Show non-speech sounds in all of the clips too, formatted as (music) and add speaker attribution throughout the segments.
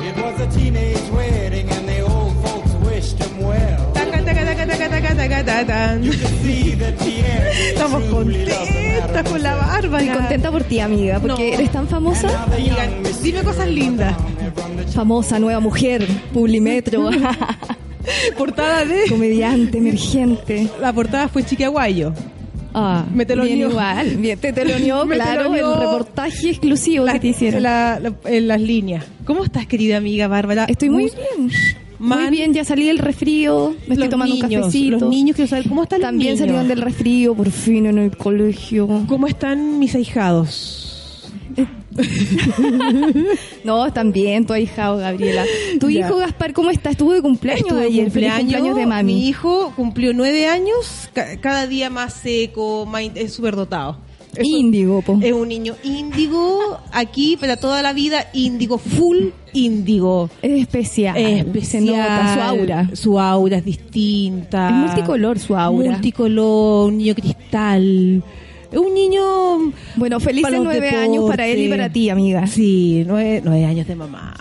Speaker 1: It was a teenage wedding and the old folks wished him well.
Speaker 2: Taca, taca, taca, taca, taca, taca, taca.
Speaker 1: You could see that the air
Speaker 2: Estamos
Speaker 1: truly loved and
Speaker 2: contentas con la Bárbara.
Speaker 3: Y contenta por ti, amiga, porque
Speaker 2: No.
Speaker 3: eres tan famosa.
Speaker 2: Amiga, Dime cosas lindas.
Speaker 3: Famosa, nueva mujer,
Speaker 2: (laughs)
Speaker 3: Publimetro,
Speaker 2: Portada de.
Speaker 3: comediante, emergente.
Speaker 2: La portada fue Chiquiaguayo.
Speaker 3: Ah,
Speaker 2: Me teloneó.
Speaker 3: bien igual. Bien, te teloneó,
Speaker 2: (laughs) Me
Speaker 3: claro,
Speaker 2: teloneó.
Speaker 3: el reportaje exclusivo que
Speaker 2: Las-
Speaker 3: te hicieron.
Speaker 2: la- la- en las líneas. ¿Cómo estás, querida amiga Bárbara?
Speaker 3: Estoy muy bien.
Speaker 2: Man-
Speaker 3: muy bien, ya salí del resfrío, me estoy
Speaker 2: Los
Speaker 3: tomando un
Speaker 2: niños,
Speaker 3: cafecito.
Speaker 2: Los niños, quiero saber cómo están los
Speaker 3: También
Speaker 2: niños.
Speaker 3: salieron del resfrío, por fin, en el colegio.
Speaker 2: ¿Cómo están mis ahijados?
Speaker 3: No, están bien, tu ahijado, Gabriela. Tu
Speaker 2: Ya.
Speaker 3: hijo, Gaspar, ¿cómo está? Estuvo de cumpleaños
Speaker 2: Estuvo de
Speaker 3: ayer, feliz cumpleaños de mami.
Speaker 2: Mi hijo cumplió nueve años, ca- cada día más seco, más in- es superdotado. Es un-
Speaker 3: Índigo, po.
Speaker 2: Es un niño índigo, aquí para toda la vida, índigo, full índigo.
Speaker 3: Es especial.
Speaker 2: Es
Speaker 3: Ah, Se
Speaker 2: especial.
Speaker 3: nota su aura.
Speaker 2: Su aura es distinta.
Speaker 3: Es multicolor su aura.
Speaker 2: Multicolor, un niño cristal. Es un niño.
Speaker 3: Bueno, felices
Speaker 2: para los
Speaker 3: nueve años para él y para ti, amiga.
Speaker 2: Sí, nueve, nueve años de mamá.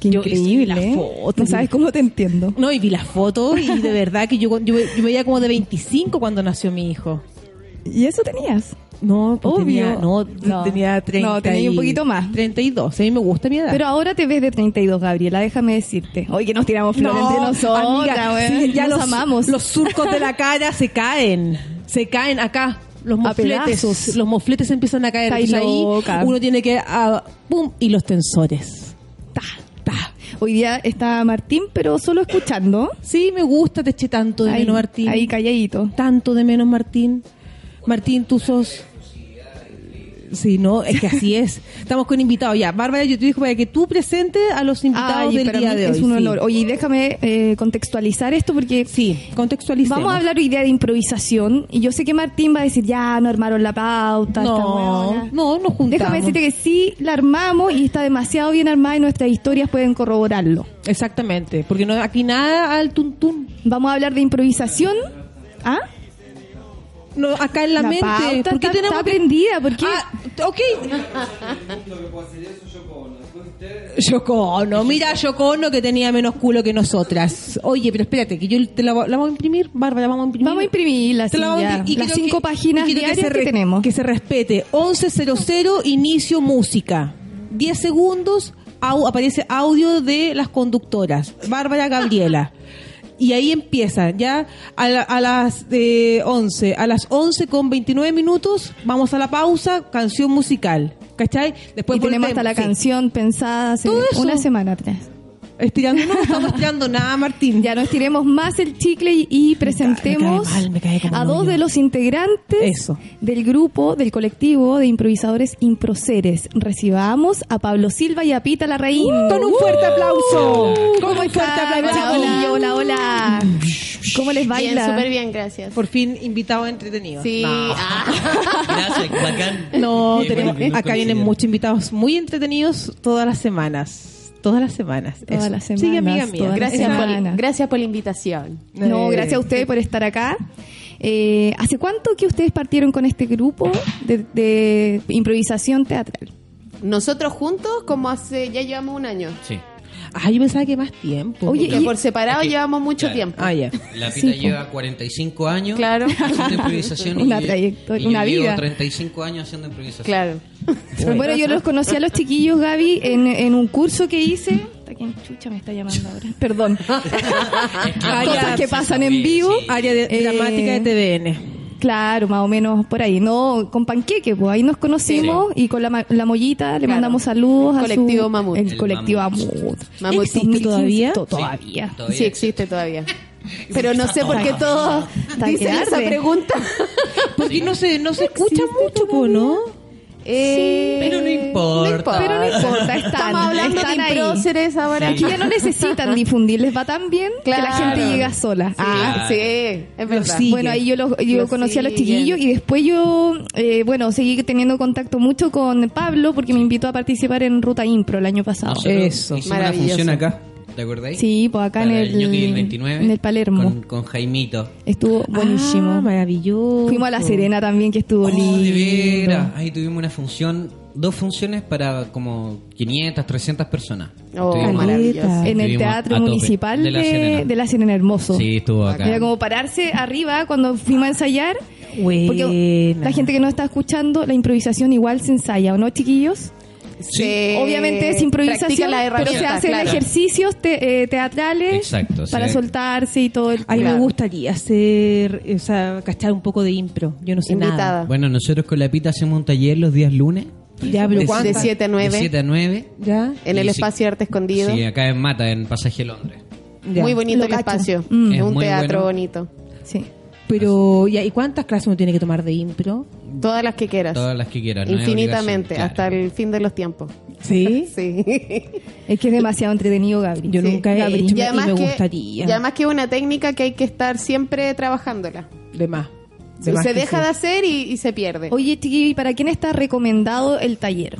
Speaker 3: Qué
Speaker 2: Yo-
Speaker 3: increíble.
Speaker 2: y vi
Speaker 3: ¿eh?
Speaker 2: la foto,
Speaker 3: no sabes cómo te entiendo.
Speaker 2: No, y vi las fotos y de verdad que yo, yo, yo me veía como de 25 cuando nació mi hijo.
Speaker 3: Y eso tenías.
Speaker 2: No, pues
Speaker 3: Obvio.
Speaker 2: tenía, no,
Speaker 3: No.
Speaker 2: tenía 30
Speaker 3: No, tenía un
Speaker 2: y-
Speaker 3: poquito más.
Speaker 2: 32, a mí me gusta mi edad.
Speaker 3: Pero ahora te ves de 32, Gabriela, déjame decirte. Hoy que nos tiramos flores entre nosotras,
Speaker 2: amiga,
Speaker 3: weón.
Speaker 2: sí, ya
Speaker 3: nos
Speaker 2: los,
Speaker 3: amamos.
Speaker 2: Los surcos de
Speaker 3: (laughs)
Speaker 2: la cara se caen, se caen acá. Los
Speaker 3: A
Speaker 2: mofletes,
Speaker 3: pedazos.
Speaker 2: los mofletes empiezan a caer.
Speaker 3: Está
Speaker 2: Entonces ahí
Speaker 3: loca.
Speaker 2: uno tiene que, ah, pum, y los tensores.
Speaker 3: Ta.
Speaker 2: Ta.
Speaker 3: Hoy día está Martín, pero solo escuchando.
Speaker 2: Sí, me gusta, te eché tanto de
Speaker 3: ahí,
Speaker 2: menos Martín.
Speaker 3: ahí calladito.
Speaker 2: tanto de menos Martín. Martín, tú sos... Sí, no, es que así es. Estamos con invitados ya. Bárbara, yo te digo para que tú presentes a los invitados
Speaker 3: Ay,
Speaker 2: del
Speaker 3: para
Speaker 2: día
Speaker 3: mí
Speaker 2: de hoy.
Speaker 3: es un
Speaker 2: sí.
Speaker 3: honor. Oye, y déjame eh, contextualizar esto porque
Speaker 2: Sí, contextualicemos.
Speaker 3: Vamos a hablar hoy día de improvisación y yo sé que Martín va a decir, ya, no armaron la pauta. esta
Speaker 2: No,
Speaker 3: huevona".
Speaker 2: no, nos juntamos.
Speaker 3: Déjame decirte que sí, la armamos y está demasiado bien armada y nuestras historias pueden corroborarlo.
Speaker 2: Exactamente, porque no aquí nada al tuntún.
Speaker 3: Vamos a hablar de improvisación. ¿Ah?
Speaker 2: No, acá en la,
Speaker 3: La
Speaker 2: mente.
Speaker 3: pauta
Speaker 2: ¿Por qué
Speaker 3: está-
Speaker 2: tenemos
Speaker 3: está
Speaker 2: que-
Speaker 3: prendida, ¿por qué?
Speaker 2: Ah, t- ok. Yocono, mira Yocono que tenía menos culo que nosotras. Oye, pero espérate, que yo te la, voy- la vamos a imprimir, Bárbara, vamos a imprimir.
Speaker 3: Vamos a imprimirla,
Speaker 2: Mm. Te la
Speaker 3: sí,
Speaker 2: vamos a
Speaker 3: ya.
Speaker 2: imprimir. Y
Speaker 3: Las
Speaker 2: quiero
Speaker 3: cinco
Speaker 2: que-
Speaker 3: páginas
Speaker 2: y quiero
Speaker 3: diarias que,
Speaker 2: se re-
Speaker 3: tenemos.
Speaker 2: Que se respete. 11.00, inicio música. 10 segundos, au- aparece audio de las conductoras. Bárbara
Speaker 3: (laughs)
Speaker 2: Gabriela. Y ahí empieza, ya a, la- a las eh, 11, a las 11 con 29 minutos, vamos a la pausa, canción musical, ¿cachai? Después
Speaker 3: y
Speaker 2: volvemos,
Speaker 3: tenemos hasta la
Speaker 2: sí.
Speaker 3: canción pensada hace
Speaker 2: Todo eso.
Speaker 3: una semana atrás.
Speaker 2: Estirando, no, no
Speaker 3: (laughs)
Speaker 2: estamos estirando nada, Martín.
Speaker 3: Ya nos tiremos más el chicle y, y presentemos
Speaker 2: me cae mal, me cae como
Speaker 3: a
Speaker 2: un
Speaker 3: dos
Speaker 2: hoyo.
Speaker 3: de los integrantes
Speaker 2: Eso.
Speaker 3: del grupo, del colectivo de improvisadores Improceres. Recibamos a Pablo Silva y a Pita Larraín.
Speaker 2: Uh, Con un fuerte aplauso.
Speaker 3: Uh,
Speaker 2: Con
Speaker 3: ¿Cómo
Speaker 2: un fuerte
Speaker 3: están?
Speaker 2: aplauso.
Speaker 3: Hola, hola, hola. ¿Cómo les
Speaker 4: Bien,
Speaker 3: baila?
Speaker 4: súper bien, gracias.
Speaker 2: Por fin, invitado entretenido.
Speaker 4: Sí, ah,
Speaker 3: (laughs)
Speaker 5: Gracias, bacán.
Speaker 2: No,
Speaker 5: Qué
Speaker 2: tenemos,
Speaker 5: bueno que nos
Speaker 2: acá vienen
Speaker 5: coincidieron.
Speaker 2: muchos invitados muy entretenidos todas las semanas. Todas las semanas.
Speaker 3: Todas
Speaker 2: Eso.
Speaker 3: las
Speaker 2: Sí,
Speaker 3: semanas,
Speaker 2: amiga mía.
Speaker 3: todas las
Speaker 4: gracias, por,
Speaker 3: Ana.
Speaker 4: gracias por la invitación.
Speaker 3: No,
Speaker 2: Eh,
Speaker 3: gracias a ustedes por estar acá. Eh, ¿Hace cuánto que ustedes partieron con este grupo de, de improvisación teatral?
Speaker 4: Nosotros juntos, como hace, ya llevamos un año.
Speaker 5: Sí.
Speaker 2: Ah, yo pensaba que más tiempo.
Speaker 3: Oye,
Speaker 4: Porque
Speaker 3: y-
Speaker 4: por separado
Speaker 5: Es que-
Speaker 4: llevamos mucho
Speaker 5: claro.
Speaker 4: tiempo.
Speaker 2: Ah, ya.
Speaker 5: La Pita
Speaker 3: Sí, po.
Speaker 5: lleva 45 años
Speaker 4: Claro.
Speaker 3: (laughs)
Speaker 5: haciendo improvisación.
Speaker 3: Una
Speaker 5: y yo-
Speaker 3: trayectoria,
Speaker 5: y yo
Speaker 3: una
Speaker 5: llevo
Speaker 3: vida.
Speaker 5: 35 años haciendo improvisación.
Speaker 4: Claro.
Speaker 3: Bueno, yo los conocí a los chiquillos, Gaby, en, en un curso que hice. ¿A quién chucha me está llamando ahora?
Speaker 4: (laughs)
Speaker 3: Perdón. Ah, Cosas que pasan en vivo.
Speaker 2: Área de,
Speaker 3: Eh,
Speaker 2: dramática de TVN.
Speaker 3: Claro, más o menos por ahí. No, con Panqueque, pues ahí nos conocimos y con la, ma- la Mollita le
Speaker 4: Claro.
Speaker 3: mandamos saludos a su-
Speaker 4: Colectivo Mamut.
Speaker 3: El,
Speaker 5: El
Speaker 3: colectivo
Speaker 5: Mamut.
Speaker 3: Mamut.
Speaker 4: Mamut.
Speaker 3: ¿Existe
Speaker 2: 2015
Speaker 3: todavía?
Speaker 2: to-
Speaker 3: todavía.
Speaker 4: Sí, existe todavía. Pero no sé por qué todos
Speaker 3: Está que
Speaker 4: dicen
Speaker 3: (laughs)
Speaker 4: esa
Speaker 3: arde.
Speaker 4: pregunta.
Speaker 3: (laughs)
Speaker 2: Porque no se, no se escucha mucho, po, ¿no?
Speaker 4: Eh,
Speaker 6: pero no importa.
Speaker 4: no
Speaker 3: Pero no importa, están,
Speaker 4: Estamos hablando
Speaker 3: están
Speaker 4: de
Speaker 3: ahí.
Speaker 4: próceres ahora.
Speaker 6: Sí.
Speaker 3: Aquí ya no necesitan difundir, les va tan bien que la
Speaker 4: Claro.
Speaker 3: gente llega sola.
Speaker 4: Ah,
Speaker 6: Claro.
Speaker 4: sí, es verdad.
Speaker 2: sigue.
Speaker 3: Bueno, ahí yo, los- yo
Speaker 4: Lo
Speaker 3: conocí a los
Speaker 4: siguen.
Speaker 3: chiquillos y después yo, eh, bueno, seguí teniendo contacto mucho con Pablo porque me invitó a participar en Ruta Impro el año pasado.
Speaker 6: Nosotros
Speaker 2: Eso.
Speaker 6: Hicimos una
Speaker 4: Maravilloso.
Speaker 6: función acá, ¿te acordáis?
Speaker 3: Sí, pues acá en
Speaker 6: Para
Speaker 3: el,
Speaker 6: Ñoqui del 29,
Speaker 3: en el Palermo.
Speaker 6: Con, con Jaimito.
Speaker 3: Estuvo buenísimo.
Speaker 2: Ah, maravilloso.
Speaker 3: Fuimos a La Serena también, que estuvo
Speaker 6: Oh, de
Speaker 3: lindo.
Speaker 6: veras. Ahí tuvimos una función, dos funciones para como 500, 300 personas.
Speaker 4: Oh,
Speaker 6: Estuvimos-
Speaker 4: maravilloso.
Speaker 3: En el
Speaker 6: Estuvimos a
Speaker 3: Teatro
Speaker 6: tope.
Speaker 3: Municipal de La Serena, Hermoso.
Speaker 6: Sí, estuvo acá.
Speaker 3: Era como pararse arriba cuando fuimos a ensayar.
Speaker 2: Buena.
Speaker 3: Porque la gente que no está escuchando, la improvisación igual se ensaya, ¿o no, chiquillos?
Speaker 4: Sí.
Speaker 3: Obviamente es
Speaker 4: Practica
Speaker 3: improvisación,
Speaker 4: la
Speaker 3: pero
Speaker 4: herramienta,
Speaker 3: se hacen
Speaker 4: claro.
Speaker 3: ejercicios te- eh, teatrales
Speaker 6: Exacto,
Speaker 3: para
Speaker 6: sí.
Speaker 3: soltarse y todo el...
Speaker 2: A mí
Speaker 4: Claro.
Speaker 2: me gustaría hacer, o sea, cachar un poco de impro. Yo no sé
Speaker 4: Invitada.
Speaker 6: Bueno, nosotros con la Pita hacemos un taller los días lunes.
Speaker 2: nada. Diablo,
Speaker 6: De-
Speaker 4: De
Speaker 2: ¿cuántas?
Speaker 4: 7 a 9.
Speaker 6: De 7 a 9.
Speaker 2: ¿Ya?
Speaker 4: En el
Speaker 6: Y sí.
Speaker 4: espacio de arte escondido.
Speaker 6: Sí, acá en Mata, en Pasaje Londres.
Speaker 2: ya.
Speaker 4: Muy bonito
Speaker 3: Lo
Speaker 4: el
Speaker 3: cacho.
Speaker 4: espacio.
Speaker 3: Mm.
Speaker 4: Es
Speaker 6: Es
Speaker 4: un
Speaker 6: muy bueno.
Speaker 4: teatro bonito.
Speaker 3: Sí.
Speaker 2: Pero, ya, ¿y cuántas clases uno tiene que tomar de impro?
Speaker 4: Todas las que quieras.
Speaker 6: Todas las que quieras. no hay
Speaker 4: Infinitamente,
Speaker 6: obligación,
Speaker 4: hasta
Speaker 6: claro.
Speaker 4: el fin de los tiempos.
Speaker 2: Sí.
Speaker 4: Sí.
Speaker 3: Es que es demasiado entretenido, Gabriel.
Speaker 2: Yo nunca he
Speaker 3: Gabriel.
Speaker 2: hecho
Speaker 4: Y
Speaker 2: y
Speaker 4: además
Speaker 2: me
Speaker 4: que-
Speaker 2: gustaría.
Speaker 4: Y además que es una técnica que hay que estar siempre trabajándola.
Speaker 2: (laughs) de más. De
Speaker 4: Se
Speaker 2: más que
Speaker 4: deja
Speaker 2: sí.
Speaker 4: de hacer y, y se pierde.
Speaker 3: Oye, chiquillo, ¿y para quién está recomendado el taller?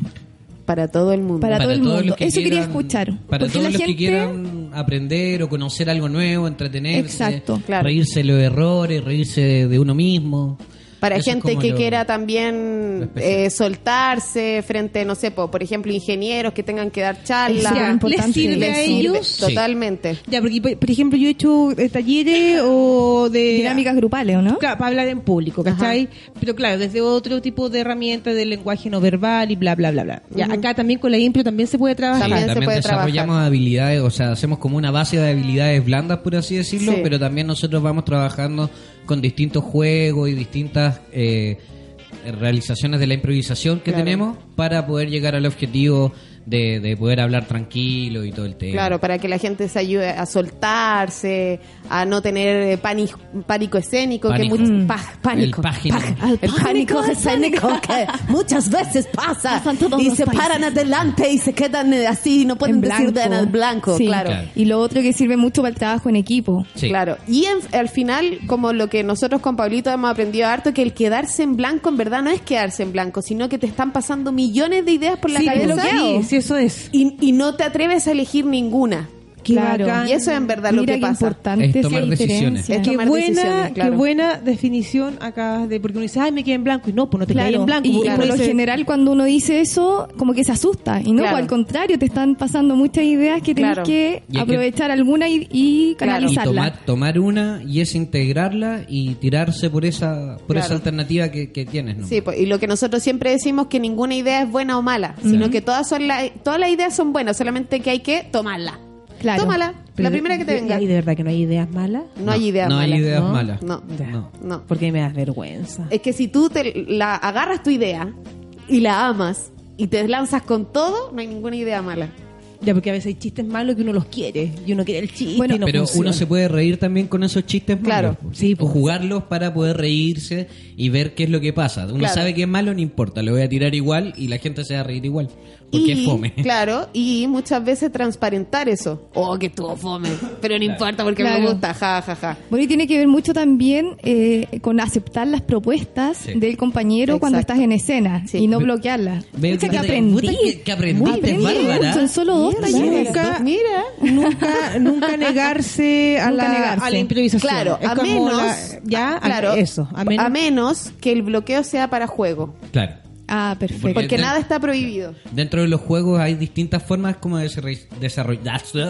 Speaker 4: Para todo el mundo.
Speaker 3: Para- todo el
Speaker 6: todos
Speaker 3: mundo.
Speaker 6: los que
Speaker 3: Eso quería
Speaker 6: quieran-
Speaker 3: escuchar.
Speaker 6: Para
Speaker 3: Porque
Speaker 6: todos
Speaker 3: la
Speaker 6: los
Speaker 3: gente-
Speaker 6: que quieran aprender o conocer algo nuevo, entretenerse.
Speaker 3: Exacto,
Speaker 4: claro.
Speaker 6: Reírse de los errores, reírse de, de uno mismo.
Speaker 4: Para
Speaker 6: Eso es
Speaker 4: gente
Speaker 6: como
Speaker 4: que
Speaker 6: lo-
Speaker 4: quiera
Speaker 6: lo
Speaker 4: también
Speaker 6: especial.
Speaker 4: eh, soltarse frente, no sé, po, por ejemplo, ingenieros que tengan que dar charlas.
Speaker 3: Exacto.
Speaker 2: Ya, ¿Les
Speaker 3: importante.
Speaker 2: sirve
Speaker 4: Les
Speaker 2: a
Speaker 4: sirve
Speaker 2: ellos?
Speaker 6: Sí.
Speaker 4: Totalmente.
Speaker 2: Ya, porque por- por ejemplo yo he hecho eh, talleres o de
Speaker 3: Dinámicas grupales, ¿o no?
Speaker 2: Claro, para hablar en público, ¿cachai? Pero claro, desde otro tipo de herramientas del lenguaje no verbal y bla, bla, bla, bla. Ya, acá también con la impro también se puede trabajar.
Speaker 4: También
Speaker 6: También,
Speaker 4: se
Speaker 6: también
Speaker 4: puede
Speaker 6: desarrollamos
Speaker 4: trabajar.
Speaker 6: habilidades, o sea, hacemos como una base de habilidades blandas, por así decirlo,
Speaker 4: Sí.
Speaker 6: pero también nosotros vamos trabajando con distintos juegos y distintas eh, realizaciones de la improvisación que
Speaker 4: Claro.
Speaker 6: tenemos para poder llegar al objetivo de, de poder hablar tranquilo y todo el tema.
Speaker 4: Claro, para que la gente se ayude a soltarse, a no tener eh, pani- pánico escénico,
Speaker 6: Pánico.
Speaker 4: que muchos
Speaker 6: Mm.
Speaker 4: paj- pánico.
Speaker 6: El págino.
Speaker 4: Paj- el pánico escénico que muchas veces pasa
Speaker 3: Pasan todos
Speaker 4: y
Speaker 3: los
Speaker 4: se
Speaker 3: países.
Speaker 4: paran adelante y se quedan eh, así, no pueden
Speaker 3: En
Speaker 4: decir de- en el blanco,
Speaker 3: Sí.
Speaker 4: claro.
Speaker 6: Claro.
Speaker 3: Y lo otro que sirve mucho para el trabajo en equipo.
Speaker 6: Sí.
Speaker 4: Claro, y en- al final, como lo que nosotros con Pablito hemos aprendido harto, que el quedarse en blanco en verdad no es quedarse en blanco, sino que te están pasando millones de ideas por la
Speaker 2: Sí,
Speaker 4: cabeza
Speaker 2: sí, sí, eso es.
Speaker 4: y, y no te atreves a elegir ninguna.
Speaker 2: Qué
Speaker 3: Claro.
Speaker 2: bacán.
Speaker 4: Y eso es en verdad lo
Speaker 3: Mira
Speaker 4: que
Speaker 3: qué
Speaker 4: pasa.
Speaker 3: importante
Speaker 6: Es
Speaker 3: esa
Speaker 6: tomar
Speaker 3: diferencia.
Speaker 6: decisiones.
Speaker 4: Es
Speaker 2: Qué
Speaker 4: tomar decisiones,
Speaker 2: buena,
Speaker 4: claro.
Speaker 2: qué buena definición acá de porque uno dice, ay, me quedé en blanco y no, pues no te quedas en blanco.
Speaker 3: y
Speaker 2: porque
Speaker 3: por lo
Speaker 2: dice-
Speaker 3: general cuando uno dice eso, como que se asusta. Y no, pues,
Speaker 4: Claro.
Speaker 3: al contrario, te están pasando muchas ideas que tienes
Speaker 4: Claro.
Speaker 3: que
Speaker 6: Y es que-
Speaker 3: aprovechar alguna y, y
Speaker 4: Claro.
Speaker 6: Y
Speaker 3: canalizarla.
Speaker 6: tomar, tomar una y es integrarla y tirarse por esa por
Speaker 4: Claro.
Speaker 6: esa alternativa que, que tienes, ¿no?
Speaker 4: Sí, pues, y lo que nosotros siempre decimos que ninguna idea es buena o mala, sino que todas son la- todas las ideas son buenas, solamente que hay que tomarla.
Speaker 3: Claro.
Speaker 4: Tómala,
Speaker 2: Pero
Speaker 4: la primera que te
Speaker 2: de-
Speaker 4: venga.
Speaker 2: ay, de verdad que no hay ideas malas?
Speaker 4: No hay ideas
Speaker 6: no
Speaker 4: malas.
Speaker 6: hay ideas
Speaker 2: ¿no?
Speaker 6: malas.
Speaker 4: No.
Speaker 2: Ya.
Speaker 6: No.
Speaker 4: No. Eh,
Speaker 2: Porque me das vergüenza.
Speaker 4: Es que si tú te la agarras tu idea y la amas y te lanzas con todo, no hay ninguna idea mala.
Speaker 2: Ya, porque a veces hay chistes malos que uno los quiere y uno quiere el chiste.
Speaker 3: Bueno,
Speaker 2: y no
Speaker 6: pero
Speaker 2: funciona.
Speaker 6: uno se puede reír también con esos chistes
Speaker 4: Claro.
Speaker 6: malos.
Speaker 2: Sí,
Speaker 6: o
Speaker 2: pues.
Speaker 6: jugarlos para poder reírse y ver qué es lo que pasa. Uno
Speaker 4: Claro.
Speaker 6: sabe que es malo, no importa, lo voy a tirar igual y la gente se va a reír igual. Porque
Speaker 4: y,
Speaker 6: es fome.
Speaker 4: Claro, y muchas veces transparentar eso. Oh, que estuvo fome, pero no importa porque me
Speaker 3: Claro.
Speaker 4: gusta, ja, ja, ja.
Speaker 3: Bueno, y tiene que ver mucho también eh, con aceptar las propuestas
Speaker 6: Sí.
Speaker 3: del compañero cuando
Speaker 4: Exacto.
Speaker 3: estás en escena
Speaker 4: Sí.
Speaker 3: y no
Speaker 6: Ve-
Speaker 3: bloquearlas.
Speaker 6: veo
Speaker 3: Pucha,
Speaker 6: que te- puta, que- que aprendiste,
Speaker 3: Aprendí
Speaker 6: bárbara.
Speaker 3: mucho, en solo dos talleres.
Speaker 2: Nunca,
Speaker 4: Mira.
Speaker 2: nunca, nunca negarse a,
Speaker 3: Nunca
Speaker 2: la,
Speaker 3: negarse.
Speaker 2: a la improvisación.
Speaker 4: Claro,
Speaker 2: Es
Speaker 4: a
Speaker 2: como
Speaker 4: menos,
Speaker 2: la- ya, a-
Speaker 4: claro,
Speaker 2: eso, a menos.
Speaker 4: que el bloqueo sea para juego,
Speaker 6: (laughs) Claro.
Speaker 3: Ah, perfecto.
Speaker 4: porque
Speaker 6: Bien.
Speaker 4: nada está prohibido.
Speaker 6: Dentro de los juegos hay distintas formas como de desarroll- desarrollarse,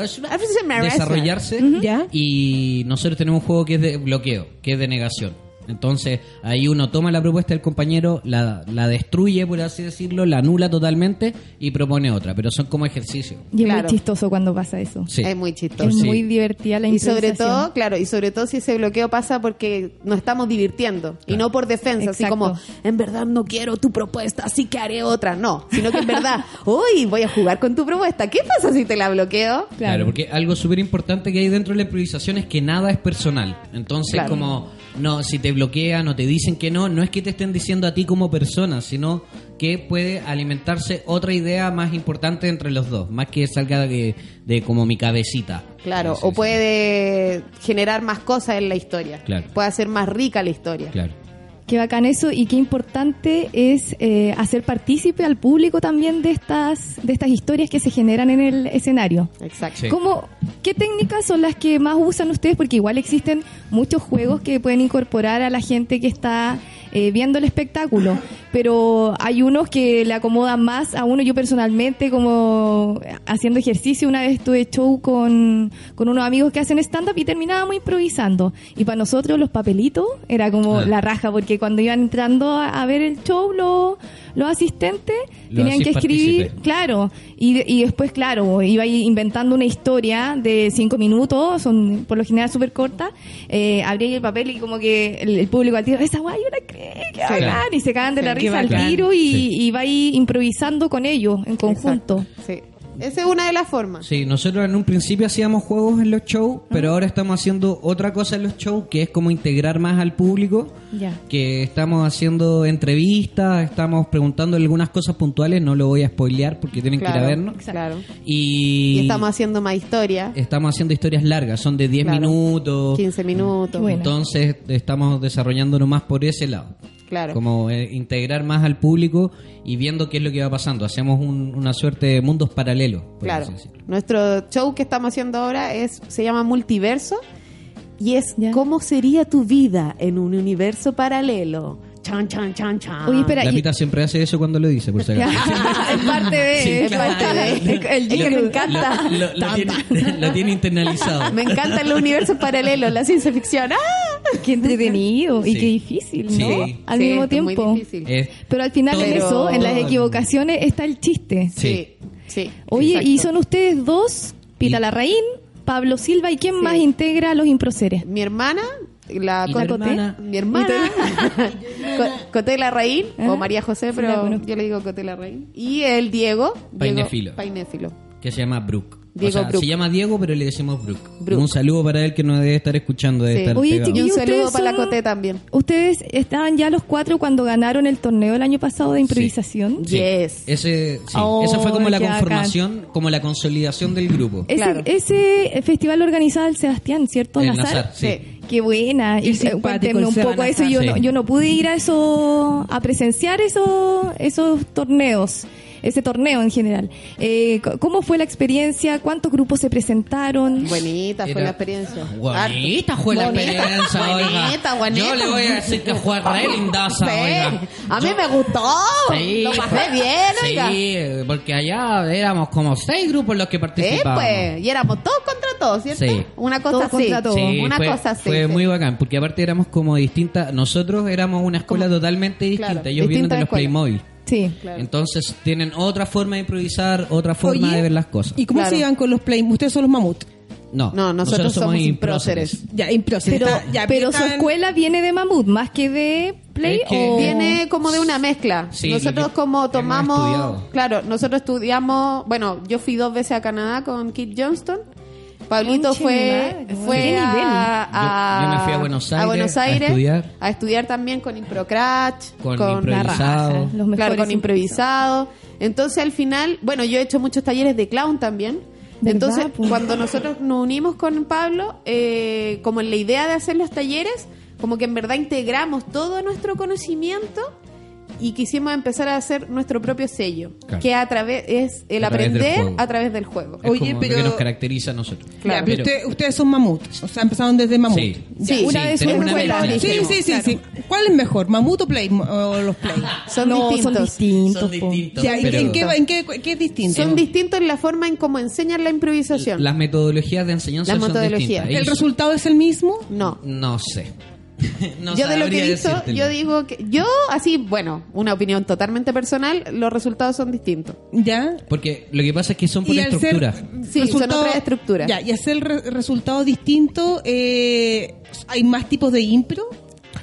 Speaker 6: desarrollarse
Speaker 2: Ya.
Speaker 6: y nosotros tenemos un juego que es de bloqueo, que es de negación. Entonces ahí uno toma la propuesta del compañero, la, la destruye, por así decirlo, la anula totalmente y propone otra, pero son como ejercicios.
Speaker 3: Y es
Speaker 4: Claro.
Speaker 3: muy chistoso cuando pasa eso.
Speaker 6: Sí.
Speaker 4: Es muy
Speaker 3: Es
Speaker 4: chistoso.
Speaker 6: Sí.
Speaker 3: muy divertida la
Speaker 4: Y sobre
Speaker 3: improvisación.
Speaker 4: todo, claro, y sobre todo si ese bloqueo pasa porque nos estamos divirtiendo y no por defensa, así
Speaker 3: Exacto.
Speaker 4: como, en verdad no quiero tu propuesta, así que haré otra. No, sino que en verdad, (laughs) hoy voy a jugar con tu propuesta. ¿Qué pasa si te la bloqueo?
Speaker 6: Claro, porque algo súper importante que hay dentro de la improvisación es que nada es personal. Entonces,
Speaker 4: Claro.
Speaker 6: como, no, si te bloquean o te dicen que no, no es que te estén diciendo a ti como persona, sino que puede alimentarse otra idea más importante entre los dos, más que salga de, de como mi cabecita.
Speaker 4: Claro,
Speaker 6: Sí,
Speaker 4: o
Speaker 6: sí.
Speaker 4: puede generar más cosas en la historia.
Speaker 6: Claro.
Speaker 4: Puede hacer más rica la historia.
Speaker 6: Claro.
Speaker 3: Qué bacán eso y qué importante es eh, hacer partícipe al público también de estas, de estas historias que se generan en el escenario.
Speaker 4: Exacto.
Speaker 6: Sí.
Speaker 3: ¿Cómo, ¿Qué técnicas son las que más usan ustedes? Porque igual existen muchos juegos que pueden incorporar a la gente que está eh, viendo el espectáculo, pero hay unos que le acomodan más a uno. Yo personalmente, como haciendo ejercicio, una vez tuve show con, con unos amigos que hacen stand-up y terminábamos improvisando. Y para nosotros los papelitos era como
Speaker 6: Ah.
Speaker 3: la raja, porque cuando iban entrando a, a ver el show los, los asistentes
Speaker 6: Lo
Speaker 3: tenían que
Speaker 6: hacís
Speaker 3: escribir...
Speaker 6: partícipe.
Speaker 3: Claro, y, y después, claro, iba ahí inventando una historia de cinco minutos, son por lo general súper corta, eh, abría ahí el papel y como que el, el público al tiro, esa guay, una cree que
Speaker 4: Sí.
Speaker 3: bacán", y se cagan de la
Speaker 2: Sí,
Speaker 3: risa
Speaker 2: qué
Speaker 3: al
Speaker 2: bacán.
Speaker 3: tiro y,
Speaker 6: Sí.
Speaker 3: y va ahí improvisando con ellos en conjunto.
Speaker 4: Exacto. Sí. Esa es una de las formas.
Speaker 6: Sí, nosotros en un principio hacíamos juegos en los shows, pero ahora estamos haciendo otra cosa en los shows, que es como integrar más al público.
Speaker 3: Ya.
Speaker 6: que estamos haciendo entrevistas, estamos preguntando algunas cosas puntuales, no lo voy a spoilear porque tienen que ir a vernos.
Speaker 4: Claro.
Speaker 6: Y,
Speaker 4: Y estamos haciendo más historia.
Speaker 6: estamos haciendo historias largas, son de 10
Speaker 4: Claro.
Speaker 6: minutos.
Speaker 4: 15 minutos.
Speaker 3: Qué bueno.
Speaker 6: Entonces estamos desarrollándonos más por ese lado.
Speaker 4: Claro.
Speaker 6: Como eh, integrar más al público y viendo qué es lo que va pasando. Hacemos un- una suerte de mundos paralelos. por
Speaker 4: Claro.
Speaker 6: así decirlo.
Speaker 4: Nuestro show que estamos haciendo ahora es se llama Multiverso y es
Speaker 3: Ya.
Speaker 4: cómo sería tu vida en un universo paralelo. Chan chan chan chan.
Speaker 3: Oye, espera,
Speaker 6: La
Speaker 3: y-
Speaker 6: Pita siempre hace eso cuando lo dice, por
Speaker 3: (laughs)
Speaker 6: si acaso.
Speaker 4: (laughs)
Speaker 3: es parte de...
Speaker 6: Sí,
Speaker 3: es
Speaker 6: claro.
Speaker 3: parte de- el
Speaker 4: Es que me
Speaker 3: jingle.
Speaker 4: encanta.
Speaker 6: Lo- lo- lo tiene- (laughs) lo tiene internalizado.
Speaker 4: (laughs) Me encantan los universos paralelos, la ciencia ficción. ¡Ah!
Speaker 3: Qué entretenido y
Speaker 6: Sí.
Speaker 3: qué difícil, ¿no?
Speaker 6: Sí.
Speaker 3: Al
Speaker 4: Sí,
Speaker 3: mismo
Speaker 4: es muy
Speaker 3: tiempo.
Speaker 4: difícil.
Speaker 6: Es
Speaker 3: Pero al final en
Speaker 4: Pero-
Speaker 3: eso, en las equivocaciones, está el chiste.
Speaker 4: Sí. sí.
Speaker 3: Ah, Oye,
Speaker 4: exacto.
Speaker 3: y son ustedes dos, Pita
Speaker 6: Y-
Speaker 3: Larraín, Pablo Silva, ¿y quién
Speaker 4: Sí.
Speaker 3: más integra a los improceres?
Speaker 4: mi hermana, la
Speaker 6: Y
Speaker 4: Cot-
Speaker 6: mi hermana.
Speaker 4: mi hermana, Co- Cotela Raín,
Speaker 3: Ah,
Speaker 4: o María José,
Speaker 3: sí la
Speaker 4: pero
Speaker 3: conozco.
Speaker 4: yo le digo Cotela Raín. Y el Diego. Diego-
Speaker 6: Painefilo.
Speaker 4: Painefilo.
Speaker 6: que se llama Brooke.
Speaker 4: Diego
Speaker 6: o sea,
Speaker 4: Brooke.
Speaker 6: se llama Diego, pero le decimos Brooke.
Speaker 4: Brooke.
Speaker 6: Un saludo para él que nos debe estar escuchando. Debe
Speaker 4: Sí.
Speaker 6: estar
Speaker 3: Oye,
Speaker 6: pegado.
Speaker 4: Y
Speaker 3: chiquillos,
Speaker 4: un saludo
Speaker 3: ustedes
Speaker 4: para la
Speaker 3: son-
Speaker 4: Coté también.
Speaker 3: Ustedes estaban ya los cuatro cuando ganaron el torneo el año pasado de improvisación.
Speaker 6: Sí.
Speaker 4: Yes.
Speaker 6: Ese, sí.
Speaker 3: Oh,
Speaker 6: Esa fue como la
Speaker 3: qué bacán.
Speaker 6: conformación, como la consolidación del grupo.
Speaker 3: Ese,
Speaker 4: Claro.
Speaker 3: ese festival lo organizaba el Sebastián, ¿cierto?
Speaker 6: El
Speaker 3: Nazar.
Speaker 6: Nazar, sí.
Speaker 4: Sí.
Speaker 3: Qué buena.
Speaker 2: Qué
Speaker 3: Y eh,
Speaker 2: simpático
Speaker 3: cuéntenme
Speaker 2: el
Speaker 3: un
Speaker 2: Seba
Speaker 3: poco eso.
Speaker 2: Nazar.
Speaker 3: Yo,
Speaker 6: Sí.
Speaker 3: no, yo no pude ir a eso, a presenciar eso, esos torneos, ese torneo en general. Eh, c- ¿Cómo fue la experiencia? ¿Cuántos grupos se presentaron?
Speaker 4: Bonita fue
Speaker 6: Era-
Speaker 4: la experiencia.
Speaker 6: Bonita fue la
Speaker 4: Bonita,
Speaker 6: experiencia, oiga.
Speaker 4: bonita, bonita.
Speaker 6: Yo le voy a decir que fue re lindaza,
Speaker 4: Sí.
Speaker 6: oiga.
Speaker 4: A mí me gustó.
Speaker 6: Sí,
Speaker 4: Oh, Lo pasé
Speaker 6: pues,
Speaker 4: bien,
Speaker 6: sí,
Speaker 4: oiga.
Speaker 6: porque allá éramos como seis grupos los que
Speaker 4: Sí,
Speaker 6: participaban.
Speaker 4: pues. Y éramos todos contra todos, ¿cierto?
Speaker 6: Sí.
Speaker 4: Una cosa
Speaker 3: Todos
Speaker 4: así.
Speaker 3: contra todos.
Speaker 6: Sí,
Speaker 4: Una
Speaker 6: fue,
Speaker 4: cosa así.
Speaker 6: fue
Speaker 4: sí.
Speaker 6: muy bacán, porque aparte éramos como distintas. Nosotros éramos una escuela totalmente distinta.
Speaker 4: claro,
Speaker 6: Ellos vienen
Speaker 4: distinta
Speaker 6: de los
Speaker 4: escuela.
Speaker 6: Playmobil.
Speaker 3: Sí.
Speaker 4: Claro.
Speaker 6: Entonces tienen otra forma de improvisar, otra forma
Speaker 2: Oye,
Speaker 6: de ver las cosas.
Speaker 2: ¿Y cómo
Speaker 4: Claro.
Speaker 2: se llevan con los play? Ustedes son los mamuts.
Speaker 6: No,
Speaker 4: No, nosotros somos
Speaker 6: impróceres.
Speaker 4: impróceres.
Speaker 2: Ya, improvisar.
Speaker 3: Pero,
Speaker 2: Está- ya,
Speaker 3: pero su
Speaker 2: están-
Speaker 3: escuela viene de Mamut, más que de Play
Speaker 6: Es que-
Speaker 3: o...
Speaker 4: Viene como de una mezcla.
Speaker 6: Sí, lo
Speaker 4: nosotros
Speaker 6: que
Speaker 4: como
Speaker 6: hemos
Speaker 4: tomamos,
Speaker 6: estudiado.
Speaker 4: claro, nosotros estudiamos, bueno, yo fui dos veces a Canadá con Kit Johnston. Pablito
Speaker 3: Conche
Speaker 4: fue,
Speaker 3: mi madre,
Speaker 4: fue
Speaker 3: qué
Speaker 4: a,
Speaker 3: nivel.
Speaker 4: a-
Speaker 6: Yo- yo me fui a Buenos Aires a
Speaker 4: Aires,
Speaker 6: estudiar.
Speaker 4: a estudiar también con Improcratch,
Speaker 6: Con
Speaker 3: La raja,
Speaker 6: Improvisado.
Speaker 3: los mejores
Speaker 4: claro, con
Speaker 3: improvisados.
Speaker 4: improvisado. Entonces al final, bueno, yo he hecho muchos talleres de clown también.
Speaker 3: ¿Verdad,
Speaker 4: Entonces,
Speaker 3: po?
Speaker 4: cuando nosotros nos unimos con Pablo, eh, como en la idea de hacer los talleres, como que en verdad integramos todo nuestro conocimiento y quisimos empezar a hacer nuestro propio sello,
Speaker 6: Claro.
Speaker 4: que a través es el
Speaker 6: A través del
Speaker 4: aprender
Speaker 6: juego.
Speaker 4: a través del juego.
Speaker 3: Eh,
Speaker 6: Es
Speaker 2: Oye,
Speaker 6: como lo
Speaker 2: pero-
Speaker 6: que nos caracteriza a nosotros.
Speaker 2: Ya, pero
Speaker 6: Pero-
Speaker 2: usted- ustedes son mamuts. O sea, empezaron desde mamut.
Speaker 6: Sí.
Speaker 4: Sí,
Speaker 3: una
Speaker 6: sí,
Speaker 3: de sus
Speaker 6: tenemos una
Speaker 3: escuelas
Speaker 6: mezcla.
Speaker 2: Sí,
Speaker 4: Tenemos,
Speaker 2: sí, sí, sí. ¿Cuál es mejor, mamut o play o los play?
Speaker 4: Son
Speaker 3: no,
Speaker 4: distintos.
Speaker 3: son distintos.
Speaker 6: Son
Speaker 3: po.
Speaker 6: distintos.
Speaker 2: Ya, ¿en,
Speaker 6: pero-
Speaker 2: qué- en qué, en qué- qué es distinto?
Speaker 4: Son distintos en la forma en cómo enseñan la improvisación.
Speaker 6: Las metodologías de enseñanza
Speaker 4: Las
Speaker 6: son
Speaker 4: metodologías.
Speaker 6: distintas.
Speaker 2: ¿El
Speaker 6: Ellos-
Speaker 2: resultado es el mismo?
Speaker 4: no.
Speaker 6: No sé. (laughs) No
Speaker 4: yo de lo que
Speaker 6: sabría
Speaker 4: he visto,
Speaker 6: decírtelo.
Speaker 4: yo digo que yo así, bueno, una opinión totalmente personal, los resultados son distintos.
Speaker 2: ¿Ya?
Speaker 6: Porque lo que pasa es que son por
Speaker 2: al ser
Speaker 6: estructura.
Speaker 4: Sí, son otras estructuras.
Speaker 2: Ya, y hacer re- resultado distinto, eh, hay más tipos de impro.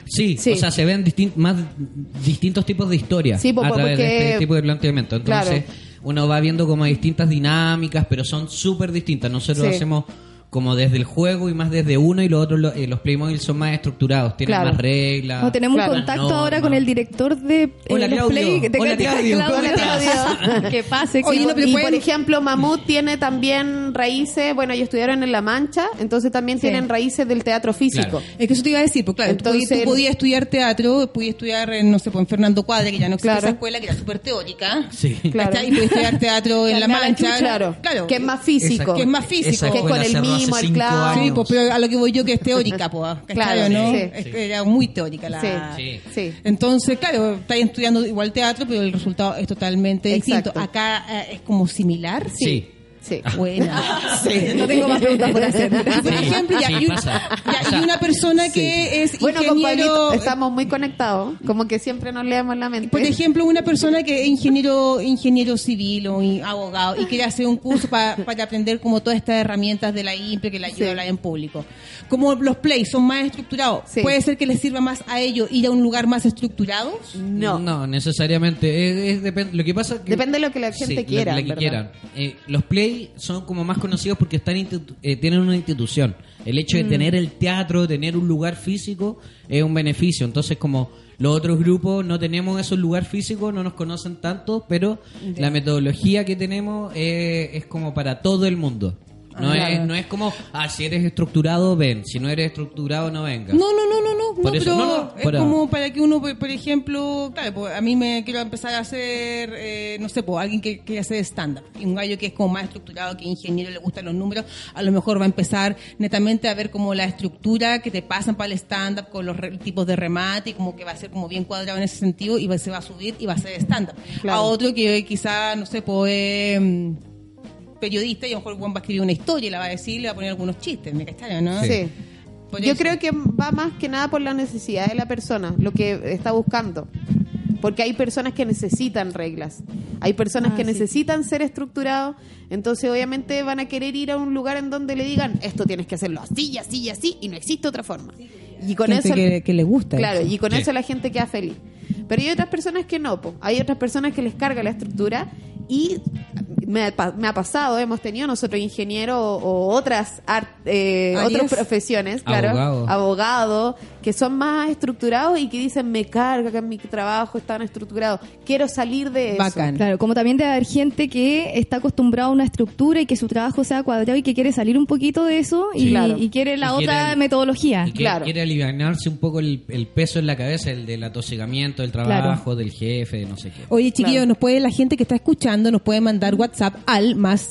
Speaker 6: Sí,
Speaker 4: Sí.
Speaker 6: o sea, se ven distin- más distintos tipos de historias
Speaker 4: Sí, po-
Speaker 6: a través de
Speaker 4: porque-
Speaker 6: este tipo de planteamiento. Entonces,
Speaker 4: Claro.
Speaker 6: uno va viendo como distintas dinámicas, pero son súper distintas. Nosotros
Speaker 4: Sí.
Speaker 6: hacemos como desde el juego y más desde uno y los otros lo- eh, los Playmobil son más estructurados, tienen
Speaker 3: Claro.
Speaker 6: más reglas.
Speaker 3: No, tenemos
Speaker 6: más
Speaker 3: un contacto
Speaker 6: normas.
Speaker 3: ahora con el director de eh,
Speaker 6: Hola,
Speaker 3: los
Speaker 6: Claudio.
Speaker 3: Play- de-
Speaker 6: Hola,
Speaker 3: de-
Speaker 6: Claudio.
Speaker 3: Claudio. (laughs)
Speaker 4: Claudio.
Speaker 3: que pase. que-
Speaker 4: Oye, no, pero
Speaker 3: y
Speaker 4: por
Speaker 3: por ej-
Speaker 2: (laughs)
Speaker 4: ejemplo, Mamut tiene también raíces, bueno, ellos estudiaron en La Mancha, entonces también
Speaker 3: Sí.
Speaker 4: tienen raíces del teatro físico.
Speaker 6: Claro.
Speaker 2: Es que eso te iba a decir, porque claro, tú,
Speaker 4: Entonces-
Speaker 2: podías, tú podías estudiar teatro, podías estudiar, en, no sé, pues, en Fernando Cuadra, que ya no existe
Speaker 4: Claro.
Speaker 2: esa escuela, que era súper teórica.
Speaker 6: Sí.
Speaker 4: (laughs) Claro.
Speaker 2: ¿cachai? Y podías estudiar
Speaker 4: (laughs)
Speaker 2: teatro en La Mancha.
Speaker 4: claro, que es más físico.
Speaker 6: Esa-
Speaker 2: Que es más físico.
Speaker 6: esa
Speaker 2: Que es
Speaker 6: escuela
Speaker 4: con el
Speaker 6: cerró hace
Speaker 4: mimo, el
Speaker 6: cinco
Speaker 4: clavo.
Speaker 6: años.
Speaker 2: Sí, pues, pero a lo que voy yo que es teórica, pues,
Speaker 4: Claro,
Speaker 2: claro, ¿no?
Speaker 4: sí,
Speaker 2: Es
Speaker 6: sí.
Speaker 2: que (laughs) Era muy teórica la...
Speaker 4: Sí,
Speaker 6: Sí.
Speaker 4: sí.
Speaker 2: Entonces, claro, estáis estudiando igual teatro, pero el resultado es totalmente
Speaker 4: Exacto.
Speaker 2: distinto. Acá eh, es como similar.
Speaker 6: Sí.
Speaker 4: Sí.
Speaker 2: Ah,
Speaker 4: (laughs)
Speaker 2: Buena.
Speaker 3: No tengo más preguntas por
Speaker 2: (laughs)
Speaker 3: hacer.
Speaker 2: Por
Speaker 6: Sí,
Speaker 2: ejemplo, ya,
Speaker 6: sí,
Speaker 2: y, un-
Speaker 6: pasa.
Speaker 2: ya,
Speaker 6: O sea,
Speaker 2: y una persona que es
Speaker 4: Bueno, con
Speaker 2: ingeniero... eh,
Speaker 4: Pablito estamos muy conectados, como que siempre nos leemos la mente.
Speaker 2: Por ejemplo, una persona que es ingeniero, ingeniero civil o in- abogado y quiere hacer un curso pa- para aprender como todas estas herramientas de la IMPRE que le ayuda
Speaker 4: Sí.
Speaker 2: a hablar en público. Como los plays son más estructurados,
Speaker 4: Sí.
Speaker 2: ¿puede ser que les sirva más a ellos ir a un lugar más estructurado?
Speaker 4: no.
Speaker 6: necesariamente. Es, es depen- lo que pasa que-
Speaker 4: Depende de lo que la gente
Speaker 6: Sí, lo-
Speaker 4: quiera,
Speaker 6: lo
Speaker 4: en
Speaker 6: que
Speaker 4: verdad.
Speaker 6: quieran. Eh, los play son como más conocidos porque están institu- eh, tienen una institución. El hecho de
Speaker 4: Mm.
Speaker 6: tener el teatro, tener un lugar físico, es un beneficio. Entonces, como los otros grupos no tenemos esos lugar físico, no nos conocen tanto, pero la metodología que tenemos eh, es como para todo el mundo. No, es, no es como, ah, si eres estructurado, ven. Si no eres estructurado, no vengas.
Speaker 2: No, no, no, no, no,
Speaker 6: Por
Speaker 2: no,
Speaker 6: eso,
Speaker 2: pero
Speaker 6: no, no,
Speaker 2: es
Speaker 6: por ahora.
Speaker 2: como para que uno, por por ejemplo, claro, pues, a mí me quiero empezar a hacer, eh, no sé, pues, alguien que quiere hacer stand-up, y un gallo que es como más estructurado, que ingeniero, le gustan los números, a lo mejor va a empezar netamente a ver como la estructura que te pasan para el stand-up, con los re- tipos de remate, y como que va a ser como bien cuadrado en ese sentido, y va- se va a subir y va a ser stand-up.
Speaker 4: Claro.
Speaker 2: A otro que quizá, no sé, pues... eh, periodista y a lo mejor Juan va a escribir una historia y la va a decir, le va a poner algunos chistes, ¿me cacharon, no?
Speaker 4: Sí.
Speaker 2: Por
Speaker 4: Yo
Speaker 2: eso.
Speaker 4: creo que va más que nada por la necesidad de la persona, lo que está buscando. Porque hay personas que necesitan reglas, hay personas
Speaker 2: Ah,
Speaker 4: que necesitan ser estructurados, entonces obviamente van a querer ir a un lugar en donde le digan, esto tienes que hacerlo así y así y así, y no existe otra forma. Y con
Speaker 2: Gente
Speaker 4: eso...
Speaker 2: que, que le gusta.
Speaker 4: Claro, y con
Speaker 6: Sí.
Speaker 4: eso la gente queda feliz. Pero hay otras personas que no, po. hay otras personas que les carga la estructura y me ha, pa- me ha pasado, hemos tenido nosotros ingenieros o, o otras ar- eh,
Speaker 2: Áreas.
Speaker 4: otras profesiones, claro,
Speaker 6: Abogado.
Speaker 4: abogados, que son más estructurados y que dicen, me carga que en mi trabajo están estructurados, quiero salir de eso.
Speaker 2: Bacán.
Speaker 3: Claro, como también debe haber gente que está acostumbrada a una estructura y que su trabajo sea cuadrado y que quiere salir un poquito de eso y,
Speaker 4: Sí. Claro.
Speaker 3: y quiere la
Speaker 6: Y quiere-
Speaker 3: otra metodología.
Speaker 6: Y que
Speaker 4: Claro.
Speaker 6: quiere aliviarse un poco el, el peso en la cabeza, el del atosigamiento, del trabajo, del jefe, de no sé qué.
Speaker 2: Oye, chiquillos,
Speaker 4: Claro.
Speaker 2: nos puede, la gente que está escuchando, nos puede mandar WhatsApp al más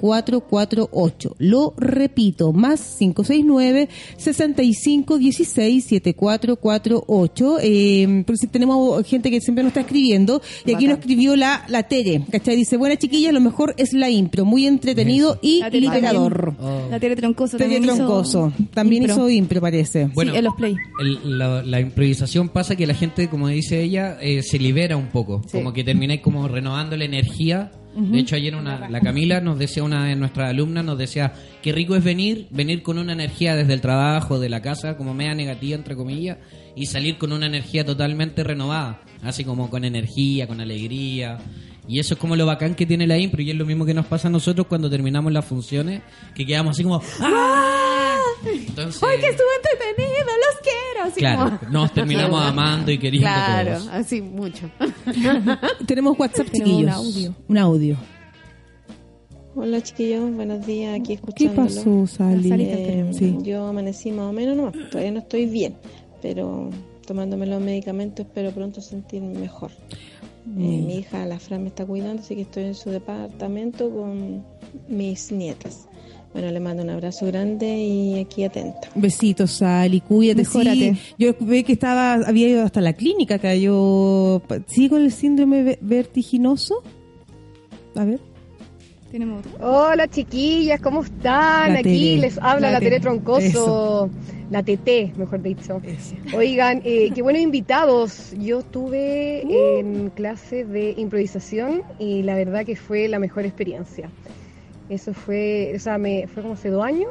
Speaker 2: 569-6516-7448. Lo repito, más 569-6516-7448. Eh, porque si tenemos gente que siempre nos está escribiendo, y aquí
Speaker 4: Bacán.
Speaker 2: nos escribió la, la Tere, ¿cachai? Dice, buena chiquilla, lo mejor es la impro, muy entretenido y
Speaker 3: La tele
Speaker 2: liberador.
Speaker 3: también-
Speaker 6: Oh.
Speaker 3: La tele troncoso
Speaker 2: Tere
Speaker 3: también hizo
Speaker 2: Troncoso, también
Speaker 3: impro.
Speaker 2: hizo impro, parece.
Speaker 6: Bueno,
Speaker 3: en los play.
Speaker 6: el- la, la improvisación pasa que la gente, como dice ella, eh, se libera un poco.
Speaker 4: Sí.
Speaker 6: Como que termináis como renovando la energía. De hecho, ayer una, la Camila nos decía, una de nuestras alumnas, nos decía, qué rico es venir, venir con una energía desde el trabajo, de la casa, como media negativa, entre comillas, y salir con una energía totalmente renovada. Así como con energía, con alegría. Y eso es como lo bacán que tiene la impro, y es lo mismo que nos pasa a nosotros cuando terminamos las funciones, que quedamos así como... ¡Ah! Entonces,
Speaker 4: (laughs) ¡Ay, que estuvo entretenido! ¡Los quiero! Así
Speaker 6: Claro,
Speaker 4: como-
Speaker 2: (laughs)
Speaker 6: nos terminamos amando y queriendo
Speaker 4: Claro,
Speaker 6: todos.
Speaker 4: así mucho.
Speaker 2: Tenemos WhatsApp,
Speaker 3: Tenemos
Speaker 2: chiquillos.
Speaker 3: un audio.
Speaker 2: Un audio.
Speaker 7: Hola chiquillos, buenos días, aquí
Speaker 2: ¿Qué
Speaker 7: escuchándolo.
Speaker 2: pasó, Sally?
Speaker 3: Sally está
Speaker 7: Eh,
Speaker 2: Sí.
Speaker 7: Yo amanecí más o menos nomás, todavía no estoy bien, pero tomándome los medicamentos espero pronto sentirme mejor. Eh, mi hija, la Fran, me está cuidando, así que estoy en su departamento con mis nietas. Bueno, le mando un abrazo grande y aquí atenta.
Speaker 2: Besitos, Sally, cuídate.
Speaker 3: Mejórate.
Speaker 2: Sí, yo vi que estaba, había ido hasta la clínica, cayó. ¿Sigue con el síndrome ve- vertiginoso? A ver.
Speaker 3: Tenemos otro.
Speaker 8: Hola chiquillas, ¿cómo están?
Speaker 2: La
Speaker 8: Aquí
Speaker 2: Tere.
Speaker 8: les habla
Speaker 2: La
Speaker 8: la,
Speaker 2: Tere.
Speaker 8: Tere Troncoso, la TT, mejor dicho. Oigan, eh, qué buenos invitados. Yo estuve en clase de improvisación y la verdad que fue la mejor experiencia. Eso fue, o sea, me, fue como hace dos años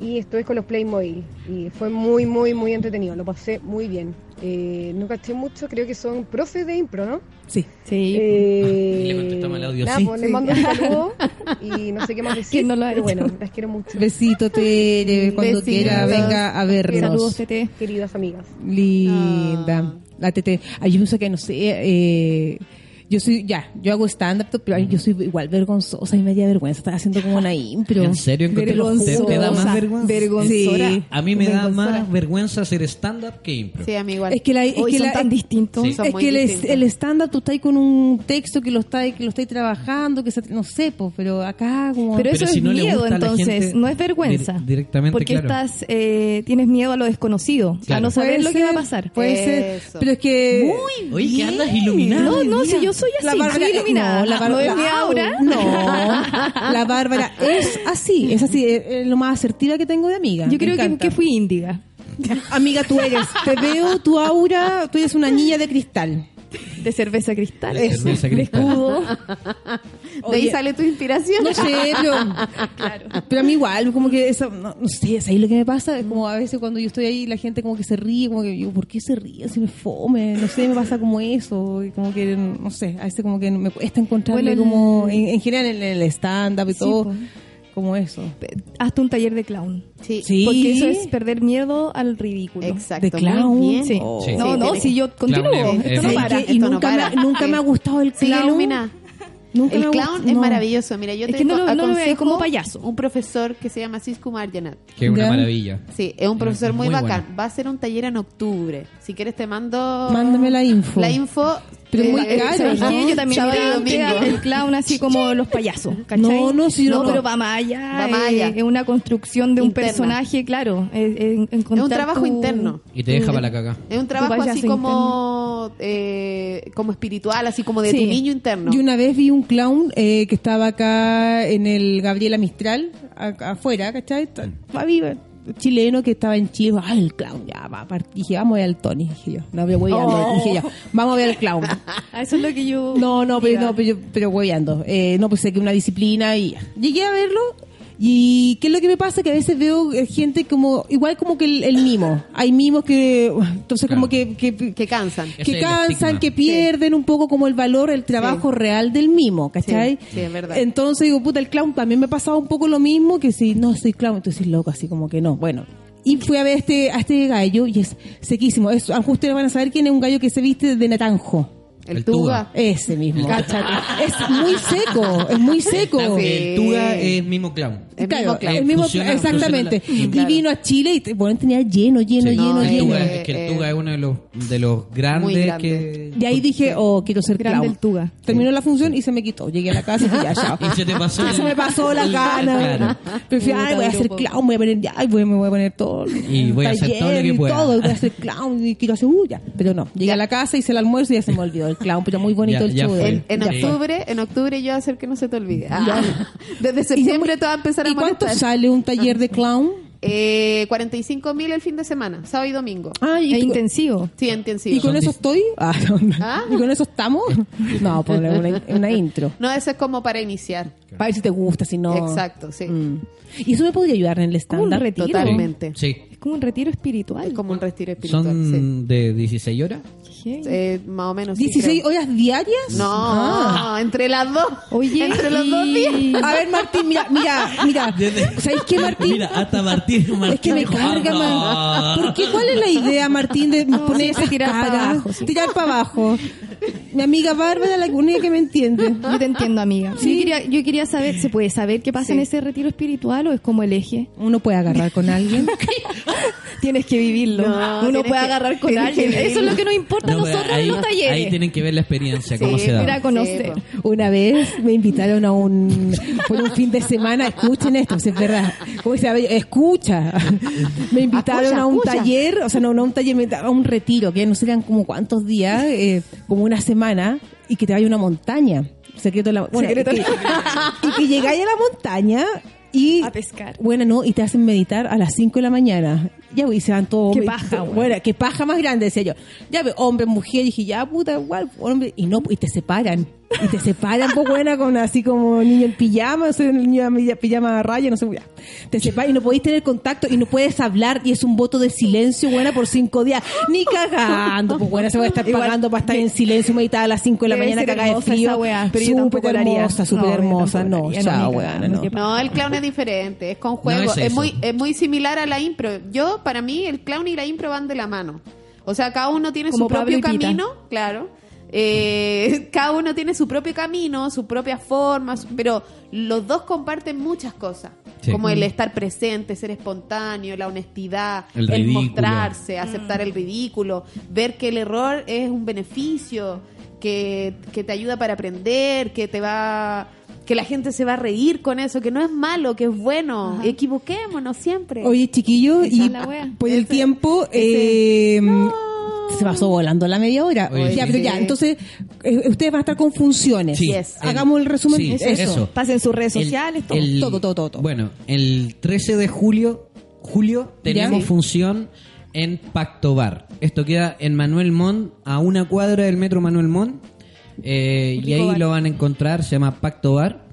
Speaker 9: y estuve con los Playmobil. Y fue muy, muy, muy entretenido. Lo pasé muy bien. Eh, no caché mucho, creo que son profes de impro, ¿no?
Speaker 2: Sí.
Speaker 3: Sí.
Speaker 9: Eh,
Speaker 5: Y le contestamos el audio,
Speaker 9: nada,
Speaker 5: sí.
Speaker 9: pues, les mando un saludo y no sé qué más decir.
Speaker 3: ¿Quién no lo ha
Speaker 9: pero
Speaker 3: hecho?
Speaker 9: bueno, las quiero mucho,
Speaker 2: Besito,
Speaker 3: (laughs)
Speaker 2: Tere, cuando
Speaker 4: Besitos.
Speaker 2: quiera, venga a vernos.
Speaker 3: Saludos, Tete.
Speaker 9: queridas amigas.
Speaker 2: Linda.
Speaker 4: Ah.
Speaker 2: La tete. Ay, yo pienso que no sé. eh, yo soy, ya, yo hago stand-up, pero ay, yo soy igual vergonzosa y me da vergüenza estar haciendo como una impro.
Speaker 5: ¿En serio? ¿Encontré lo-
Speaker 2: Vergonzosa.
Speaker 5: te- te da más vergüenza?
Speaker 3: Vergonzora.
Speaker 2: Sí.
Speaker 5: A mí me da
Speaker 3: Vergonzora.
Speaker 5: más vergüenza hacer stand-up que impro.
Speaker 4: Sí, a mí igual.
Speaker 2: Es que la, es
Speaker 3: Hoy
Speaker 2: que
Speaker 3: son
Speaker 2: la-
Speaker 3: tan distintos.
Speaker 5: Sí.
Speaker 4: Son
Speaker 2: es
Speaker 4: muy
Speaker 2: que el, es-
Speaker 4: distintos.
Speaker 2: el stand-up tú estás ahí con un texto que lo estás que lo estáis trabajando, que se- no sé, po, pero acá como
Speaker 3: Pero eso
Speaker 5: Pero si
Speaker 3: es
Speaker 5: no le
Speaker 3: miedo,
Speaker 5: gusta a la
Speaker 3: entonces,
Speaker 5: gente,
Speaker 3: no es vergüenza.
Speaker 5: dir- directamente,
Speaker 3: Porque
Speaker 5: claro.
Speaker 3: estás, eh, tienes miedo a lo desconocido, a
Speaker 5: Claro.
Speaker 3: no saber
Speaker 2: Puede
Speaker 3: lo que va a
Speaker 2: ser,
Speaker 3: pasar.
Speaker 2: Puede ser,
Speaker 4: Eso.
Speaker 2: pero es que
Speaker 5: Oye, que andas iluminada.
Speaker 3: No, no, si yo soy así,
Speaker 2: La Bárbara-
Speaker 3: soy iluminada.
Speaker 2: no, la
Speaker 3: ¿No
Speaker 2: Bárbara-
Speaker 3: es mi aura? (laughs)
Speaker 2: No, la Bárbara es así, es así, es, es lo más asertiva que tengo de amiga.
Speaker 3: Yo
Speaker 2: Me
Speaker 3: creo que,
Speaker 2: encanta.
Speaker 3: que fui índiga.
Speaker 2: Amiga, tú eres, te veo tu aura, tú eres una niña de cristal.
Speaker 3: De cerveza cristal.
Speaker 5: De cerveza cristal.
Speaker 3: De escudo.
Speaker 4: De ahí
Speaker 2: Oye,
Speaker 4: sale tu inspiración.
Speaker 2: No sé, pero, pero a mí igual, como que esa, no, no sé, es ahí lo que me pasa, es como a veces cuando yo estoy ahí la gente como que se ríe, como que digo, ¿por qué se ríe? Si me fome, no sé, me pasa como eso, y como que, no sé, a veces como que me cuesta encontrarle
Speaker 3: Bueno, el-
Speaker 2: como, en, en general en el stand-up y
Speaker 3: Sí,
Speaker 2: todo,
Speaker 3: po.
Speaker 2: como eso.
Speaker 3: (laughs) Hazte un taller de clown.
Speaker 4: Sí.
Speaker 2: Sí.
Speaker 3: Porque eso es perder miedo al ridículo.
Speaker 4: Exacto.
Speaker 2: De clown.
Speaker 4: Muy bien.
Speaker 3: Sí.
Speaker 5: Sí.
Speaker 3: No,
Speaker 4: Sí,
Speaker 3: no,
Speaker 4: tiene
Speaker 3: si yo continúo.
Speaker 5: Clown es-
Speaker 3: Oh, esto
Speaker 5: es-
Speaker 3: no
Speaker 2: ¿Sabes
Speaker 3: para.
Speaker 2: qué? y
Speaker 4: esto no
Speaker 2: nunca,
Speaker 4: para.
Speaker 2: Me, nunca
Speaker 4: Sí.
Speaker 2: me ha gustado el
Speaker 4: Sigue
Speaker 2: clown.
Speaker 4: iluminada.
Speaker 2: Nunca me
Speaker 4: El
Speaker 2: ha
Speaker 4: clown
Speaker 2: gustado-
Speaker 4: es
Speaker 2: no.
Speaker 4: maravilloso. Mira, yo
Speaker 3: Es
Speaker 4: te
Speaker 3: que no lo- no lo veo
Speaker 4: aconsejo
Speaker 3: como payaso.
Speaker 4: Un profesor que se llama Cisco Marjanat.
Speaker 5: Que es una
Speaker 2: Ya.
Speaker 5: maravilla.
Speaker 4: Sí, es un profesor
Speaker 5: Es
Speaker 4: muy,
Speaker 5: Mm, muy
Speaker 4: bacán.
Speaker 5: bueno.
Speaker 4: Va a hacer un taller en octubre. Si quieres te mando...
Speaker 2: Mándame la info.
Speaker 4: La info...
Speaker 2: Pero muy
Speaker 4: eh,
Speaker 2: caro,
Speaker 4: ¿sabes
Speaker 2: ¿no?
Speaker 4: qué?
Speaker 3: Yo también
Speaker 4: Sábado y
Speaker 3: creo que
Speaker 4: domingo.
Speaker 3: el clown así como los payasos, ¿cachai?
Speaker 2: No, no, sí, no, no.
Speaker 3: pero va más allá.
Speaker 4: Va más
Speaker 3: eh,
Speaker 4: allá.
Speaker 3: Es, una construcción de un
Speaker 4: Interna.
Speaker 3: personaje, claro. Es, es encontrar
Speaker 4: Es un trabajo
Speaker 3: tu-
Speaker 4: interno.
Speaker 5: Y te deja para la caca.
Speaker 4: Es un trabajo
Speaker 3: payaso
Speaker 4: así como eh, como espiritual, así como de
Speaker 2: Sí.
Speaker 4: tu niño interno.
Speaker 2: Yo una vez vi un clown eh, que estaba acá en el Gabriela Mistral, acá afuera, ¿cachai? Está- había un chileno que estaba en Chile, ah, el clown, ya, va, par- dije, vamos a ver al Tony, dije yo, no, pero hueveando, dije yo, vamos a ver al clown.
Speaker 3: Ah, Eso es lo que yo.
Speaker 2: No, no, pero,
Speaker 3: iba.
Speaker 2: no, pero, pero hueveando. Eh, no, pues sé que una disciplina y ya. llegué a verlo. Y qué es lo que me pasa que a veces veo eh, gente como igual como que el, el mimo. Hay mimos que entonces como
Speaker 5: Claro.
Speaker 2: que que,
Speaker 4: Que cansan.
Speaker 5: Ese es
Speaker 2: que
Speaker 5: el
Speaker 2: cansan,
Speaker 5: estigma.
Speaker 2: que pierden un poco como el valor, el trabajo real del mimo, ¿cachai?
Speaker 4: Sí, sí, es verdad.
Speaker 2: Entonces digo, puta, el clown también me pasaba un poco lo mismo que si no soy clown, entonces loco, así como que no. Bueno, y fui a ver a este, a este gallo y es sequísimo. Es, a ustedes van a saber quién es un gallo que se viste de naranjo.
Speaker 4: El
Speaker 5: El tuba.
Speaker 4: tuba.
Speaker 2: Ese mismo. Cáchate. Es muy seco, es muy seco.
Speaker 4: Sí.
Speaker 5: El Tuga es mismo clown.
Speaker 4: El
Speaker 2: Claro,
Speaker 4: mismo clown.
Speaker 2: el mismo-
Speaker 5: Funciona-
Speaker 2: exactamente.
Speaker 5: funciona la-
Speaker 2: Y vino a Chile y te- bueno, tenía lleno, lleno,
Speaker 5: Sí.
Speaker 2: lleno,
Speaker 4: No,
Speaker 5: el
Speaker 2: lleno.
Speaker 5: Tuga,
Speaker 4: eh,
Speaker 5: es que
Speaker 4: eh,
Speaker 5: el Tuga es uno de los, de los grandes
Speaker 4: grande.
Speaker 5: que...
Speaker 2: Y ahí dije, oh, quiero ser
Speaker 3: Grande
Speaker 2: clown.
Speaker 3: el Tuga.
Speaker 2: Terminó la función y se me quitó. Llegué a la casa y dije, ya, chao.
Speaker 5: (laughs) Y se te pasó
Speaker 2: Ah,
Speaker 5: el-
Speaker 2: (laughs) se me pasó la
Speaker 5: el- (laughs)
Speaker 2: gana.
Speaker 5: claro.
Speaker 2: Pero fui, ay, voy a ser clown, voy a poner, ay, voy, me voy a poner todo. el
Speaker 5: Y voy a hacer todo lo
Speaker 2: taller
Speaker 5: que
Speaker 2: y
Speaker 5: pueda.
Speaker 2: todo, y voy a ser clown y quiero hacer, uh, ya. Pero no, llegué a la casa, hice el almuerzo y ya se me olvidó el clown, pero muy bonito
Speaker 5: Ya-
Speaker 2: el
Speaker 5: ya
Speaker 2: show. de
Speaker 5: fue.
Speaker 2: él.
Speaker 4: En
Speaker 2: Ya fue.
Speaker 4: octubre, en octubre yo voy a hacer que no se te olvide. Ah, desde
Speaker 2: ¿Y cómo-
Speaker 4: septiembre te va a empezar a
Speaker 2: ¿Y cuánto
Speaker 4: molestar. Ah,
Speaker 2: sale un taller de clown?
Speaker 4: Eh, 45 mil el fin de semana, sábado y domingo.
Speaker 2: Ah,
Speaker 3: Es
Speaker 2: y, tú-
Speaker 3: intensivo.
Speaker 4: Sí, en Tien- sí.
Speaker 2: ¿y con
Speaker 5: Son
Speaker 2: eso
Speaker 5: dis-
Speaker 2: estoy? Ah, no.
Speaker 4: ¿Ah?
Speaker 2: ¿Y con eso estamos? No, pobre, una, una intro.
Speaker 4: No, eso es como para iniciar.
Speaker 2: A ver si te gusta, si no.
Speaker 4: Exacto, sí.
Speaker 2: Mm. Y eso me podría ayudar en el
Speaker 3: Como un
Speaker 2: estándar.
Speaker 3: retiro.
Speaker 4: Totalmente.
Speaker 5: Sí.
Speaker 3: Es como un retiro espiritual.
Speaker 4: Es como un retiro espiritual. sí.
Speaker 5: Son de 16 horas.
Speaker 3: Qué heavy.
Speaker 4: Eh, más o menos. sí,
Speaker 2: 16
Speaker 4: creo.
Speaker 2: horas diarias.
Speaker 4: No,
Speaker 2: Ah.
Speaker 4: entre las dos.
Speaker 3: Oye,
Speaker 4: entre los
Speaker 3: y-
Speaker 4: dos días.
Speaker 2: A ver, Martín, mira, mira,
Speaker 5: (laughs)
Speaker 2: mira. ¿Sabéis qué, Martín?
Speaker 5: Mira, hasta Martín. Martín
Speaker 2: es que me
Speaker 5: dijo,
Speaker 2: carga,
Speaker 5: "Ah,
Speaker 2: Martín. ¿Por qué? ¿Cuál es la idea, Martín, de poner esas
Speaker 3: tirar para
Speaker 2: caras?
Speaker 3: abajo, sí.
Speaker 2: Tirar para abajo. Mi amiga Bárbara, la única que me entiende.
Speaker 3: Yo te entiendo, amiga. Yo, quería, yo quería saber, ¿se puede saber qué pasa en ese retiro espiritual o es como el eje?
Speaker 2: Uno puede agarrar con alguien.
Speaker 3: Tienes que vivirlo. Uno
Speaker 4: No, tienes
Speaker 3: puede
Speaker 4: que-
Speaker 3: agarrar con
Speaker 4: tienes que
Speaker 3: alguien. Eso es
Speaker 4: vivirlo.
Speaker 3: lo que nos importa
Speaker 5: No,
Speaker 3: a
Speaker 6: pues,
Speaker 5: pero
Speaker 3: nosotros
Speaker 5: ahí,
Speaker 3: en los talleres.
Speaker 5: ahí tienen que ver la experiencia, cómo
Speaker 4: Sí,
Speaker 5: se da.
Speaker 3: Ir a conocer.
Speaker 2: pues.
Speaker 4: Sí,
Speaker 2: Una vez me invitaron a un, por un fin de semana, escuchen esto, es verdad, ¿cómo se llama? Escucha. Me invitaron
Speaker 4: Escucha,
Speaker 2: a un
Speaker 4: escucha.
Speaker 2: taller, o sea, no, no a un taller, me invitaron a un retiro, que no serán como cuántos días, eh, como una semana, y que te vaya a una montaña. Secreto de la bueno,
Speaker 3: Secreto
Speaker 2: y
Speaker 3: de
Speaker 2: que, y que llegáis a la montaña y
Speaker 3: A pescar.
Speaker 2: bueno no y te hacen meditar a las 5 de la mañana Ya, pues, y se van todos
Speaker 3: Qué
Speaker 2: hombres.
Speaker 3: paja, weón.
Speaker 2: Bueno, qué paja más grande, decía yo. Ya, pues, hombre, mujer, y dije, ya, puta, igual, hombre. Y no, pues, y te separan. Y te separan, pues, buena, con así como niño en pijama, soy el niño en pijama a raya, no sé, ya. Te separan y no podéis tener contacto y no puedes hablar y es un voto de silencio, buena, por cinco días. Ni cagando, pues, buena, se va a estar
Speaker 3: Igual,
Speaker 2: pagando para estar en silencio meditada a las cinco de la
Speaker 3: debe
Speaker 2: mañana,
Speaker 3: ser
Speaker 2: cagada de
Speaker 3: hermosa
Speaker 2: frío.
Speaker 3: esa weá, pero yo
Speaker 2: Súper
Speaker 3: tampoco lo haría.
Speaker 2: hermosa,
Speaker 3: No,
Speaker 2: súper
Speaker 3: yo
Speaker 2: hermosa.
Speaker 3: tampoco lo
Speaker 2: No,
Speaker 3: haría, no,
Speaker 2: chao,
Speaker 3: ni
Speaker 2: weona,
Speaker 3: cagando,
Speaker 2: no.
Speaker 3: qué
Speaker 4: No, el clown es diferente, es con juego.
Speaker 6: No es
Speaker 4: es,
Speaker 6: eso.
Speaker 4: muy, es muy similar a la impro. Yo, para mí, el clown y la impro van de la mano. O sea, cada uno tiene
Speaker 3: Como
Speaker 4: su propio
Speaker 3: Pablo y Pita.
Speaker 4: camino, claro. Eh, (laughs) cada uno tiene su propio camino, sus propias formas, pero los dos comparten muchas cosas.
Speaker 6: Sí.
Speaker 4: Como el estar presente, ser espontáneo, la honestidad,
Speaker 6: El ridículo.
Speaker 4: mostrarse, aceptar
Speaker 2: Mm.
Speaker 4: el ridículo, ver que el error es un beneficio, que, que te ayuda para aprender, que te va que la gente se va a reír con eso, que no es malo, que es bueno.
Speaker 3: Ajá.
Speaker 4: Equivoquémonos siempre.
Speaker 2: Oye, chiquillo,
Speaker 3: Esa
Speaker 2: y
Speaker 3: es la wea.
Speaker 2: por el
Speaker 4: Ese-
Speaker 2: tiempo eh, se pasó volando la media hora.
Speaker 6: Oye,
Speaker 2: ya,
Speaker 6: sí.
Speaker 2: pero ya, entonces eh, ustedes van a estar con funciones.
Speaker 6: Sí,
Speaker 4: Yes.
Speaker 6: el-
Speaker 2: Pues, Hagamos el resumen.
Speaker 6: eh, sí,
Speaker 2: eso.
Speaker 6: eso.
Speaker 3: Pasen sus redes
Speaker 6: El-
Speaker 3: sociales, todo.
Speaker 6: el-
Speaker 2: todo, todo, todo, todo.
Speaker 6: Bueno, el 13 de julio, julio tenemos
Speaker 2: Sí.
Speaker 6: función en Pacto Bar. Esto queda en Manuel Mon, a una cuadra del metro Manuel Mon. Eh, y
Speaker 3: Rico
Speaker 6: ahí
Speaker 3: bar.
Speaker 6: lo van a encontrar, se llama Pacto Bar.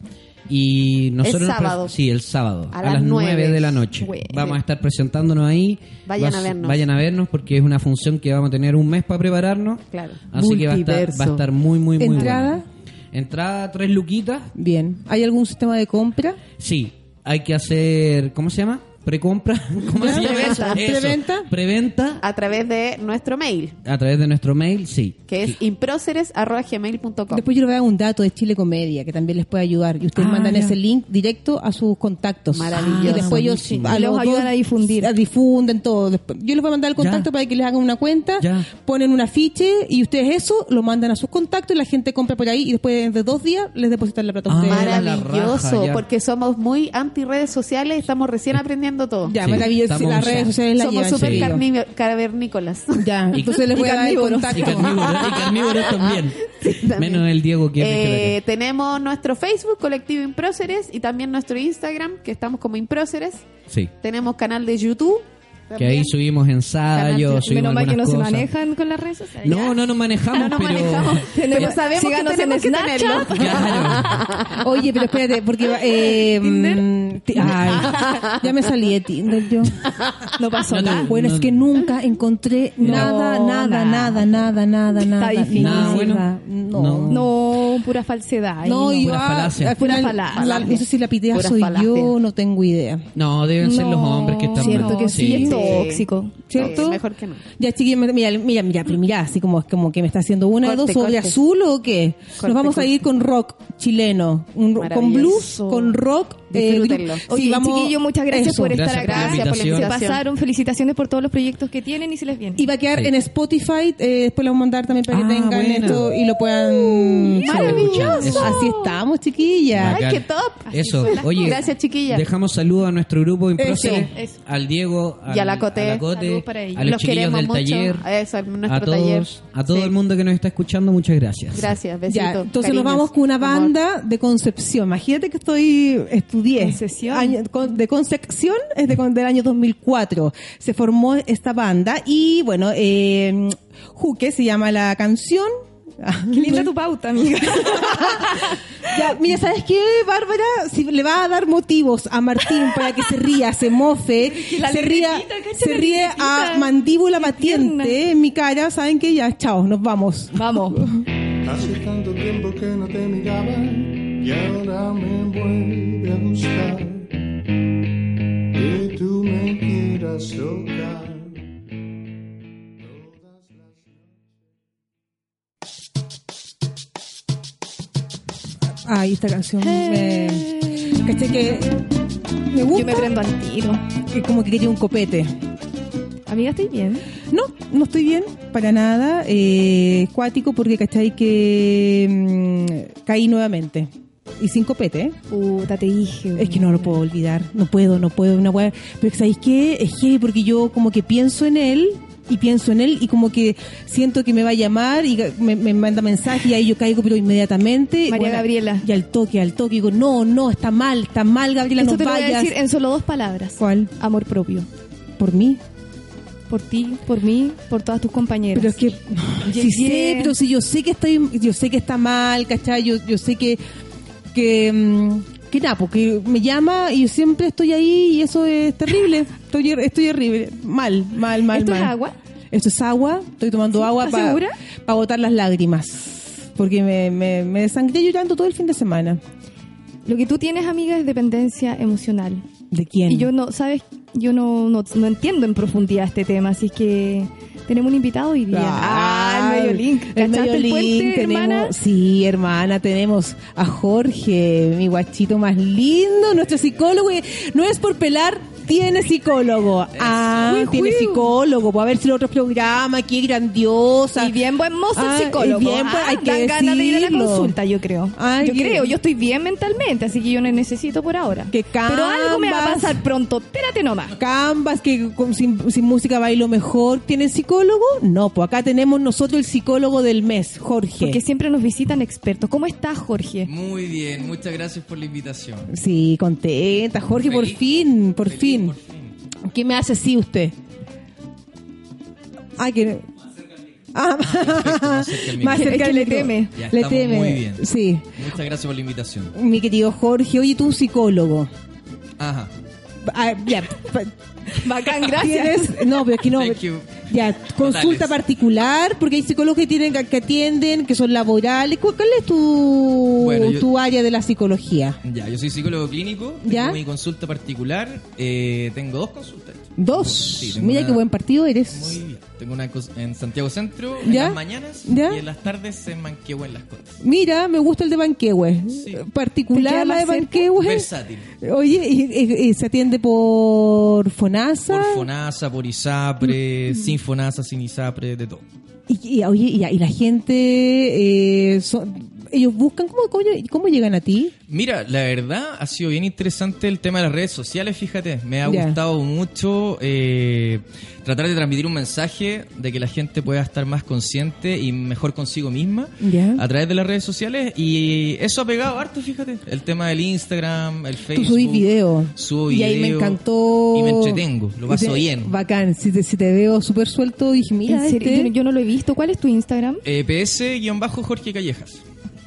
Speaker 6: Y nosotros. nos pre-
Speaker 4: sábado.
Speaker 6: Sí, el sábado.
Speaker 4: A
Speaker 6: A,
Speaker 4: las
Speaker 6: las 9,
Speaker 4: nueve.
Speaker 6: de la noche.
Speaker 3: Bueno.
Speaker 6: Vamos a estar presentándonos ahí.
Speaker 4: Vayan
Speaker 6: Vas-
Speaker 4: a vernos.
Speaker 6: Vayan a vernos porque es una función que vamos a tener un mes para prepararnos.
Speaker 4: Claro.
Speaker 6: Así que va a, estar,
Speaker 4: Multiverso.
Speaker 6: va a estar muy, muy, muy
Speaker 2: ¿Entrada?
Speaker 6: buena. Entrada, tres luquitas.
Speaker 2: Bien. ¿Hay algún sistema de compra?
Speaker 6: Sí, hay que hacer, ¿cómo se llama? Precompra. (laughs) ¿Cómo se llama? eso?
Speaker 2: Preventa.
Speaker 6: Eso,
Speaker 2: Preventa.
Speaker 6: Preventa
Speaker 4: A través de nuestro mail,
Speaker 6: a través de nuestro mail, sí.
Speaker 4: que es improceres.gmail.com.
Speaker 2: Después yo le voy a dar un dato de Chile Comedia que también les puede ayudar. Y ustedes
Speaker 6: Ah,
Speaker 2: mandan
Speaker 6: ya.
Speaker 2: ese link directo a sus contactos.
Speaker 4: Maravilloso.
Speaker 2: Y después ellos
Speaker 6: Buenísimo.
Speaker 2: a
Speaker 3: Y los ayudan
Speaker 2: dos
Speaker 3: a difundir.
Speaker 2: a- difunden todo. Después- yo les voy a mandar el contacto
Speaker 6: Ya.
Speaker 2: para que les hagan una cuenta,
Speaker 6: Ya.
Speaker 2: ponen un afiche y ustedes eso lo mandan a sus contactos y la gente compra por ahí y después de dos días les depositan la plata a
Speaker 6: Ah,
Speaker 2: ustedes.
Speaker 6: maravilloso.
Speaker 4: Maravilloso,
Speaker 6: raja, ya.
Speaker 4: porque somos muy anti redes sociales, estamos recién aprendiendo todo.
Speaker 2: Ya,
Speaker 6: Sí,
Speaker 2: maravilloso.
Speaker 6: estamos-
Speaker 2: Las redes sociales la
Speaker 4: somos
Speaker 2: llevan,
Speaker 4: súper
Speaker 2: chiquillos.
Speaker 4: carni- cavernícolas.
Speaker 2: Ya,
Speaker 6: Y-
Speaker 2: entonces les voy
Speaker 3: y
Speaker 2: a dar el
Speaker 3: carnívoros.
Speaker 6: Y
Speaker 2: contacto.
Speaker 6: carnívoros, y carnívoros también.
Speaker 4: también.
Speaker 6: Menos el Diego que es
Speaker 4: Eh,
Speaker 6: de
Speaker 4: tenemos nuestro Facebook, Colectivo Impróceres, y también nuestro Instagram, que estamos como Impróceres.
Speaker 6: Caracas. Sí,
Speaker 4: Tenemos canal de YouTube.
Speaker 6: que ahí
Speaker 4: también.
Speaker 6: subimos
Speaker 4: Ganancia.
Speaker 6: ensayos, subimos
Speaker 3: Menos mal que no
Speaker 6: ah, algunas
Speaker 3: se
Speaker 6: cosas.
Speaker 3: manejan con las redes sociales.
Speaker 6: No, no nos manejamos,
Speaker 4: No nos
Speaker 6: pero...
Speaker 4: manejamos, pero
Speaker 3: (laughs) Tenemos-
Speaker 4: sabemos que
Speaker 3: síganos en
Speaker 4: tenemos que
Speaker 3: Snapchat.
Speaker 4: tenerlo.
Speaker 6: (laughs)
Speaker 2: (laughs)
Speaker 6: Claro.
Speaker 2: Oye, pero espérate, porque eh, mm, ti- ay, ya me salí de Tinder yo.
Speaker 3: No pasó
Speaker 6: No, no,
Speaker 3: nada.
Speaker 6: no.
Speaker 2: Bueno, es que nunca encontré
Speaker 6: No,
Speaker 2: nada, nada,
Speaker 3: nada.
Speaker 2: nada, nada, nada, nada.
Speaker 3: difícil.
Speaker 2: nada,
Speaker 6: Bueno,
Speaker 2: no.
Speaker 6: no.
Speaker 3: No, pura falsedad. ahí
Speaker 2: No, yo
Speaker 6: Pura
Speaker 2: ah,
Speaker 6: falacia.
Speaker 2: al final,
Speaker 3: Pura falacia.
Speaker 2: la- no sé si la pitea
Speaker 4: Pura
Speaker 2: soy
Speaker 4: falacia.
Speaker 2: yo, no tengo idea.
Speaker 6: No, deben ser los hombres que están
Speaker 3: Cierto
Speaker 6: mal.
Speaker 3: que sí,
Speaker 6: Sí.
Speaker 3: es tóxico.
Speaker 2: ¿Cierto?
Speaker 4: Sí, Eh, mejor que no.
Speaker 2: Ya, chiquillos, mira, mira, mira, pero mira, así como, como que me está haciendo una de
Speaker 4: Corte,
Speaker 2: dos, o de
Speaker 4: corte.
Speaker 2: azul o qué.
Speaker 4: Corte,
Speaker 2: Nos vamos a ir con rock chileno, un ro- con
Speaker 4: Maravilloso.
Speaker 2: blues, con rock. eh,
Speaker 4: Disfrútenlo.
Speaker 2: gru-
Speaker 3: Oye, chiquillo, muchas gracias
Speaker 2: eso.
Speaker 3: por estar
Speaker 6: Gracias por
Speaker 3: acá.
Speaker 6: la
Speaker 4: Gracias por la
Speaker 6: invitación.
Speaker 3: Se
Speaker 4: invitación.
Speaker 3: pasaron, felicitaciones por todos los proyectos que tienen y se les viene.
Speaker 2: Y va a quedar
Speaker 6: Sí.
Speaker 2: en Spotify, eh, después lo vamos a mandar también para que
Speaker 6: Ah,
Speaker 2: tengan
Speaker 6: buena.
Speaker 2: esto y lo puedan...
Speaker 6: Maravilloso.
Speaker 2: Eso. Así estamos, chiquillas.
Speaker 6: Bacán.
Speaker 4: qué top!
Speaker 6: Eso,
Speaker 3: son las
Speaker 6: oye.
Speaker 3: cosas.
Speaker 4: Gracias, chiquillas.
Speaker 6: Dejamos saludos a nuestro grupo Impróceres,
Speaker 3: Eso, eso.
Speaker 6: al Diego, al,
Speaker 4: Y a la Cote.
Speaker 6: a, la Cote,
Speaker 3: Saludos para ellos.
Speaker 6: a los,
Speaker 4: Los
Speaker 6: chiquillos
Speaker 4: queremos
Speaker 6: del
Speaker 4: mucho.
Speaker 6: taller,
Speaker 4: A eso, a nuestro
Speaker 6: a todos,
Speaker 4: taller.
Speaker 6: a todo
Speaker 4: Sí.
Speaker 6: el mundo que nos está escuchando, muchas gracias.
Speaker 4: Gracias, besito.
Speaker 2: Ya, entonces nos
Speaker 4: cariños,
Speaker 2: vamos con una
Speaker 4: amor.
Speaker 2: banda de Concepción. Imagínate que estoy estudié
Speaker 3: Concesión.
Speaker 2: año- con- de Concepción es de, con- del año 2004. Se formó esta banda y bueno, eh, Juque se llama la canción. Ah, (laughs)
Speaker 3: Qué linda (laughs) tu pauta, amiga.
Speaker 2: Ya, mira, ¿sabes qué, Bárbara? Si le va a dar motivos a Martín para que se ría, se mofe,
Speaker 3: La
Speaker 2: se ría,
Speaker 3: libretita, cacha
Speaker 2: se
Speaker 3: la
Speaker 2: ríe
Speaker 3: libretita.
Speaker 2: a mandíbula
Speaker 3: tierna.
Speaker 2: batiente en mi cara, ¿saben que Ya, chao, nos vamos.
Speaker 3: Vamos.
Speaker 10: Hace tanto tiempo que no te miraba y ahora me vuelve a gustar que tú me quieras tocar.
Speaker 2: Ay, Ah, esta canción me... Caché que me gusta.
Speaker 3: Yo me prendo al tiro.
Speaker 2: que como que quería un copete.
Speaker 3: Amiga, estoy bien.
Speaker 2: No, no estoy bien para nada. Eh, cuático porque, ¿cachai? Que mm, caí nuevamente. Y sin copete, ¿eh?
Speaker 3: Puta, te dije.
Speaker 2: Es que no lo puedo olvidar. No puedo, no puedo. Una wea- Pero ¿sabéis qué? Es que porque yo como que pienso en él y pienso en él y como que siento que me va a llamar y me, me manda mensaje y ahí yo caigo pero inmediatamente.
Speaker 3: María Gabriela.
Speaker 2: Y al toque, al toque. Digo, no, no, está mal, está mal, Gabriela,
Speaker 3: Esto
Speaker 2: no
Speaker 3: te lo voy a
Speaker 2: vayas.
Speaker 3: decir en solo dos palabras.
Speaker 2: ¿Cuál?
Speaker 3: Amor propio.
Speaker 2: ¿Por mí?
Speaker 3: por ti, por mí, por todas tus compañeras.
Speaker 2: Pero es que sí
Speaker 3: Llegué.
Speaker 2: sé, pero si yo sé que estoy, yo sé que está mal, ¿cachai? Yo, yo sé que que mm, que nada, porque me llama y yo siempre estoy ahí y eso es terrible. Estoy her- estoy horrible, mal, mal, mal,
Speaker 3: ¿Esto es
Speaker 2: mal.
Speaker 3: agua?
Speaker 2: Esto es agua, estoy tomando agua
Speaker 3: ¿Estás
Speaker 2: para
Speaker 3: segura?
Speaker 2: botar las lágrimas, porque me me, me desangré llorando todo el fin de semana.
Speaker 3: Lo que tú tienes, amiga, es dependencia emocional.
Speaker 2: ¿De quién?
Speaker 3: Y yo no, ¿sabes? Yo no, no, no entiendo en profundidad este tema, así que tenemos un invitado hoy día. Ah, el medio link.
Speaker 2: El
Speaker 3: ¿Cachaste
Speaker 2: medio
Speaker 3: el
Speaker 2: link,
Speaker 3: puente,
Speaker 2: tenemos,
Speaker 3: hermana?
Speaker 2: Sí, hermana, tenemos a Jorge, mi guachito más lindo, nuestro psicólogo. y No es por pelar, tiene psicólogo. Ah,
Speaker 3: Juiu,
Speaker 2: tiene
Speaker 3: juiu.
Speaker 2: psicólogo. Puede ver si los otros programas, qué grandiosa.
Speaker 3: Y bien buen mozo el
Speaker 2: Ah,
Speaker 3: psicólogo.
Speaker 2: y bien, pues,
Speaker 3: Ah,
Speaker 2: hay que
Speaker 3: dan ganas de ir a la
Speaker 2: decirlo.
Speaker 3: consulta, yo creo.
Speaker 2: Ay,
Speaker 3: yo
Speaker 2: que-
Speaker 3: creo, yo estoy bien mentalmente, así que yo no necesito por ahora.
Speaker 2: Que
Speaker 3: Pero algo me va a
Speaker 2: Canvas-
Speaker 3: pasar pronto, espérate nomás.
Speaker 2: Canvas, que con- sin, sin música bailo mejor. ¿Tiene psicólogo? No, pues acá tenemos nosotros el psicólogo del mes, Jorge.
Speaker 3: Porque siempre nos visitan expertos. ¿Cómo estás, Jorge?
Speaker 2: (laughs)
Speaker 6: Muy bien, muchas gracias por la invitación.
Speaker 2: Sí, contenta, Jorge, por
Speaker 6: Feliz,
Speaker 2: fin, por
Speaker 6: feliz,
Speaker 2: fin.
Speaker 6: por (laughs) fin.
Speaker 2: ¿Qué me hace así usted? Ah, que...
Speaker 6: (laughs)
Speaker 2: Ah,
Speaker 6: perfecto, más cerca
Speaker 4: (laughs)
Speaker 6: del
Speaker 2: más cerca
Speaker 6: micro.
Speaker 3: Es que
Speaker 2: del
Speaker 3: le
Speaker 2: micro.
Speaker 3: teme.
Speaker 6: Ya
Speaker 2: Le
Speaker 6: estamos
Speaker 2: teme.
Speaker 6: muy bien.
Speaker 2: Sí.
Speaker 6: Muchas gracias por la invitación.
Speaker 2: Mi querido Jorge, oye, tú psicólogo.
Speaker 6: Ajá.
Speaker 2: Ah, ya. pa-
Speaker 3: Bacán, gracias.
Speaker 2: ¿Tienes? No, pero aquí no.
Speaker 6: Thank you.
Speaker 2: Ya, consulta
Speaker 6: Totales.
Speaker 2: particular, porque hay psicólogos que tienen que atienden, que son laborales. ¿Cuál cuál es tu,
Speaker 6: Bueno, yo-
Speaker 2: tu área de la psicología?
Speaker 6: Ya, yo soy psicólogo clínico. Tengo
Speaker 2: ¿Ya?
Speaker 6: mi consulta particular. eh, tengo dos consultas.
Speaker 2: Dos.
Speaker 6: Sí, tengo
Speaker 2: Mira
Speaker 6: una-
Speaker 2: qué buen partido
Speaker 6: Muy
Speaker 2: eres.
Speaker 6: bien. Tengo una cos- en Santiago Centro
Speaker 2: ¿Ya?
Speaker 6: en las mañanas
Speaker 2: ¿Ya?
Speaker 6: y en las tardes en Manquehue en las Condes.
Speaker 2: Mira, me gusta el de Banquehue.
Speaker 6: Sí.
Speaker 3: ¿Te queda
Speaker 2: Particular la
Speaker 3: más
Speaker 2: de
Speaker 3: cerca?
Speaker 2: Banquehue.
Speaker 6: Versátil.
Speaker 2: Oye, y, y- y se atiende por FONASA.
Speaker 6: Por FONASA, por
Speaker 2: (laughs)
Speaker 6: ISAPRE, sin FONASA, sin ISAPRE, de todo.
Speaker 2: y, y- oye, y, y la gente, eh, son- ellos buscan, ¿cómo, cómo, cómo llegan a ti?
Speaker 6: Mira, la verdad ha sido bien interesante el tema de las redes sociales, fíjate. Me ha
Speaker 2: Ya.
Speaker 6: gustado mucho eh, tratar de transmitir un mensaje de que la gente pueda estar más consciente y mejor consigo misma
Speaker 2: Ya.
Speaker 6: a través de las redes sociales. Y eso ha pegado harto, fíjate. El tema del Instagram, el
Speaker 2: Tú
Speaker 6: Facebook.
Speaker 2: subís video.
Speaker 6: Subo
Speaker 2: Y ahí me
Speaker 6: video
Speaker 2: encantó.
Speaker 6: Y me entretengo, lo paso
Speaker 2: Te-
Speaker 6: bien.
Speaker 2: Bacán, si te, si te veo súper suelto, dije,
Speaker 3: En
Speaker 2: mira,
Speaker 3: serio,
Speaker 2: este,
Speaker 3: yo, yo no lo he visto. ¿Cuál es tu Instagram?
Speaker 6: Eh, PS-Jorge Callejas.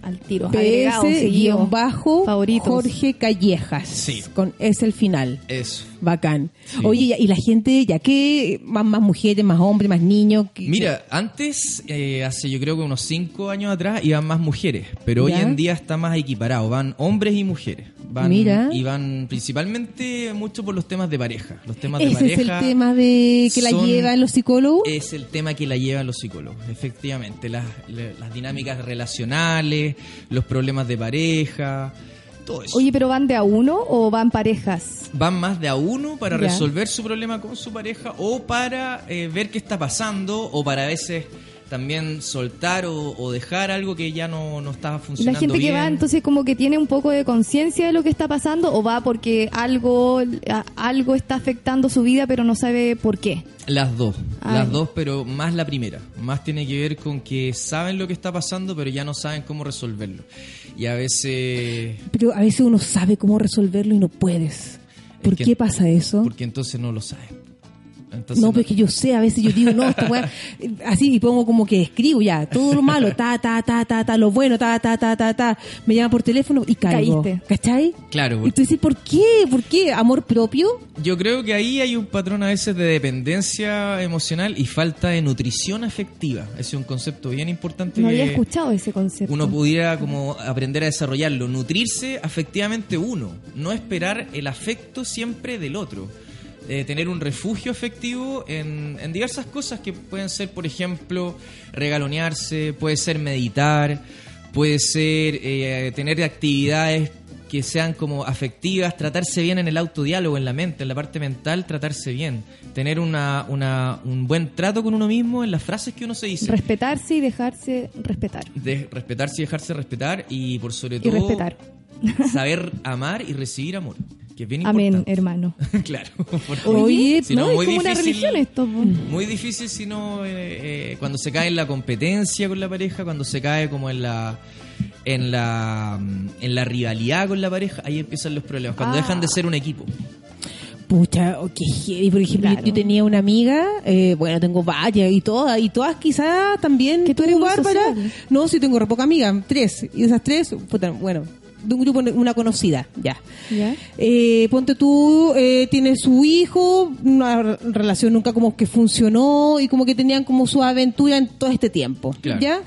Speaker 3: Al tiro. Agregado, seguido.
Speaker 2: PS-bajo
Speaker 3: Favoritos.
Speaker 2: Jorge Callejas.
Speaker 6: Sí.
Speaker 2: Con, es el final.
Speaker 6: Eso.
Speaker 2: Bacán.
Speaker 6: Sí.
Speaker 2: Oye, ya- y la gente, ya que más, más mujeres, más hombres, más niños. que-
Speaker 6: Mira, antes, eh, hace yo creo que unos 5 años atrás, iban más mujeres, pero
Speaker 2: ¿Ya?
Speaker 6: hoy en día está más equiparado, van hombres y mujeres. Van,
Speaker 2: Mira.
Speaker 6: Y van principalmente mucho por los temas de pareja. Los temas de
Speaker 2: Ese es el
Speaker 6: pareja
Speaker 2: tema de que la
Speaker 6: son- eh,
Speaker 2: llevan los psicólogos.
Speaker 6: Es el tema que la llevan los psicólogos, efectivamente. Las, la- las dinámicas relacionales, los problemas de pareja, todo eso.
Speaker 3: Oye, pero van de a uno o van parejas?
Speaker 6: van más de a uno para
Speaker 3: Ya.
Speaker 6: resolver su problema con su pareja o para eh, ver qué está pasando o para a veces también soltar o, o dejar algo que ya no, no está
Speaker 3: ¿Y la
Speaker 6: funcionando
Speaker 3: gente que
Speaker 6: bien.
Speaker 3: va entonces como que tiene un poco de conciencia de lo que está pasando o va porque algo, a- algo está afectando su vida pero no sabe por qué?
Speaker 6: Las dos,
Speaker 3: Ah,
Speaker 6: las
Speaker 3: ya.
Speaker 6: dos, pero más la primera. Más tiene que ver con que saben lo que está pasando, pero ya no saben cómo resolverlo. Y a veces...
Speaker 2: Pero a veces uno sabe cómo resolverlo y no puedes. ¿Por
Speaker 6: es que-
Speaker 2: qué pasa eso?
Speaker 6: Porque entonces no lo saben. Entonces
Speaker 2: No, porque yo sé, a veces yo digo, no, esta weá, eh, así, y pongo como que escribo ya, todo lo malo, ta, ta, ta, ta, ta, lo bueno, ta, ta, ta, ta, ta. Me llaman por teléfono y caigo.
Speaker 3: Caíste.
Speaker 2: ¿Cachai?
Speaker 6: Claro,
Speaker 2: Y tú dices, ¿por qué? ¿Por qué? ¿Amor propio?
Speaker 6: Yo creo que ahí hay un patrón a veces de dependencia emocional y falta de nutrición afectiva. Ese es un concepto bien importante
Speaker 3: No había
Speaker 6: que
Speaker 3: escuchado ese concepto.
Speaker 6: Eh, uno pudiera como aprender a desarrollarlo. Nutrirse afectivamente uno, no esperar el afecto siempre del otro. Eh, tener un refugio afectivo en, en diversas cosas que pueden ser, por ejemplo, regalonearse, puede ser meditar, puede ser eh, tener actividades que sean como afectivas, tratarse bien en el autodiálogo, en la mente, en la parte mental, tratarse bien, tener una, una- un buen trato con uno mismo en las frases que uno se dice.
Speaker 3: Respetarse y dejarse respetar.
Speaker 6: De respetarse y dejarse respetar y por sobre
Speaker 3: Y
Speaker 6: todo
Speaker 3: respetar.
Speaker 6: saber amar y recibir amor, que es bien
Speaker 3: Amén, Eh,
Speaker 6: importante.
Speaker 3: hermano.
Speaker 6: (laughs) claro. porque
Speaker 3: Oye,
Speaker 6: si
Speaker 3: no,
Speaker 6: no,
Speaker 3: es
Speaker 6: muy
Speaker 3: como una
Speaker 6: difícil-
Speaker 3: religión esto. po.
Speaker 6: Muy difícil sino eh, eh, cuando se cae en la competencia con la pareja, cuando se cae como en la en la mm, en la rivalidad con la pareja, ahí empiezan los problemas, cuando
Speaker 3: Ah.
Speaker 6: dejan de ser un equipo.
Speaker 2: Pucha, oh, qué heavy. Por ejemplo, yo- yo, tenía una amiga, eh, bueno, tengo varias y todas, y todas quizás también. ¿Que tú eres
Speaker 3: muy
Speaker 2: Bárbara?
Speaker 3: social.
Speaker 2: No, sí tengo re poca amiga, tres. Y esas tres, puta, bueno, de un grupo, una conocida, ya.
Speaker 3: ¿Ya?
Speaker 2: Eh, ponte tú, eh, tiene su hijo, una re- relación nunca como que funcionó y como que tenían como su aventura en todo este tiempo.
Speaker 6: Claro.
Speaker 2: ¿ya?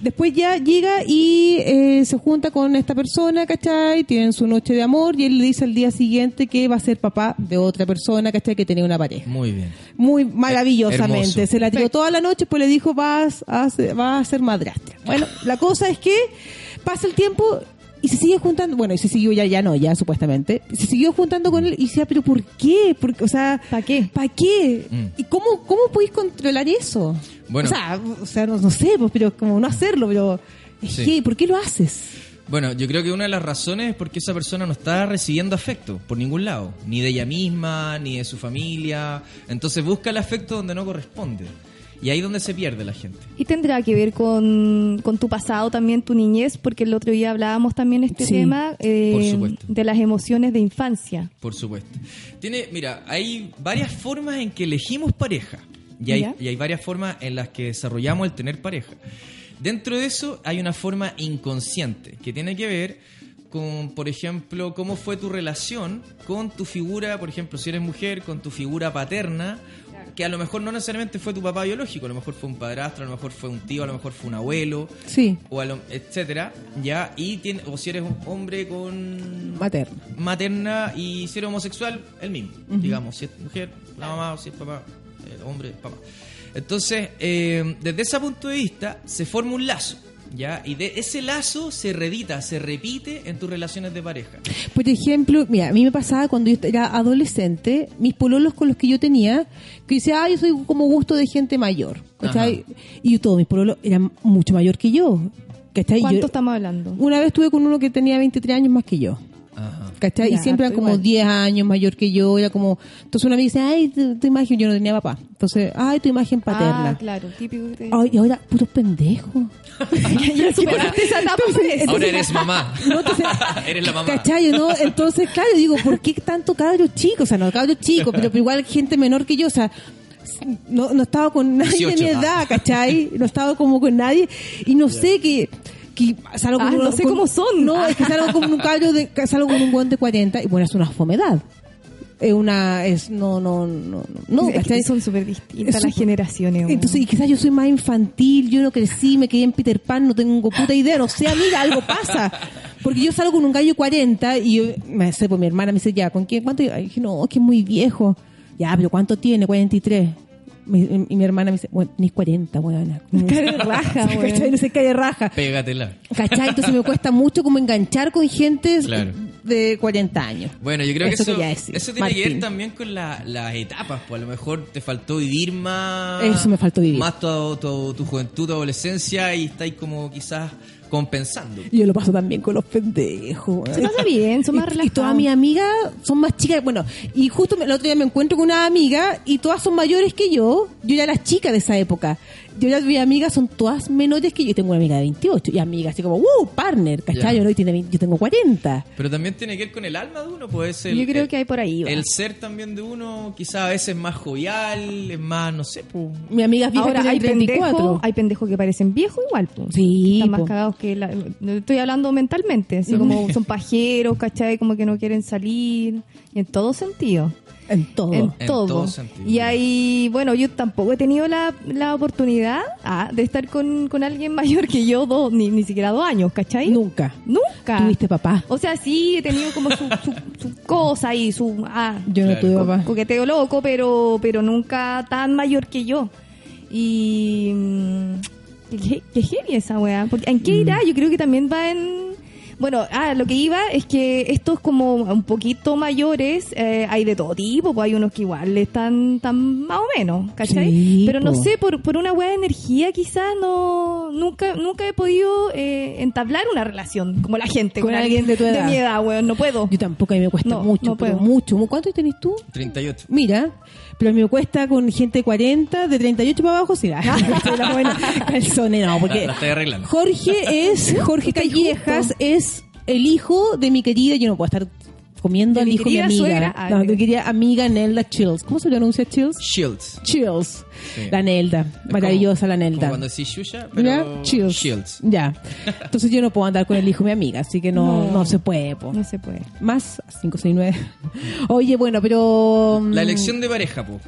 Speaker 2: Después ya llega y eh, se junta con esta persona, ¿cachai? Tienen su noche de amor y él le dice al día siguiente que va a ser papá de otra persona, ¿cachai? Que tenía una pareja.
Speaker 6: Muy bien.
Speaker 2: Muy maravillosamente.
Speaker 6: hermoso.
Speaker 2: Se la tiró toda la noche, pues le dijo, vas a ser, vas a ser madrastra. Bueno, la cosa es que pasa el tiempo y se sigue juntando, bueno, y se siguió ya, ya no, ya supuestamente. Se siguió juntando con él y decía, pero ¿por qué? ¿Por qué? o sea,
Speaker 3: ¿Para qué?
Speaker 2: ¿para qué?
Speaker 6: Mm.
Speaker 2: ¿Y cómo, cómo podéis controlar eso?
Speaker 6: Bueno.
Speaker 2: O sea, o sea, no, no sé, pues, pero como no hacerlo, pero... es
Speaker 6: Sí.
Speaker 2: que, ¿Por qué lo haces?
Speaker 6: Bueno, yo creo que una de las razones es porque esa persona no está recibiendo afecto por ningún lado, ni de ella misma, ni de su familia. Entonces busca el afecto donde no corresponde. Y ahí es donde se pierde la gente.
Speaker 3: Y tendrá que ver con, con tu pasado también, tu niñez, porque el otro día hablábamos también este
Speaker 2: Sí.
Speaker 3: tema eh,
Speaker 6: Por supuesto.
Speaker 3: de las emociones de infancia.
Speaker 6: Por supuesto. Tiene, mira, hay varias formas en que elegimos pareja. Y hay,
Speaker 3: Ya.
Speaker 6: y hay varias formas en las que desarrollamos el tener pareja. Dentro de eso hay una forma inconsciente que tiene que ver con, por ejemplo, cómo fue tu relación
Speaker 2: (laughs)
Speaker 6: con tu figura, por ejemplo, si eres mujer, con tu figura paterna, que a lo mejor no necesariamente fue tu papá biológico, a lo mejor fue un padrastro, a lo mejor fue un tío, a lo mejor fue un abuelo,
Speaker 2: Sí,
Speaker 6: o a lo- etcétera, ya, y tiene, o si eres un hombre con
Speaker 2: materno.
Speaker 6: materna y si eres homosexual, el mismo. Digamos, si es mujer, la mamá, o si es papá, el hombre, el papá. Entonces, eh, desde ese punto de vista, se forma un lazo. ¿Ya? Y de ese lazo se redita, se repite en tus relaciones de pareja.
Speaker 2: Por ejemplo, mira, a mí me pasaba cuando yo era adolescente, mis pololos con los que yo tenía, que decía, ah, yo soy como gusto de gente mayor. ¿cachai? Y todos mis pololos eran mucho mayor que yo. ¿cachai?
Speaker 3: ¿Cuánto
Speaker 2: Yo-
Speaker 3: estamos hablando?
Speaker 2: Una vez estuve con uno que tenía 23 años más que yo.
Speaker 6: Ajá.
Speaker 2: ¿Cachai? y
Speaker 3: Ya,
Speaker 2: siempre eran
Speaker 3: estoy
Speaker 2: como
Speaker 3: igual.
Speaker 2: 10 años mayor que yo. Era como. Entonces una vez dice, ay, tu, tu imagen, yo no tenía papá. Entonces, ay, tu imagen paterna.
Speaker 3: Ah, claro, típico. de-
Speaker 2: Ay, y ahora, puros pendejos. (laughs)
Speaker 3: Ya "Ah, superaste esa etapa. pues.
Speaker 2: Entonces-
Speaker 6: Ahora eres mamá.
Speaker 2: No, entonces-
Speaker 6: (laughs) eres la mamá.
Speaker 2: ¿Cachai? ¿no? Entonces, claro, digo, ¿por qué tanto cabro chico? O sea, no cabro chico, pero, pero igual gente menor que yo, o sea, no, no estaba con nadie de
Speaker 6: 18,
Speaker 2: mi
Speaker 6: ah.
Speaker 2: edad, ¿cachai? No estaba como con nadie. Y no sé que... que salgo
Speaker 3: Ah,
Speaker 2: con-
Speaker 3: no sé
Speaker 2: con-
Speaker 3: cómo son.
Speaker 2: No, es que salgo con un cabro de, salgo con un guante 40 y bueno, es una fomedad. Es una... Es, no, no, no, no.
Speaker 3: Es que
Speaker 2: ¿cachai?
Speaker 3: son súper distintas
Speaker 2: Es
Speaker 3: las
Speaker 2: súper-
Speaker 3: generaciones. weón.
Speaker 2: Entonces, y quizás yo soy más infantil, yo no crecí, me quedé en Peter Pan, no tengo puta idea, no sé, mira, algo pasa. Porque yo salgo con un gallo 40 y yo, me sé, pues mi hermana me dice, ya, ¿con quién? ¿Cuánto? Y yo ay, dije, no, es que es muy viejo. Ya, pero ¿cuánto tiene? 43. Mi- y mi hermana me dice, bueno, tenés 40, weona. (laughs)
Speaker 3: Cara de raja, weón.
Speaker 2: ¿Cachai? No sé, cae raja.
Speaker 6: Pégatela.
Speaker 2: ¿Cachai? Entonces me cuesta mucho como enganchar con gente
Speaker 6: Claro.
Speaker 2: de 40 años.
Speaker 6: Bueno, yo creo
Speaker 2: Eso
Speaker 6: que eso,
Speaker 2: quería decir,
Speaker 6: eso tiene que
Speaker 2: Martín.
Speaker 6: ver también con la- las etapas. Pues a lo mejor te faltó vivir más.
Speaker 2: Eso me faltó vivir.
Speaker 6: Más tu, tu- tu juventud, tu adolescencia y estáis como quizás compensando.
Speaker 2: Y Yo lo paso también con los pendejos.
Speaker 3: Se pasa bien, son más
Speaker 2: y, Y
Speaker 3: relajados.
Speaker 2: todas mis amigas son más chicas. Bueno, y justo me- el otro día me encuentro con una amiga y todas son mayores que yo. Yo ya las chicas de esa época. Yo ya mis amigas son todas menores que yo. Y tengo una amiga de 28 y amiga así como, ¡wow! Partner, ¿cachai?
Speaker 6: Ya.
Speaker 2: Yo, no, y tiene 20 yo tengo 40.
Speaker 6: Pero también tiene que ver con el alma de uno, pues el,
Speaker 3: Yo creo
Speaker 6: el-
Speaker 3: que hay por ahí. va.
Speaker 6: el ser también de uno, quizás a veces más jovial, es más, no sé, pues.
Speaker 2: Mi amiga es vieja
Speaker 3: Ahora
Speaker 2: que
Speaker 3: hay
Speaker 2: tiene 34.
Speaker 3: pendejos hay pendejos que parecen viejos igual. po.
Speaker 2: Sí,
Speaker 3: Están más
Speaker 2: po.
Speaker 3: cagados que la- no estoy hablando mentalmente, así
Speaker 2: (laughs)
Speaker 3: como son pajeros, ¿cachai? Como que no quieren salir en todo sentido.
Speaker 2: En todo.
Speaker 3: En,
Speaker 6: En
Speaker 3: todo.
Speaker 6: todo sentido.
Speaker 3: Y ahí, bueno, yo tampoco he tenido la, la oportunidad ah, de estar con, con alguien mayor que yo, dos, ni, ni siquiera dos años, ¿cachai?
Speaker 2: Nunca.
Speaker 3: Nunca.
Speaker 2: Tuviste papá.
Speaker 3: O sea, sí, he tenido como su, su- su cosa y su... Ah,
Speaker 2: Yo no
Speaker 6: Claro.
Speaker 2: tuve
Speaker 3: co-
Speaker 2: papá.
Speaker 3: coqueteo loco, pero, pero nunca tan mayor que yo. Y. mm, Qué, qué heavy esa weá. Porque, ¿En qué
Speaker 2: Mm.
Speaker 3: irá? Yo creo que también va en. Bueno, ah, lo que iba es que estos como un poquito mayores eh, hay de todo tipo, pues hay unos que igual están tan más o menos, ¿cachai?
Speaker 2: Sí,
Speaker 3: Pero no
Speaker 2: po.
Speaker 3: sé, por, por una weá de energía quizás no, nunca, nunca he podido eh, entablar una relación como la gente.
Speaker 2: Con alguien de tu edad.
Speaker 3: mi edad, weón, no puedo.
Speaker 2: Yo tampoco, a mí me cuesta
Speaker 3: No,
Speaker 2: mucho,
Speaker 3: no
Speaker 2: pero
Speaker 3: puedo.
Speaker 2: mucho. ¿Cuántos tenés tú?
Speaker 6: 38.
Speaker 2: Mira, pero a mí me cuesta con gente de 40, de 38 para abajo, sí. (laughs) la- la buena calzone, no, porque
Speaker 6: La- la estoy arreglando.
Speaker 3: (laughs)
Speaker 2: Jorge es, Jorge Callejas es el hijo de mi querida, yo no puedo estar comiendo
Speaker 3: De
Speaker 2: al
Speaker 3: mi
Speaker 2: hijo de mi
Speaker 3: querida
Speaker 2: amiga.
Speaker 3: suegra. Ah,
Speaker 2: no,
Speaker 3: ok.
Speaker 2: de mi querida amiga Nelda Chills. ¿Cómo se pronuncia Chills?
Speaker 6: Shields.
Speaker 2: Chills.
Speaker 6: Sí.
Speaker 2: La Nelda. Maravillosa la
Speaker 6: Como
Speaker 2: Nelda.
Speaker 6: cuando decís Shusha,
Speaker 2: ¿Ya?
Speaker 6: pero.
Speaker 2: Chills.
Speaker 6: Shields.
Speaker 2: Ya. Entonces yo no puedo andar con el hijo de mi amiga, así que no, no.
Speaker 3: No.
Speaker 2: se puede. po.
Speaker 3: No se puede.
Speaker 2: Más 569. (laughs) Oye, bueno, pero... mm,
Speaker 6: La elección de pareja, po.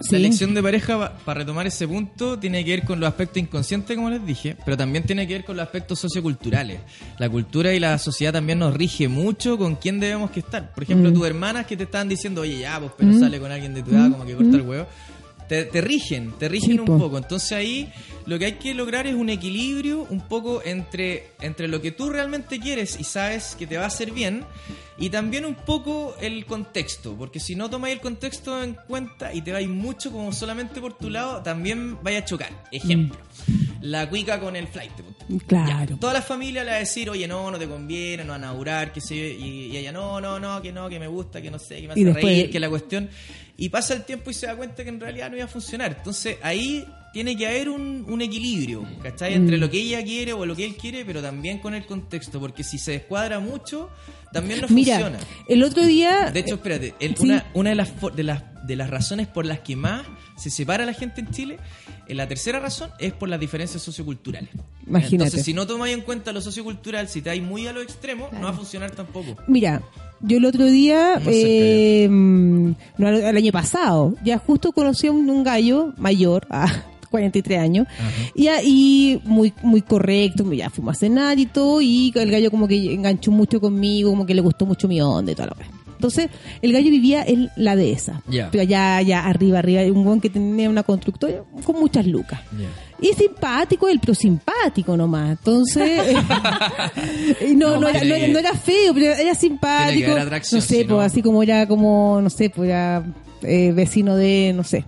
Speaker 2: Sí.
Speaker 6: La elección de pareja, pa- para retomar ese punto, tiene que ver con los aspectos inconscientes, como les dije, pero también tiene que ver con los aspectos socioculturales. La cultura y la sociedad también nos rige mucho con quién debemos que estar. Por ejemplo,
Speaker 2: Mm.
Speaker 6: tus hermanas que te estaban diciendo, oye, ya, pues, pero sale con alguien de tu edad, como que corta el huevo. Te, te rigen, te rigen
Speaker 2: Mm. Sí,
Speaker 6: un
Speaker 2: po.
Speaker 6: poco. Entonces ahí lo que hay que lograr es un equilibrio un poco entre, entre lo que tú realmente quieres y sabes que te va a hacer bien y también un poco el contexto, porque si no tomáis el contexto en cuenta y te vais mucho como solamente por tu lado, también vaya a chocar. Ejemplo,
Speaker 2: Mm.
Speaker 6: la cuica con el flight. ponte.
Speaker 2: Claro.
Speaker 6: Toda la familia le va a decir, oye, no, no te conviene, no van a durar, que sé yo, y, y ella, no, no, no, que no, que me gusta, que no sé, que me hace
Speaker 2: Y después-
Speaker 6: reír, que la cuestión. Y pasa el tiempo y se da cuenta que en realidad no iba a funcionar. Entonces ahí tiene que haber un, un equilibrio, ¿cachai? Entre lo que ella quiere o lo que él quiere, pero también con el contexto, porque si se descuadra mucho, también no
Speaker 2: Mira,
Speaker 6: funciona.
Speaker 2: el otro día...
Speaker 6: De hecho, espérate, el-
Speaker 2: Sí.
Speaker 6: una, una de, las, fo- de, las, de las razones por las que más se separa la gente en Chile, eh, la tercera razón es por las diferencias socioculturales.
Speaker 2: Imagínate.
Speaker 6: Entonces, si no tomáis en cuenta lo sociocultural, si te vais muy a los extremos, no va a funcionar tampoco.
Speaker 2: Mira, yo el otro día,
Speaker 6: Más cerca
Speaker 2: eh, mm, no, el el año pasado, ya justo conocí a un, un gallo mayor, a (laughs) 43 años, y, a- y muy muy correcto, ya fuimos a cenar y todo, y el gallo como que enganchó mucho conmigo, como que le gustó mucho mi onda y toda la wea. Entonces, el gallo vivía en la dehesa,
Speaker 6: Ya.
Speaker 2: pero allá, allá arriba, arriba, hay un guan que tenía una constructora con muchas lucas. Y simpático él, pero simpático nomás. Entonces,
Speaker 6: (laughs)
Speaker 2: (laughs) eh, no, no,
Speaker 6: No,
Speaker 2: era,
Speaker 6: tiene
Speaker 2: no era-
Speaker 6: que-
Speaker 2: no era feo, pero era
Speaker 6: Tiene que
Speaker 2: simpático.
Speaker 6: haber atracción,
Speaker 2: no sé,
Speaker 6: si no-
Speaker 2: pues así como era como, no sé, pues era eh, vecino de, no sé,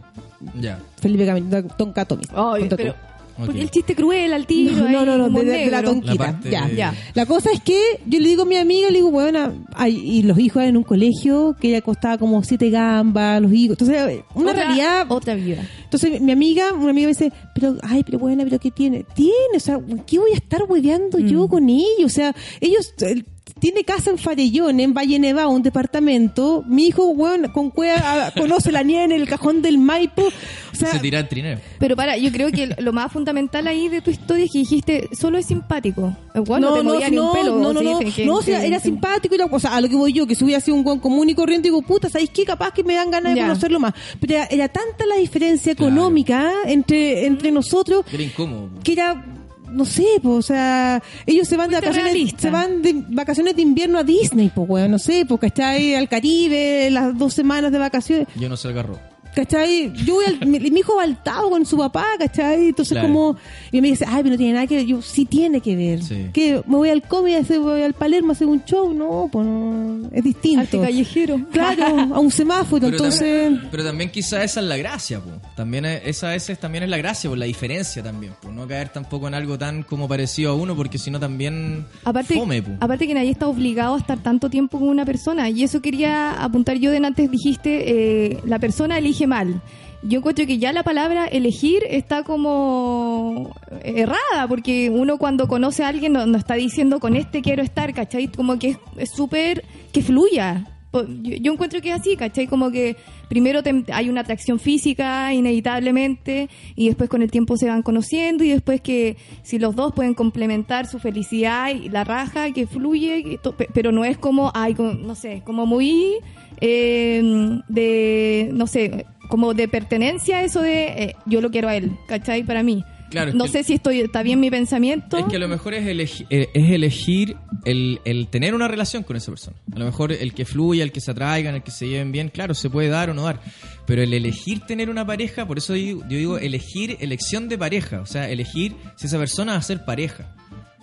Speaker 6: Ya.
Speaker 2: Felipe Camilo, Tonka Tommy.
Speaker 3: Ay,
Speaker 2: Ponte
Speaker 3: pero...
Speaker 2: tú.
Speaker 6: Ok.
Speaker 3: Porque el chiste cruel al tiro.
Speaker 2: No,
Speaker 3: ahí,
Speaker 2: no, no, no,
Speaker 3: humor
Speaker 2: de, de- de la
Speaker 3: negro.
Speaker 2: tonquita.
Speaker 6: La parte
Speaker 2: ya.
Speaker 6: de-
Speaker 2: ya. La cosa es que yo le digo a mi amiga, le digo, bueno, y los hijos en un colegio que ella costaba como siete gambas, los hijos. Entonces, una
Speaker 3: Otra-
Speaker 2: realidad
Speaker 3: Otra vida.
Speaker 2: entonces mi- mi amiga, una amiga me dice, pero, ay, pero buena, pero ¿qué tiene? Tiene, o sea, ¿qué voy a estar hueveando yo con ellos? O sea, ellos, eh, tiene casa en Farellón, en Valle Nevado, un departamento. Mi hijo, weón, con cueva, ah, conoce la nieve en el cajón del Maipo. O sea,
Speaker 6: se tira el trineo.
Speaker 3: Pero para, yo creo que lo más fundamental ahí de tu historia es que dijiste, solo es simpático. Igual no, te movía ni un pelo.
Speaker 2: No, no,
Speaker 3: sí,
Speaker 2: no.
Speaker 3: que-
Speaker 2: No, o
Speaker 3: que-
Speaker 2: sea, era
Speaker 3: que-
Speaker 2: simpático. y la- o sea, a lo que voy yo, que si hubiera sido un guan común y corriente, digo, puta, ¿sabéis qué? Capaz que me dan ganas de
Speaker 3: Ya.
Speaker 2: conocerlo más. Pero era, era tanta la diferencia
Speaker 6: Claro.
Speaker 2: económica entre,
Speaker 3: Mm.
Speaker 2: entre nosotros
Speaker 6: Era incómodo. po.
Speaker 2: que era no sé, po, o sea, ellos se van de
Speaker 3: Fuiste
Speaker 2: vacaciones,
Speaker 3: realista.
Speaker 2: se van de vacaciones de invierno a Disney, pues weón, no sé, porque ¿cachai? Al Caribe, las dos semanas de vacaciones,
Speaker 6: Yo no sé agarró.
Speaker 2: ¿cachai? Yo voy al, mi, mi hijo va al Tao con su papá, ¿cachai? Entonces
Speaker 6: Claro.
Speaker 2: como, y me dice, ay, pero no tiene nada que ver, yo, sí tiene que ver,
Speaker 6: Sí.
Speaker 2: que me voy al comedy, hace- voy al Palermo a hacer un show, no, pues no, es
Speaker 3: Arte
Speaker 2: distinto.
Speaker 3: callejero.
Speaker 2: Claro, a un semáforo, entonces...
Speaker 6: También, pero también quizá esa es la gracia, po. También es- esa a veces también es la gracia, por la diferencia también, po. No caer tampoco en algo tan como parecido a uno, porque si no también
Speaker 3: Aparte,
Speaker 6: fome, po.
Speaker 3: aparte que nadie está obligado a estar tanto tiempo con una persona. Y eso quería apuntar yo de antes. Dijiste, eh, la persona elige mal. Yo encuentro que ya la palabra elegir está como eh, errada, porque uno cuando conoce a alguien no, no está diciendo con este quiero estar, ¿cachai? Como que es- es súper que fluya. Po- Yo, yo encuentro que es así, ¿cachai? Como que primero te- hay una atracción física, inevitablemente, y después con el tiempo se van conociendo, y después que si los dos pueden complementar su felicidad y la raja que fluye, que to- pe- pero no es como, ay, como- no sé, como muy eh, de, no sé, como de pertenencia eso de eh, yo lo quiero a él, ¿cachai? Para mí.
Speaker 6: Claro, es
Speaker 3: no
Speaker 6: que-
Speaker 3: sé si estoy, está bien mi pensamiento.
Speaker 6: Es que a lo mejor es, elegi- eh, es elegir el, el tener una relación con esa persona. A lo mejor el que fluya, el que se atraigan, el que se lleven bien, claro, se puede dar o no dar. Pero el elegir tener una pareja, por eso digo- yo digo elegir elección de pareja. O sea, elegir si esa persona va a ser pareja.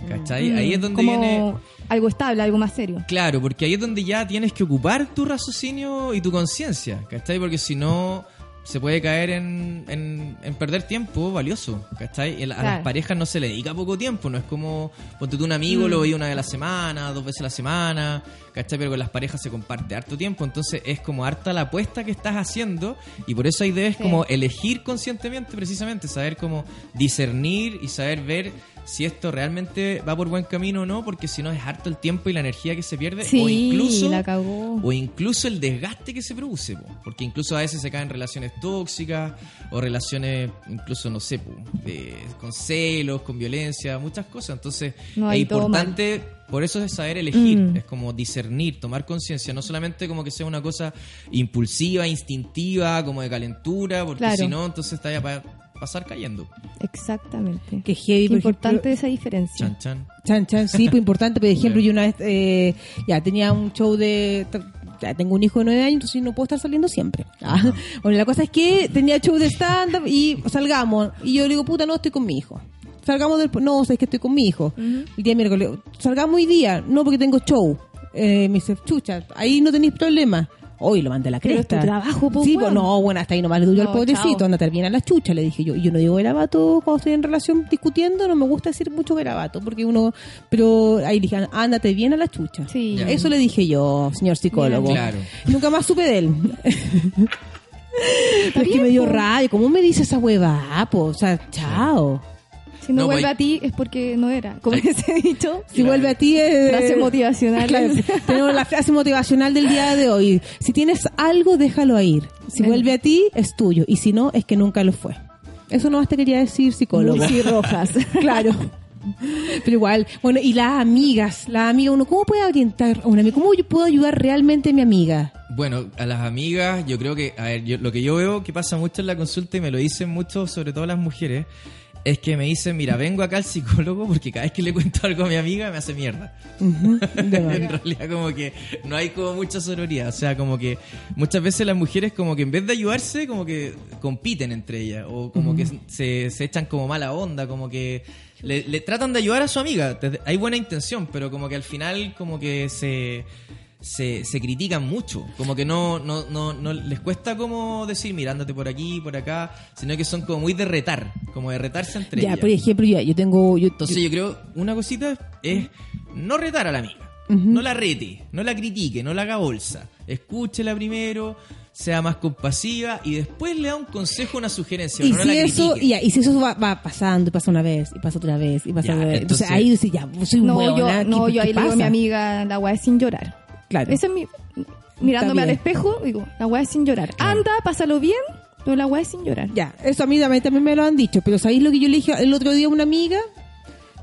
Speaker 6: ¿Cachai? Ahí es donde
Speaker 3: Mm, como
Speaker 6: viene...
Speaker 3: algo estable, algo más serio.
Speaker 6: Claro, porque ahí es donde ya tienes que ocupar tu raciocinio y tu conciencia, ¿cachai? Porque si no, se puede caer en, en- en perder tiempo valioso, ¿cachai? El- A las
Speaker 3: Claro.
Speaker 6: parejas no se le dedica poco tiempo, no es como, ponte tú un amigo,
Speaker 3: Mm.
Speaker 6: lo veía una vez a la semana, dos veces a la semana, ¿cachai? Pero con las parejas se comparte harto tiempo, entonces es como harta la apuesta que estás haciendo y por eso ahí debes como elegir conscientemente, precisamente, saber cómo discernir y saber ver si esto realmente va por buen camino o no, porque si no es harto el tiempo y la energía que se pierde,
Speaker 3: Sí,
Speaker 6: o incluso
Speaker 3: la cagó.
Speaker 6: o incluso el desgaste que se produce, po. porque incluso a veces se caen relaciones tóxicas o relaciones, incluso no sé, po, de- con celos, con violencia, muchas cosas. Entonces
Speaker 3: No,
Speaker 6: es
Speaker 3: ahí todo mal.
Speaker 6: importante, por eso es saber elegir,
Speaker 3: Mm.
Speaker 6: es como discernir, tomar conciencia, no solamente como que sea una cosa impulsiva, instintiva, como de calentura, porque
Speaker 3: Claro.
Speaker 6: si no, entonces te vaya a pasar cayendo.
Speaker 3: Exactamente.
Speaker 2: Que heavy,
Speaker 3: Qué
Speaker 2: por ejemplo-
Speaker 3: importante esa diferencia.
Speaker 6: Chan, chan.
Speaker 2: Chan, chan, sí, pues importante. Por ejemplo, yo una vez eh, ya tenía un show de. Ya tengo un hijo de nueve años, entonces no puedo estar saliendo siempre. Ah, Bueno, la cosa es que tenía show de stand-up y salgamos. Y yo le digo, puta, no, estoy con mi hijo. Salgamos del. No, o sea, es que estoy con mi hijo. El día miércoles. Salgamos hoy día, no porque tengo show. Eh, me dice, chucha, ahí no tenéis problema. Hoy lo mandé a la
Speaker 3: Pero es
Speaker 2: cresta.
Speaker 3: tu trabajo, po,
Speaker 2: Sí,
Speaker 3: weón.
Speaker 2: pues, no, bueno, hasta ahí nomás le duro
Speaker 3: No,
Speaker 2: al pobrecito,
Speaker 3: chao.
Speaker 2: anda termina la chucha, le dije yo. Y yo no digo garabato cuando estoy en relación discutiendo, no me gusta decir mucho garabato, porque uno. Pero ahí le dije, ándate bien a la chucha.
Speaker 3: Sí.
Speaker 6: Ya.
Speaker 2: Eso le dije yo, señor psicólogo.
Speaker 6: Bien. Claro.
Speaker 2: Nunca más supe de él. Pero es que
Speaker 3: bien,
Speaker 2: me dio
Speaker 3: po.
Speaker 2: rabia. ¿Cómo me dice esa hueva? po? O sea, chao.
Speaker 3: Si no,
Speaker 6: No,
Speaker 3: vuelve
Speaker 6: voy-
Speaker 3: a ti es porque no era, como les he
Speaker 2: (laughs)
Speaker 3: dicho.
Speaker 2: Si vuelve a ti es...
Speaker 3: Frase motivacional.
Speaker 2: (laughs) Claro, tenemos la frase motivacional del día de hoy. Si tienes algo, déjalo ir. Si
Speaker 3: Bueno.
Speaker 2: vuelve a ti, es tuyo. Y si no, es que nunca lo fue. Eso nomás te quería decir, psicólogo.
Speaker 3: Lucy Rojas.
Speaker 2: (laughs) claro. Pero igual, bueno, y las amigas, la amiga, uno, ¿cómo puede orientar a una amiga? ¿Cómo yo puedo ayudar realmente a mi amiga?
Speaker 6: Bueno, a las amigas, yo creo que, a ver, yo- lo que yo veo que pasa mucho en la consulta y me lo dicen mucho, sobre todo las mujeres, es que me dicen, mira, vengo acá al psicólogo porque cada vez que le cuento algo a mi amiga me hace mierda. en realidad como que no hay como mucha sororidad, o sea, como que muchas veces las mujeres como que en vez de ayudarse, como que compiten entre ellas, o como que se, se echan como mala onda, como que le, le tratan de ayudar a su amiga, Desde- hay buena intención, pero como que al final como que se... Se, se critican mucho, como que no, no, no, no les cuesta como decir mirándote por aquí, por acá, sino que son como muy de retar, como de retarse entre
Speaker 2: Ya,
Speaker 6: ellas.
Speaker 2: por ejemplo, ya, yo tengo... Yo,
Speaker 6: Entonces yo creo, una cosita es no retar a la amiga. No la rete, no la critique, no la haga bolsa. Escúchela primero, sea más compasiva y después le da un consejo, una sugerencia.
Speaker 2: y,
Speaker 6: pero no
Speaker 2: si
Speaker 6: la
Speaker 2: eso,
Speaker 6: critique.
Speaker 2: ya, y si eso va, va pasando, y pasa una vez, y pasa otra vez, y pasa
Speaker 6: Ya,
Speaker 2: otra vez. Entonces,
Speaker 6: entonces-
Speaker 2: ahí dice, ya, soy un
Speaker 3: (laughs) No,
Speaker 2: huevona,
Speaker 3: yo, no,
Speaker 2: ¿qué-
Speaker 3: yo
Speaker 2: qué
Speaker 3: ahí le digo a mi
Speaker 2: pasa?
Speaker 3: amiga, la weá es sin llorar.
Speaker 2: Claro.
Speaker 3: Ese es mi. Mirándome
Speaker 2: bien.
Speaker 3: al espejo, digo, la weá es sin llorar. Anda, pásalo bien, pero la weá es sin llorar.
Speaker 2: Ya, eso a mí también, también me lo han dicho, pero ¿sabéis lo que yo le dije el otro día a una amiga?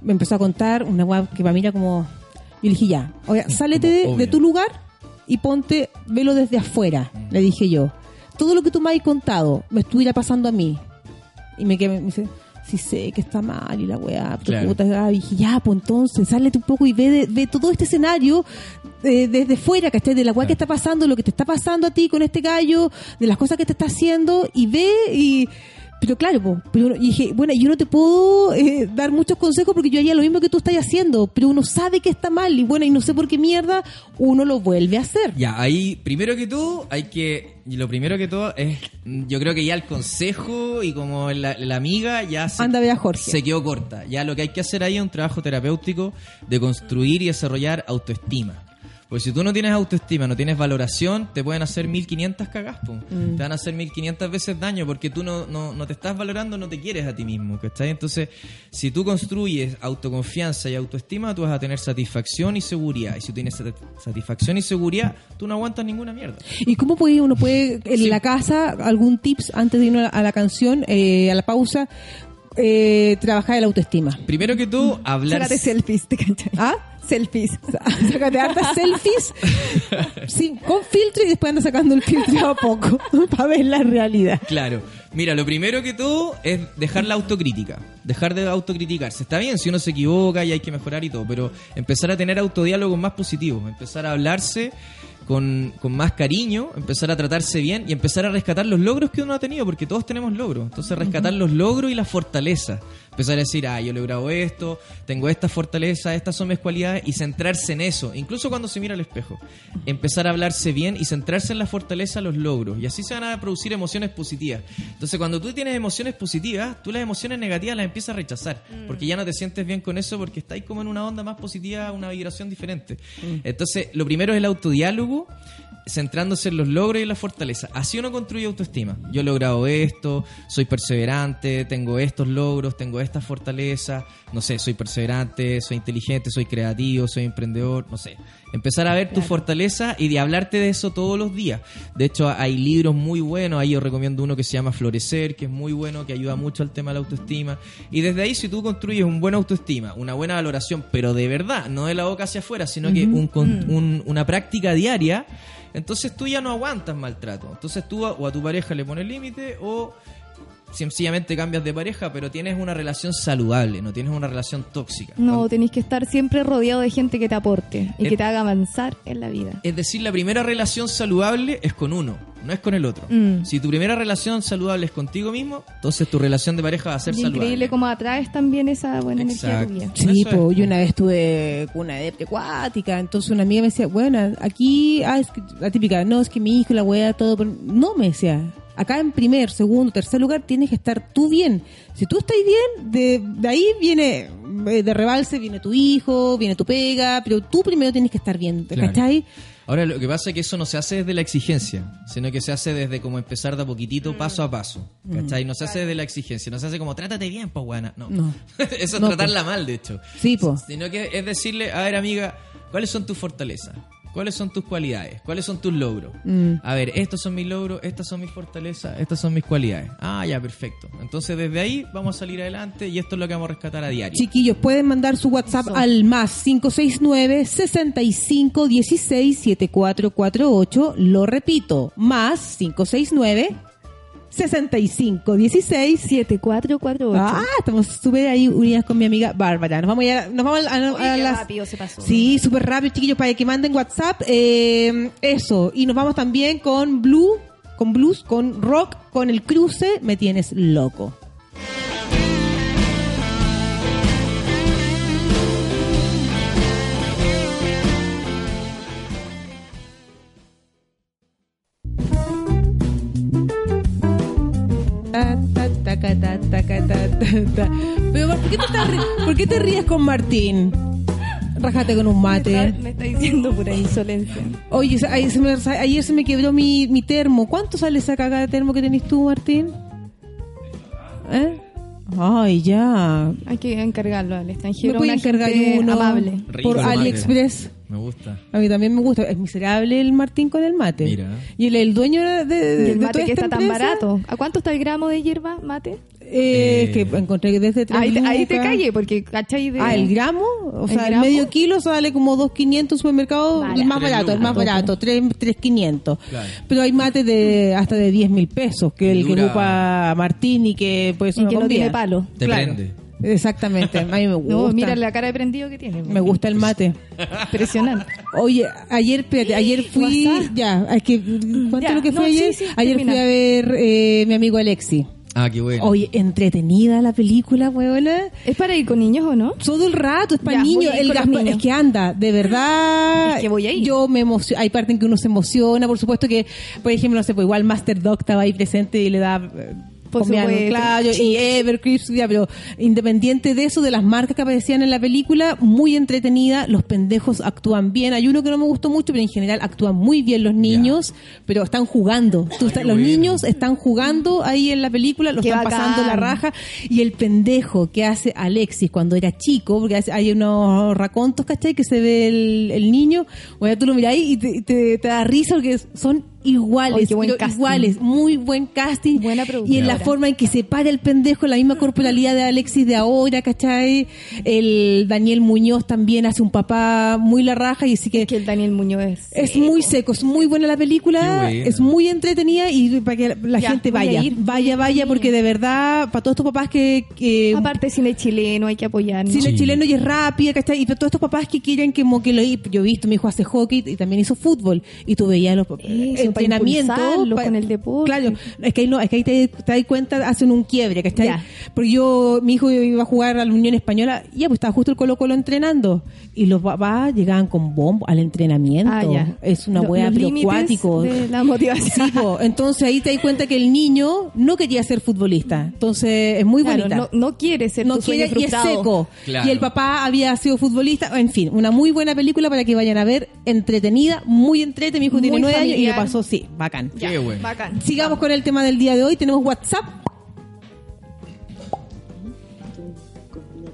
Speaker 2: Me empezó a contar una web que para mí era como... Yo le dije, ya,
Speaker 6: (laughs)
Speaker 2: oiga, sálete de- de,
Speaker 6: obvio.
Speaker 2: tu lugar y ponte, velo desde afuera,
Speaker 6: Mm.
Speaker 2: le dije yo. Todo lo que tú me has contado me estuviera pasando a mí. Y me quedé, me dice, sí sé que está mal y la weá, pero
Speaker 6: Claro.
Speaker 2: puta, ah, y dije, ya, pues entonces, sálete un poco y ve, de- ve todo este escenario eh, desde fuera, ¿cachai? De la weá que está pasando, lo que te está pasando a ti con este gallo, de las cosas que te está haciendo y ve y... Pero claro, po, pero uno- y dije, bueno, yo no te puedo eh, dar muchos consejos porque yo haría lo mismo que tú estás haciendo, pero uno sabe que está mal y bueno, y no sé por qué mierda uno lo vuelve a hacer.
Speaker 6: Ya, ahí, primero que todo, hay que. y Lo primero que todo es. mm, Yo creo que ya el consejo y como la, la amiga ya se,
Speaker 2: Anda a ver a Jorge.
Speaker 6: se quedó corta. Ya lo que hay que hacer ahí es un trabajo terapéutico de construir y desarrollar autoestima. Porque si tú no tienes autoestima, no tienes valoración, te pueden hacer 1500 cagas, po. Te van a hacer 1500 veces daño porque tú no, no, no te estás valorando, no te quieres a ti mismo, ¿cachai? Entonces, si tú construyes autoconfianza y autoestima, tú vas a tener satisfacción y seguridad. Y si tú tienes sat- satisfacción y seguridad, tú no aguantas ninguna mierda.
Speaker 2: ¿Y cómo puede uno puede en
Speaker 6: Sí.
Speaker 2: la casa algún tips antes de ir a la, a la canción eh, a la pausa eh, trabajar el autoestima?
Speaker 6: Primero que todo, hablar...
Speaker 3: Sácate selfies, ¿te cachai?
Speaker 2: ¿Ah?
Speaker 3: Selfies.
Speaker 2: (laughs) Sácate hartas selfies sin, con filtro y después anda sacando el filtro a poco (laughs) para ver la realidad.
Speaker 6: (laughs) Claro. Mira, lo primero que todo es dejar la autocrítica. Dejar de autocriticarse. Está bien si uno se equivoca y hay que mejorar y todo, pero empezar a tener autodiálogos más positivos. Empezar a hablarse con, con más cariño, empezar a tratarse bien y empezar a rescatar los logros que uno ha tenido, porque todos tenemos logros. Entonces, rescatar los logros y las fortalezas. Empezar a decir, ah, yo he logrado esto, tengo estas fortalezas, estas son mis cualidades, y centrarse en eso, incluso cuando se mira al espejo. Empezar a hablarse bien y centrarse en la fortaleza, los logros, y así se van a producir emociones positivas. Entonces, cuando tú tienes emociones positivas, tú las emociones negativas las empiezas a rechazar, porque ya no te sientes bien con eso, porque estáis como en una onda más positiva, una vibración diferente. Entonces, lo primero es el autodiálogo, centrándose en los logros y en la fortaleza. Así uno construye autoestima. Yo he logrado esto, soy perseverante, tengo estos logros, tengo tengo esta fortaleza, no sé, soy perseverante, soy inteligente, soy creativo, soy emprendedor, no sé. Empezar a ver tu fortaleza y de hablarte de eso todos los días. De hecho, hay libros muy buenos, ahí yo recomiendo uno que se llama Florecer, que es muy bueno, que ayuda mucho al tema de la autoestima. Y desde ahí, si tú construyes un buen autoestima, una buena valoración, pero de verdad, no de la boca hacia afuera, sino que un con- un- una práctica diaria, entonces tú ya no aguantas maltrato. Entonces tú a- o a tu pareja le pones límite o sencillamente cambias de pareja, pero tienes una relación saludable, no tienes una relación tóxica.
Speaker 3: No, tenéis que estar siempre rodeado de gente que te aporte y
Speaker 6: Eh.
Speaker 3: que te haga avanzar en la vida.
Speaker 6: Es decir, la primera relación saludable es con uno, no es con el otro.
Speaker 3: Mm.
Speaker 6: Si tu primera relación saludable es contigo mismo, entonces tu relación de pareja va a ser
Speaker 3: Y
Speaker 6: saludable.
Speaker 3: increíble cómo atraes también esa buena energía a tu vida.
Speaker 6: Exacto.
Speaker 2: Sí,
Speaker 6: Eso es.
Speaker 2: po, yo una vez tuve una depre acuática, entonces una amiga me decía, bueno, aquí, ah, es que- la típica, no, es que mi hijo, la weá, todo, pero no, me decía, acá en primer, segundo, tercer lugar tienes que estar tú bien. Si tú estás bien, de, de ahí viene, eh, de rebalse viene tu hijo, viene tu pega, pero tú primero tienes que estar bien, ¿te
Speaker 6: Claro.
Speaker 2: ¿cachai?
Speaker 6: Ahora, lo que pasa es que eso no se hace desde la exigencia, sino que se hace desde como empezar de a
Speaker 3: Mm.
Speaker 6: poquitito, paso a paso. ¿Cachai? No se hace desde la exigencia, no se hace como trátate bien, po, guana. No.
Speaker 2: No.
Speaker 6: (laughs) eso es
Speaker 2: No,
Speaker 3: pues.
Speaker 6: tratarla mal, de hecho.
Speaker 2: Sí, pues, po.
Speaker 6: Sino que es decirle, a ver, amiga, ¿cuáles son tus fortalezas? ¿Cuáles son tus cualidades? ¿Cuáles son tus logros?
Speaker 2: Mm.
Speaker 6: A ver, estos son mis logros, estas son mis fortalezas, estas son mis cualidades. Ah, ya, perfecto. Entonces, desde ahí vamos a salir adelante y esto es lo que vamos a rescatar a diario.
Speaker 2: Chiquillos, pueden mandar su WhatsApp al más 569-6516-7448. Lo repito, más 569 6516
Speaker 3: 7448.
Speaker 2: Ah, estamos súper ahí unidas con mi amiga Bárbara. Nos vamos, ya, nos vamos a, a- a
Speaker 3: Oye, qué
Speaker 2: las...
Speaker 3: rápido se pasó.
Speaker 2: Sí, súper rápido, chiquillos, para que manden WhatsApp. eh, eso. Y nos vamos también con Blue, con Blues, con Rock, con el cruce. Me tienes loco. Ta, ta, ta, ca, ta, ta, ca, ta, ta, ta. Pero ¿por qué, te estás ri- ¿por qué te ríes con Martín? Rájate con un
Speaker 3: Me
Speaker 2: mate.
Speaker 3: está- me está diciendo pura insolencia.
Speaker 2: Oye, se- ayer se me, ayer se me quebró mi, mi termo. ¿Cuánto sale esa cagada de termo que tenés tú, Martín? ¿Eh? Ay, ya.
Speaker 3: Hay que encargarlo al
Speaker 2: ¿Me
Speaker 3: extranjero.
Speaker 2: puedes
Speaker 3: una
Speaker 2: encargar
Speaker 3: gente
Speaker 2: uno
Speaker 3: amable.
Speaker 2: por
Speaker 6: Rico, mate.
Speaker 2: AliExpress?
Speaker 6: Me gusta.
Speaker 2: A mí también me gusta. Es miserable el Martín con el mate.
Speaker 6: Mira.
Speaker 2: Y el, el dueño de, de-
Speaker 3: Y el
Speaker 2: de
Speaker 3: mate
Speaker 2: toda
Speaker 3: que
Speaker 2: esta
Speaker 3: está tan
Speaker 2: empresa,
Speaker 3: barato. ¿A cuánto está el gramo de hierba mate?
Speaker 2: eh,
Speaker 6: Eh.
Speaker 2: Que encontré desde tres
Speaker 3: Ahí, te- ahí te
Speaker 2: lucas.
Speaker 3: callé, porque ¿cachai? De...
Speaker 2: Ah, el gramo, o
Speaker 3: ¿El
Speaker 2: sea,
Speaker 3: gramo?
Speaker 2: el medio kilo sale como 2.500 supermercado,
Speaker 3: Barato.
Speaker 2: el más
Speaker 6: Tres
Speaker 2: barato, el más
Speaker 6: lucas.
Speaker 2: barato, tres- 3.500.
Speaker 6: Claro.
Speaker 2: Pero hay mates de hasta de 10 mil pesos, que
Speaker 6: Y
Speaker 2: el que
Speaker 6: dura-
Speaker 2: ocupa Martín y que pues
Speaker 3: Y que no tiene palo.
Speaker 6: Te prende.
Speaker 3: (laughs)
Speaker 2: Exactamente, a mí me gusta.
Speaker 3: No, mira la cara de prendido que tiene.
Speaker 2: Me gusta el mate.
Speaker 3: Impresionante.
Speaker 2: Oye, ayer, espérate, ayer fui,
Speaker 3: Eh, WhatsApp.
Speaker 2: ya, es que, ¿cuánto
Speaker 3: Ya,
Speaker 2: lo que
Speaker 3: no,
Speaker 2: fue
Speaker 3: sí,
Speaker 2: ayer?
Speaker 3: sí,
Speaker 2: ayer
Speaker 3: termina.
Speaker 2: fui a ver eh, mi amigo Alexi.
Speaker 6: Ah, qué bueno.
Speaker 2: Oye, entretenida la película, huevona.
Speaker 3: ¿Es para ir con niños o no?
Speaker 2: Todo el rato, es para
Speaker 3: Ya, voy
Speaker 2: niños.
Speaker 3: a ir
Speaker 2: El
Speaker 3: con los
Speaker 2: Gaspar,
Speaker 3: niños.
Speaker 2: es que anda, de verdad.
Speaker 3: Es que voy a ir.
Speaker 2: Yo me emociono. Hay parte en que uno se emociona, por supuesto que, por ejemplo, no sé, pues igual Master Dog estaba ahí presente y le da. eh,
Speaker 3: Por
Speaker 2: comida a los
Speaker 3: supuesto.
Speaker 2: Claro, y Evercrisp, ya, pero independiente de eso, de las marcas que aparecían en la película, muy entretenida, los pendejos actúan bien. Hay uno que no me gustó mucho, pero en general actúan muy bien los niños, pero están jugando. Tú estás- los niños están jugando ahí en la película, los
Speaker 3: Qué
Speaker 2: están
Speaker 3: bacán.
Speaker 2: pasando la raja, y el pendejo que hace Alexis cuando era chico, porque hace- hay unos racontos, ¿cachai? Que se ve el, el niño, bueno, tú lo miras ahí y te, te- te da risa porque son iguales,
Speaker 3: Ay, qué buen
Speaker 2: pero
Speaker 3: casting.
Speaker 2: iguales, muy buen casting.
Speaker 3: Buena
Speaker 2: y en la
Speaker 3: productora.
Speaker 2: forma forma en que se para el pendejo, la misma corporalidad de Alexis de ahora, ¿cachai? El Daniel Muñoz también hace un papá muy la raja y sí que...
Speaker 3: Que el Daniel Muñoz es.
Speaker 2: Es muy seco, es muy buena la película,
Speaker 6: Qué buena.
Speaker 2: es muy entretenida y para que la
Speaker 3: Ya,
Speaker 2: gente
Speaker 3: voy a
Speaker 2: vaya,
Speaker 3: ir.
Speaker 2: vaya, vaya, porque de verdad, para todos estos papás que... que
Speaker 3: Aparte, cine chileno, hay que apoyar. ¿no?
Speaker 2: Cine chileno y es rápida, ¿cachai? Y para todos estos papás que quieren que, como que lo... Yo he visto, mi hijo hace hockey y también hizo fútbol. Y tú veías los
Speaker 3: para
Speaker 2: entrenamientos...
Speaker 3: impulsarlo
Speaker 2: pa-
Speaker 3: con el deporte.
Speaker 2: Claro, es que ahí, no, es que ahí te, te das cuenta, hacen un quiebre, ¿cachai?
Speaker 3: Ya.
Speaker 2: Porque yo, mi hijo iba a jugar a la Unión Española, y ya pues estaba justo el Colo Colo entrenando. Y los papás llegaban con bombo al entrenamiento.
Speaker 3: Ah, ya.
Speaker 2: Es una
Speaker 3: Lo-
Speaker 2: hueá
Speaker 3: los
Speaker 2: pero
Speaker 3: límites
Speaker 2: acuático.
Speaker 3: de la motivación.
Speaker 2: Sí, po. Entonces ahí te das cuenta que el niño no quería ser futbolista. Entonces es muy
Speaker 3: Claro,
Speaker 2: bonita
Speaker 3: no, no quiere ser
Speaker 2: no
Speaker 3: tu sueño
Speaker 2: quiere y es
Speaker 3: frustrado.
Speaker 2: seco.
Speaker 6: Claro.
Speaker 2: Y el papá había sido futbolista. En fin, una muy buena película para que vayan a ver. Entretenida, muy entrete. Mi hijo
Speaker 3: Muy
Speaker 2: tiene nueve años y lo
Speaker 3: familiar.
Speaker 2: pasó, sí, bacán.
Speaker 6: Qué bueno.
Speaker 3: Bacán.
Speaker 2: Sigamos con el tema del día de hoy. Tenemos WhatsApp.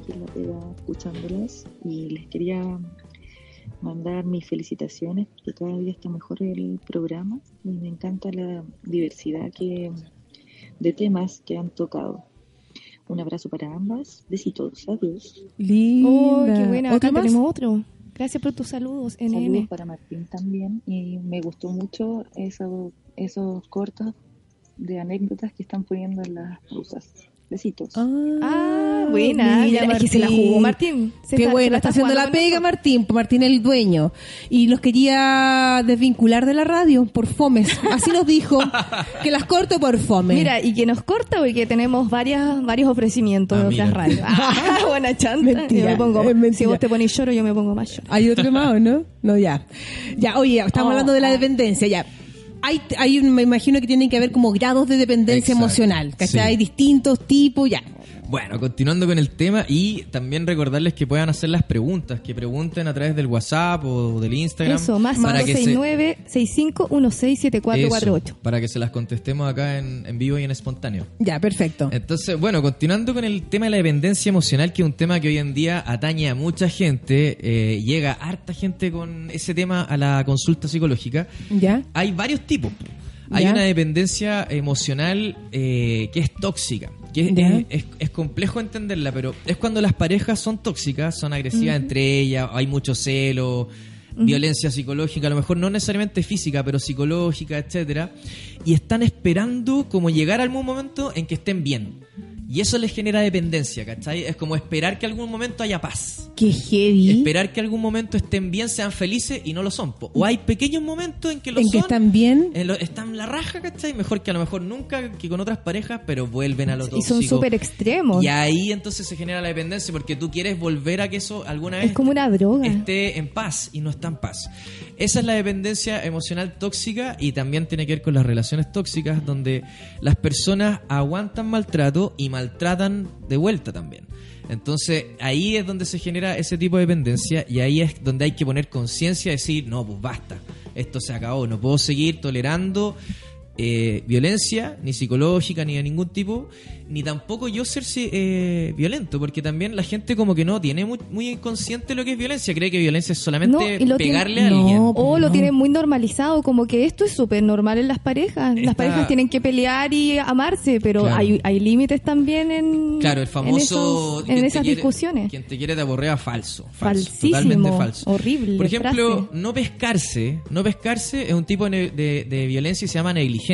Speaker 11: estaba escuchándolas y les quería mandar mis felicitaciones, porque cada día está mejor el programa y me encanta la diversidad que, de temas que han tocado. Un abrazo para ambas, besitos, adiós.
Speaker 2: Linda.
Speaker 3: Oh, qué buena.
Speaker 11: ¿Otro
Speaker 3: Acá
Speaker 11: más?
Speaker 3: tenemos otro. Gracias por tus saludos,
Speaker 11: Saludos
Speaker 3: NN.
Speaker 11: para Martín también. Y me gustó mucho eso- esos cortos de anécdotas que están poniendo en las rusas. Besitos.
Speaker 7: Ah,
Speaker 3: Ah, buena.
Speaker 2: Mira,
Speaker 3: Mira, es que se la jugó Martín. Se
Speaker 2: Qué
Speaker 3: está- se
Speaker 2: bueno,
Speaker 3: la
Speaker 2: está
Speaker 3: está
Speaker 2: haciendo la
Speaker 3: jugando con
Speaker 2: pega Martín, pues Martín es el dueño. Y nos quería desvincular de la radio por fomes. Así nos
Speaker 3: (laughs)
Speaker 2: dijo que las corto por fome.
Speaker 3: Mira, y que nos corta porque tenemos varias, varios ofrecimientos de otras
Speaker 6: (laughs)
Speaker 3: radios. Ah, buena chanta. Yo me pongo, Si vos te pones lloro, yo me pongo más lloro.
Speaker 2: ¿Hay otro más o no? No, ya. Ya, oye, estamos
Speaker 3: Oh,
Speaker 2: hablando de la dependencia, ya. Hay, hay un- me imagino que tienen que haber como grados de dependencia
Speaker 6: Exacto,
Speaker 2: emocional, ¿cachai?
Speaker 6: sí.
Speaker 2: Hay distintos tipos, ya.
Speaker 6: Bueno, continuando con el tema y también recordarles que puedan hacer las preguntas, que pregunten a través del WhatsApp o del Instagram.
Speaker 3: Eso, más
Speaker 6: para que se-
Speaker 3: 569 65167448
Speaker 6: Eso, para que se las contestemos acá en, en vivo y en espontáneo.
Speaker 2: Ya, perfecto.
Speaker 6: Entonces, bueno, continuando con el tema de la dependencia emocional, que es un tema que hoy en día atañe a mucha gente, eh, llega harta gente con ese tema a la consulta psicológica.
Speaker 2: ¿Ya?
Speaker 6: Hay varios tipos. Hay
Speaker 2: Ya.
Speaker 6: una dependencia emocional eh, que es tóxica, que es,
Speaker 2: Ya.
Speaker 6: es- es complejo entenderla, pero es cuando las parejas son tóxicas, son agresivas
Speaker 5: Ujú.
Speaker 6: entre ellas, hay mucho celo, violencia psicológica, a lo mejor no necesariamente física, pero psicológica, etcétera, y están esperando como llegar a algún momento en que estén bien. Y eso les genera dependencia, ¿cachai? Es como esperar que algún momento haya paz.
Speaker 2: Qué heavy.
Speaker 6: Esperar que algún momento estén bien, sean felices y no lo son. po. O hay pequeños momentos en que lo
Speaker 2: en que
Speaker 6: son,
Speaker 2: están bien.
Speaker 6: en lo- están la raja, ¿cachai? Mejor que a lo mejor nunca que con otras parejas, pero vuelven a lo
Speaker 3: Y son
Speaker 6: tóxico.
Speaker 3: súper extremos.
Speaker 6: Y ahí entonces se genera la dependencia porque tú quieres volver a que eso alguna vez
Speaker 3: Es como una droga.
Speaker 6: esté en paz y no está en paz. Esa es la dependencia emocional tóxica y también tiene que ver con las relaciones tóxicas donde las personas aguantan maltrato y maltratan de vuelta también. Entonces ahí es donde se genera ese tipo de dependencia y ahí es donde hay que poner conciencia y decir, no, pues basta, esto se acabó, no puedo seguir tolerando eh, violencia, ni psicológica, ni de ningún tipo, ni tampoco yo ser eh, violento, porque también la gente como que no tiene muy, muy consciente lo que es violencia, cree que violencia es solamente
Speaker 3: No, y lo
Speaker 6: pegarle a
Speaker 3: tienen-
Speaker 6: alguien.
Speaker 3: No, o lo tienen muy normalizado, como que esto es súper normal en las parejas.
Speaker 6: Está-
Speaker 3: Las parejas tienen que pelear y amarse, pero
Speaker 6: Claro.
Speaker 3: hay, hay límites también en,
Speaker 6: Claro, el
Speaker 3: en
Speaker 6: famoso...
Speaker 3: esos- en,
Speaker 6: quien te
Speaker 3: esas
Speaker 6: quiere-
Speaker 3: discusiones.
Speaker 6: Quien te quiere te aborrea falso. falso
Speaker 3: Falsísimo,
Speaker 6: totalmente falso.
Speaker 3: horrible
Speaker 6: Por ejemplo,
Speaker 3: frase.
Speaker 6: no pescarse. No pescarse es un tipo de, de- de violencia y se llama negligencia.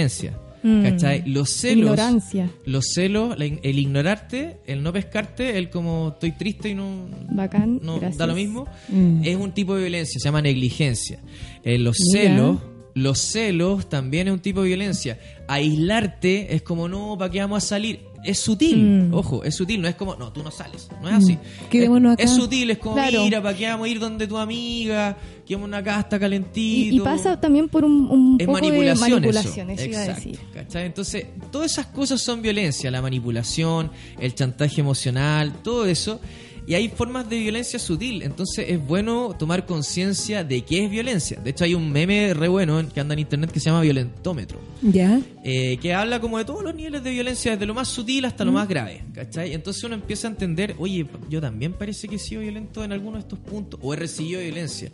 Speaker 3: Mm.
Speaker 6: ¿Cachai? Los celos...
Speaker 3: Ignorancia.
Speaker 6: Los celos, la in- el ignorarte, el no pescarte, el como estoy triste y no...
Speaker 3: Bacán.
Speaker 6: No,
Speaker 3: gracias.
Speaker 6: da lo mismo.
Speaker 3: Mm.
Speaker 6: Es un tipo de violencia, se llama negligencia. Eh, los
Speaker 3: Mira.
Speaker 6: celos, los celos también es un tipo de violencia. Aislarte es como, no, ¿para qué vamos a salir? Es sutil,
Speaker 5: Mm.
Speaker 6: ojo, es sutil, no es como, no, tú no sales, no es
Speaker 5: Mm.
Speaker 6: así.
Speaker 5: Quedémonos acá.
Speaker 6: es, es sutil, es como,
Speaker 3: Claro.
Speaker 6: mira, ¿para qué vamos a ir donde tu amiga? Quedamos una casta calentito.
Speaker 3: Y, y pasa también por un, un
Speaker 6: Es
Speaker 3: poco
Speaker 6: manipulación,
Speaker 3: de
Speaker 6: eso.
Speaker 3: manipulación, eso iba a
Speaker 6: Exacto,
Speaker 3: decir.
Speaker 6: ¿cachai? Entonces, todas esas cosas son violencia, la manipulación, el chantaje emocional, todo eso. Y hay formas de violencia sutil, entonces es bueno tomar conciencia de qué es violencia. De hecho, hay un meme re bueno en- que anda en internet que se llama violentómetro,
Speaker 2: Ya.
Speaker 6: eh, que habla como de todos los niveles de violencia, desde lo más sutil hasta
Speaker 3: Mm.
Speaker 6: lo más grave, ¿cachai? Entonces uno empieza a entender, oye, yo también parece que he sido violento en alguno de estos puntos, o he recibido violencia.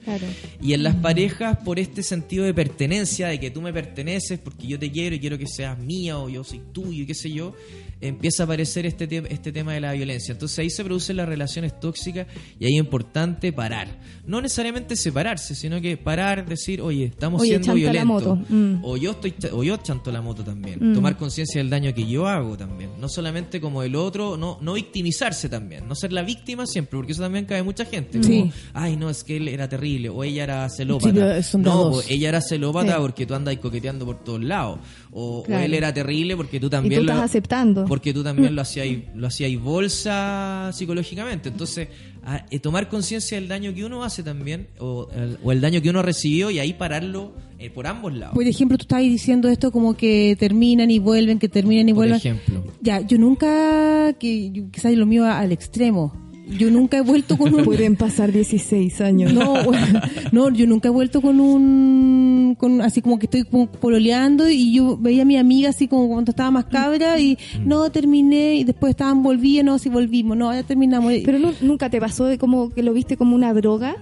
Speaker 6: Y en las parejas, por este sentido de pertenencia, de que tú me perteneces porque yo te quiero y quiero que seas mía o yo soy tuyo, y qué sé yo, empieza a aparecer este, te- este tema de la violencia. Entonces ahí se producen las relaciones tóxicas y ahí es importante parar. No necesariamente separarse, sino que parar, decir, oye, estamos
Speaker 3: Oye,
Speaker 6: siendo
Speaker 3: chanta la moto.
Speaker 6: violentos.
Speaker 3: Mm.
Speaker 6: O yo estoy cha- o yo chanto la moto también.
Speaker 3: Mm.
Speaker 6: Tomar conciencia del daño que yo hago también. No solamente como el otro, no, no victimizarse también. No ser la víctima siempre, porque eso también cae mucha gente.
Speaker 2: Sí.
Speaker 6: Como, Ay, no, es que él era terrible, o ella era
Speaker 2: Sí,
Speaker 6: celópata.
Speaker 2: pero son
Speaker 6: no,
Speaker 2: dos.
Speaker 6: pues, ella era celópata
Speaker 2: Sí.
Speaker 6: porque tú andas coqueteando por todos lados. O, o
Speaker 3: Claro.
Speaker 6: él era terrible porque tú
Speaker 3: Y tú
Speaker 6: también
Speaker 3: estás
Speaker 6: lo
Speaker 3: aceptando.
Speaker 6: porque tú también lo hacías lo hacías bolsa psicológicamente. Entonces, a- eh, tomar conciencia del daño que uno hace también, o el, o el daño que uno recibió, y ahí pararlo eh, por ambos lados.
Speaker 2: Por ejemplo, tú estabas diciendo esto como que terminan y vuelven, que terminan y
Speaker 6: Por
Speaker 2: vuelven.
Speaker 6: ejemplo.
Speaker 2: Ya, yo nunca, que yo- quizás lo mío a- al extremo. Yo nunca he vuelto
Speaker 6: (laughs)
Speaker 2: con un...
Speaker 3: Pueden pasar 16 años.
Speaker 2: (laughs) No, bueno, no, yo nunca he vuelto con un con, con- así como que estoy como pololeando y yo veía a mi amiga así como cuando estaba más cabra y
Speaker 6: Mm.
Speaker 2: no terminé y después estaban volví, no, si volvimos, no, ya terminamos.
Speaker 3: Pero no- nunca te pasó de como que lo viste como una droga.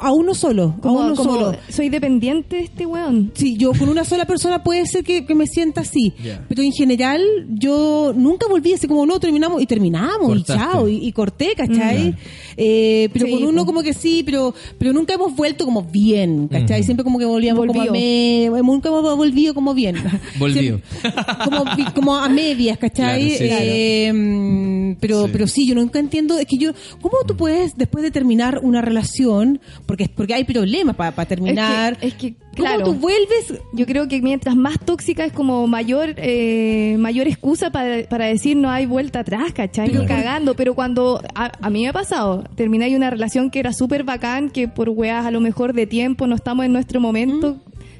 Speaker 2: a uno solo,
Speaker 3: Como-
Speaker 2: a uno
Speaker 3: como,
Speaker 2: solo.
Speaker 3: Soy dependiente de este weón.
Speaker 2: Sí, yo con una sola persona puede ser que, que me sienta así,
Speaker 3: Ya.
Speaker 2: pero en general yo nunca volví así como no, terminamos y terminamos
Speaker 3: Cortaste.
Speaker 2: y chao y, y corté, ¿cachai?
Speaker 3: Mm.
Speaker 2: Eh, pero
Speaker 3: Sí, pues.
Speaker 2: con uno como que sí, pero pero nunca hemos vuelto como bien, ¿cachai?
Speaker 5: Ujú.
Speaker 2: Siempre como que volvíamos como a
Speaker 3: Volvió.
Speaker 2: me, nunca hemos volvido como bien.
Speaker 5: Volvió.
Speaker 2: (laughs)
Speaker 6: (laughs)
Speaker 2: como, como a medias, ¿cachai?
Speaker 5: Claro, sí,
Speaker 2: Eh, mm, Pero, pero sí, yo nunca entiendo, es que yo, ¿cómo tú puedes, después de terminar una relación, porque, porque hay problemas para terminar,
Speaker 3: Es que, es que,
Speaker 2: ¿Cómo
Speaker 3: claro.
Speaker 2: tú vuelves?
Speaker 3: Yo creo que mientras más tóxica es como mayor eh, mayor excusa para, para decir no hay vuelta atrás, ¿cachai? Ni cagando. Pero cuando. A, a mí me ha pasado. Terminé una relación que era súper bacán, que por weas a lo mejor de tiempo no estamos en nuestro momento.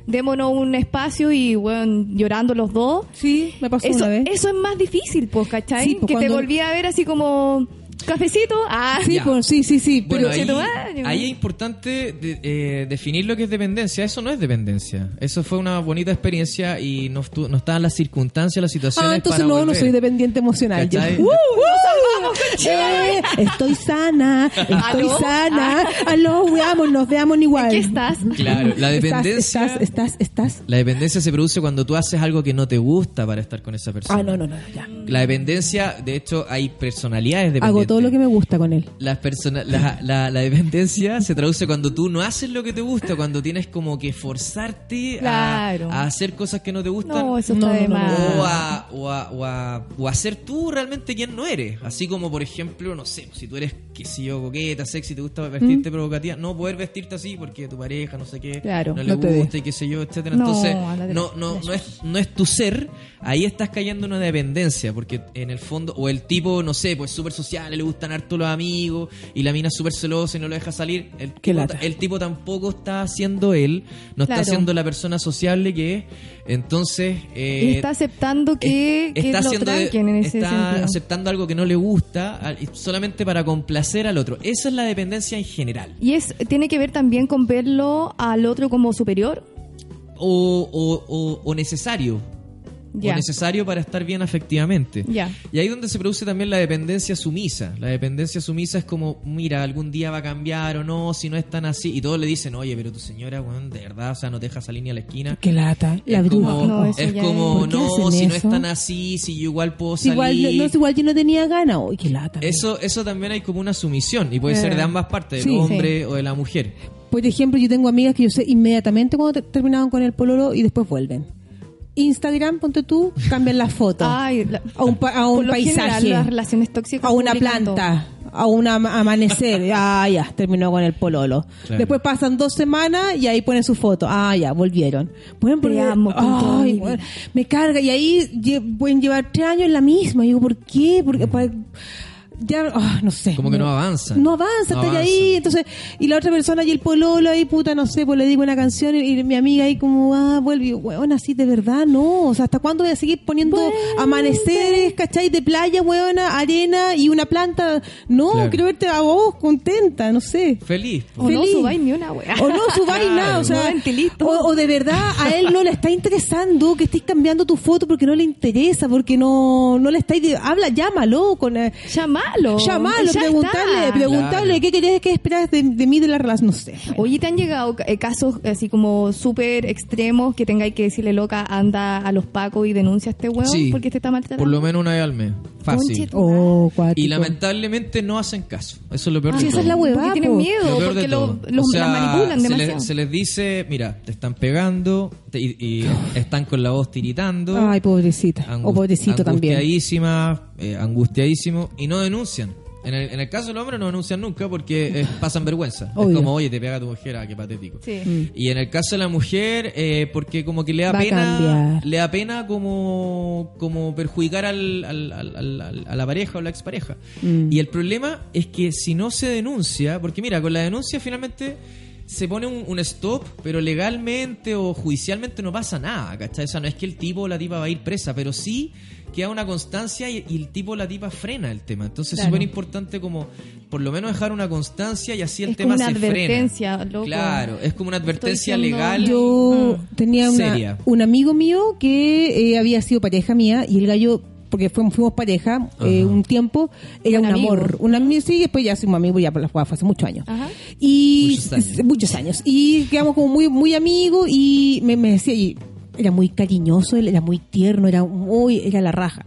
Speaker 3: Démonos un espacio y, bueno, llorando los dos.
Speaker 2: Sí, me pasó
Speaker 3: eso,
Speaker 2: una vez.
Speaker 3: Eso es más difícil, pues, ¿cachai?
Speaker 2: Sí, pues,
Speaker 3: que
Speaker 2: cuando-
Speaker 3: te volví a ver así como. Cafecito. Ah,
Speaker 2: Sí,
Speaker 6: Ya.
Speaker 2: pues, sí, sí, sí, pero
Speaker 6: Bueno, ahí,
Speaker 3: siete años.
Speaker 6: ahí es importante de- eh, definir lo que es dependencia. Eso no es dependencia. Eso fue una bonita experiencia y no, estu- no estaban las circunstancias, las situaciones.
Speaker 2: Ah, entonces
Speaker 6: para
Speaker 2: no, no
Speaker 6: volver.
Speaker 2: soy dependiente emocional. yo.
Speaker 6: ¿Cachai?
Speaker 2: ¡Uh!
Speaker 3: ¡Uh!
Speaker 2: Eh, estoy sana, estoy
Speaker 3: ¿Aló?
Speaker 2: sana. Aló, veámonos, veamos igual. (laughs) ¿Qué
Speaker 3: estás?
Speaker 6: Claro, la dependencia-
Speaker 2: Estás, estás, estás.
Speaker 6: La dependencia se produce cuando tú haces algo que no te gusta para estar con esa persona.
Speaker 2: Ah, no, no, no, ya.
Speaker 6: La dependencia, de hecho, hay personalidades
Speaker 2: Hago
Speaker 6: dependientes.
Speaker 2: todo lo que me gusta con él.
Speaker 6: Las persona- la, la- la dependencia se traduce cuando tú no haces lo que te gusta, cuando tienes como que forzarte a-
Speaker 3: Claro.
Speaker 6: a, hacer cosas que no te gustan.
Speaker 3: No, eso está de más.
Speaker 6: O a, o, a, o, a, o a ser tú realmente quien no eres. Así como, por ejemplo, no sé, si tú eres, qué sé yo, coqueta, sexy, te
Speaker 3: ¿Mm?
Speaker 6: gusta vestirte provocativa, no poder vestirte así porque tu pareja, no sé qué,
Speaker 3: Claro,
Speaker 6: no le
Speaker 3: no te
Speaker 6: gusta y qué sé yo, etcétera.
Speaker 3: No,
Speaker 6: Entonces,
Speaker 3: a la de-
Speaker 6: no, no, no, es, no es tu ser, ahí estás cayendo en una dependencia, porque en el fondo, o el tipo, no sé, pues súper social, le gustan harto los amigos, y la mina es súper celosa y no lo deja salir, el, tipo,
Speaker 2: lata.
Speaker 6: el tipo tampoco está siendo él, no
Speaker 3: Claro.
Speaker 6: está siendo la persona sociable que es, entonces... eh,
Speaker 3: Y está aceptando que, que
Speaker 6: está
Speaker 3: lo
Speaker 6: haciendo de-
Speaker 3: tranquen en ese
Speaker 6: está
Speaker 3: sentido.
Speaker 6: aceptando algo que no le gusta al- solamente para complacer al otro. Esa es la dependencia en general.
Speaker 3: Y es tiene que ver también con verlo al otro como superior.
Speaker 6: O, o- o- o necesario.
Speaker 3: Ya.
Speaker 6: O necesario para estar bien afectivamente.
Speaker 3: Ya.
Speaker 6: Y ahí es donde se produce también la dependencia sumisa. La dependencia sumisa es como, mira, algún día va a cambiar o no, si no es tan así. Y todos le dicen, oye, pero tu señora, weón, de verdad, o sea, no te deja salir ni a la esquina.
Speaker 2: Qué lata. La
Speaker 6: es
Speaker 2: bruja.
Speaker 6: como,
Speaker 2: No, eso
Speaker 6: es
Speaker 2: ya
Speaker 6: como,
Speaker 2: es- ¿Por qué
Speaker 6: no,
Speaker 2: hacen
Speaker 6: si no es
Speaker 2: eso?
Speaker 6: tan así, si yo igual puedo
Speaker 2: Si
Speaker 6: salir.
Speaker 2: igual, no, no, si igual yo no tenía ganas. Uy, qué lata.
Speaker 6: Eso, eso también hay como una sumisión y puede
Speaker 2: Eh.
Speaker 6: ser de ambas partes, del
Speaker 2: Sí.
Speaker 6: hombre o de la mujer.
Speaker 2: Por ejemplo, yo tengo amigas que yo sé inmediatamente cuando te- terminaban con el pololo y después vuelven. Instagram, ponte tú, cambian la foto. a un, pa- a un
Speaker 3: Por lo
Speaker 2: paisaje.
Speaker 3: general, las relaciones tóxicas
Speaker 2: a una
Speaker 3: publican todo.
Speaker 2: planta, a un am-
Speaker 3: (laughs)
Speaker 2: amanecer. ah, ya, terminó con el pololo.
Speaker 3: Claro.
Speaker 2: Después pasan dos semanas y ahí ponen su foto. Ah, ya, volvieron. Pueden
Speaker 3: Te
Speaker 2: poner-
Speaker 3: amo con todo
Speaker 2: Ay,
Speaker 3: mi
Speaker 2: bueno, me carga. Y ahí lle- pueden llevar tres años en la misma. Y digo, ¿por qué? Porque para- ya, ah, no sé.
Speaker 6: Como que no avanza.
Speaker 2: No avanza,
Speaker 6: No
Speaker 2: está
Speaker 6: avanza.
Speaker 2: ahí. Entonces, y la otra persona y el pololo ahí, puta, no sé, pues le digo una canción y, y mi amiga ahí como, ah, vuelve. Y yo, weón, así de verdad, no. O sea, ¿hasta cuándo voy a seguir poniendo amaneceres, cachai, de playa, weona, arena y una planta? No,
Speaker 6: Claro.
Speaker 2: quiero verte a vos contenta, no sé.
Speaker 6: Feliz. po.
Speaker 3: O no
Speaker 2: Feliz.
Speaker 3: subáis ni una wea. (laughs)
Speaker 2: O no subáis
Speaker 6: Claro.
Speaker 2: nada, o sea, o, o de verdad a él no le está interesando que estés cambiando tu foto porque no le interesa, porque no, no le estáis, de- habla, llámalo con eh,
Speaker 3: Llámalo.
Speaker 2: Llámalo,
Speaker 3: Ya
Speaker 2: preguntarle,
Speaker 3: está.
Speaker 2: preguntarle qué querés, qué esperas de, de mí de la relación, no sé.
Speaker 3: Oye, ¿te han llegado eh, casos así como súper extremos que tengáis que decirle loca, anda a los pacos y denuncia a este hueón
Speaker 6: Sí.
Speaker 3: porque te está maltratando?
Speaker 6: Por lo menos una vez al mes. Fácil.
Speaker 3: Conche tu madre.
Speaker 8: Ah.
Speaker 6: Y lamentablemente no hacen caso. Eso es lo peor
Speaker 3: Ah,
Speaker 6: de
Speaker 3: sí, esa
Speaker 6: todo.
Speaker 3: es la huevada,
Speaker 6: Lo
Speaker 3: Porque tienen
Speaker 6: peor
Speaker 3: miedo,
Speaker 6: de
Speaker 3: porque
Speaker 6: todo.
Speaker 3: lo- los-
Speaker 6: O sea,
Speaker 3: las manipulan
Speaker 6: se les-
Speaker 3: demasiado.
Speaker 6: Se les, dice, mira, te están pegando te- y,
Speaker 3: (gasps)
Speaker 6: y están con la voz tiritando.
Speaker 2: Ay, pobrecita.
Speaker 6: angus-
Speaker 2: o pobrecito también.
Speaker 6: angustiadísima, eh, angustiadísimo, y no denuncian. En el, en el caso del hombre no denuncian nunca porque eh, pasan vergüenza.
Speaker 2: Obvio.
Speaker 6: Es como, oye, te pega tu mujer, ah, qué patético.
Speaker 3: Sí.
Speaker 2: Mm.
Speaker 6: Y en el caso de la mujer, eh, porque como que le da
Speaker 2: Va a
Speaker 6: pena,
Speaker 2: cambiar.
Speaker 6: le da pena como, como perjudicar al, al- al- al- al- a la pareja o la expareja.
Speaker 2: Mm.
Speaker 6: Y el problema es que si no se denuncia, porque mira, con la denuncia finalmente se pone un, un stop, pero legalmente o judicialmente no pasa nada, ¿cachai? O sea, no es que el tipo o la tipa va a ir presa, pero sí queda una constancia y, y el tipo o la tipa frena el tema. Entonces es
Speaker 3: Claro.
Speaker 6: súper importante como por lo menos dejar una constancia y así el
Speaker 3: Es
Speaker 6: tema
Speaker 3: como una
Speaker 6: se
Speaker 3: advertencia,
Speaker 6: frena.
Speaker 3: loco.
Speaker 6: Claro, es como una advertencia
Speaker 3: diciendo-
Speaker 6: legal.
Speaker 8: Yo tenía una-
Speaker 6: Seria.
Speaker 8: un amigo mío que eh, había sido pareja mía y el gallo, porque fuimos, fuimos pareja eh,
Speaker 6: Ajá.
Speaker 8: un tiempo, era un,
Speaker 3: Un amigo.
Speaker 8: amor. Un amigo, sí, después ya fuimos amigos, ya por las fue hace muchos años.
Speaker 3: Ajá.
Speaker 8: Y
Speaker 3: Muchos años.
Speaker 8: muchos años. Y quedamos como muy, muy amigos y me, me decía, y era muy cariñoso, él era muy tierno, era muy, era la raja.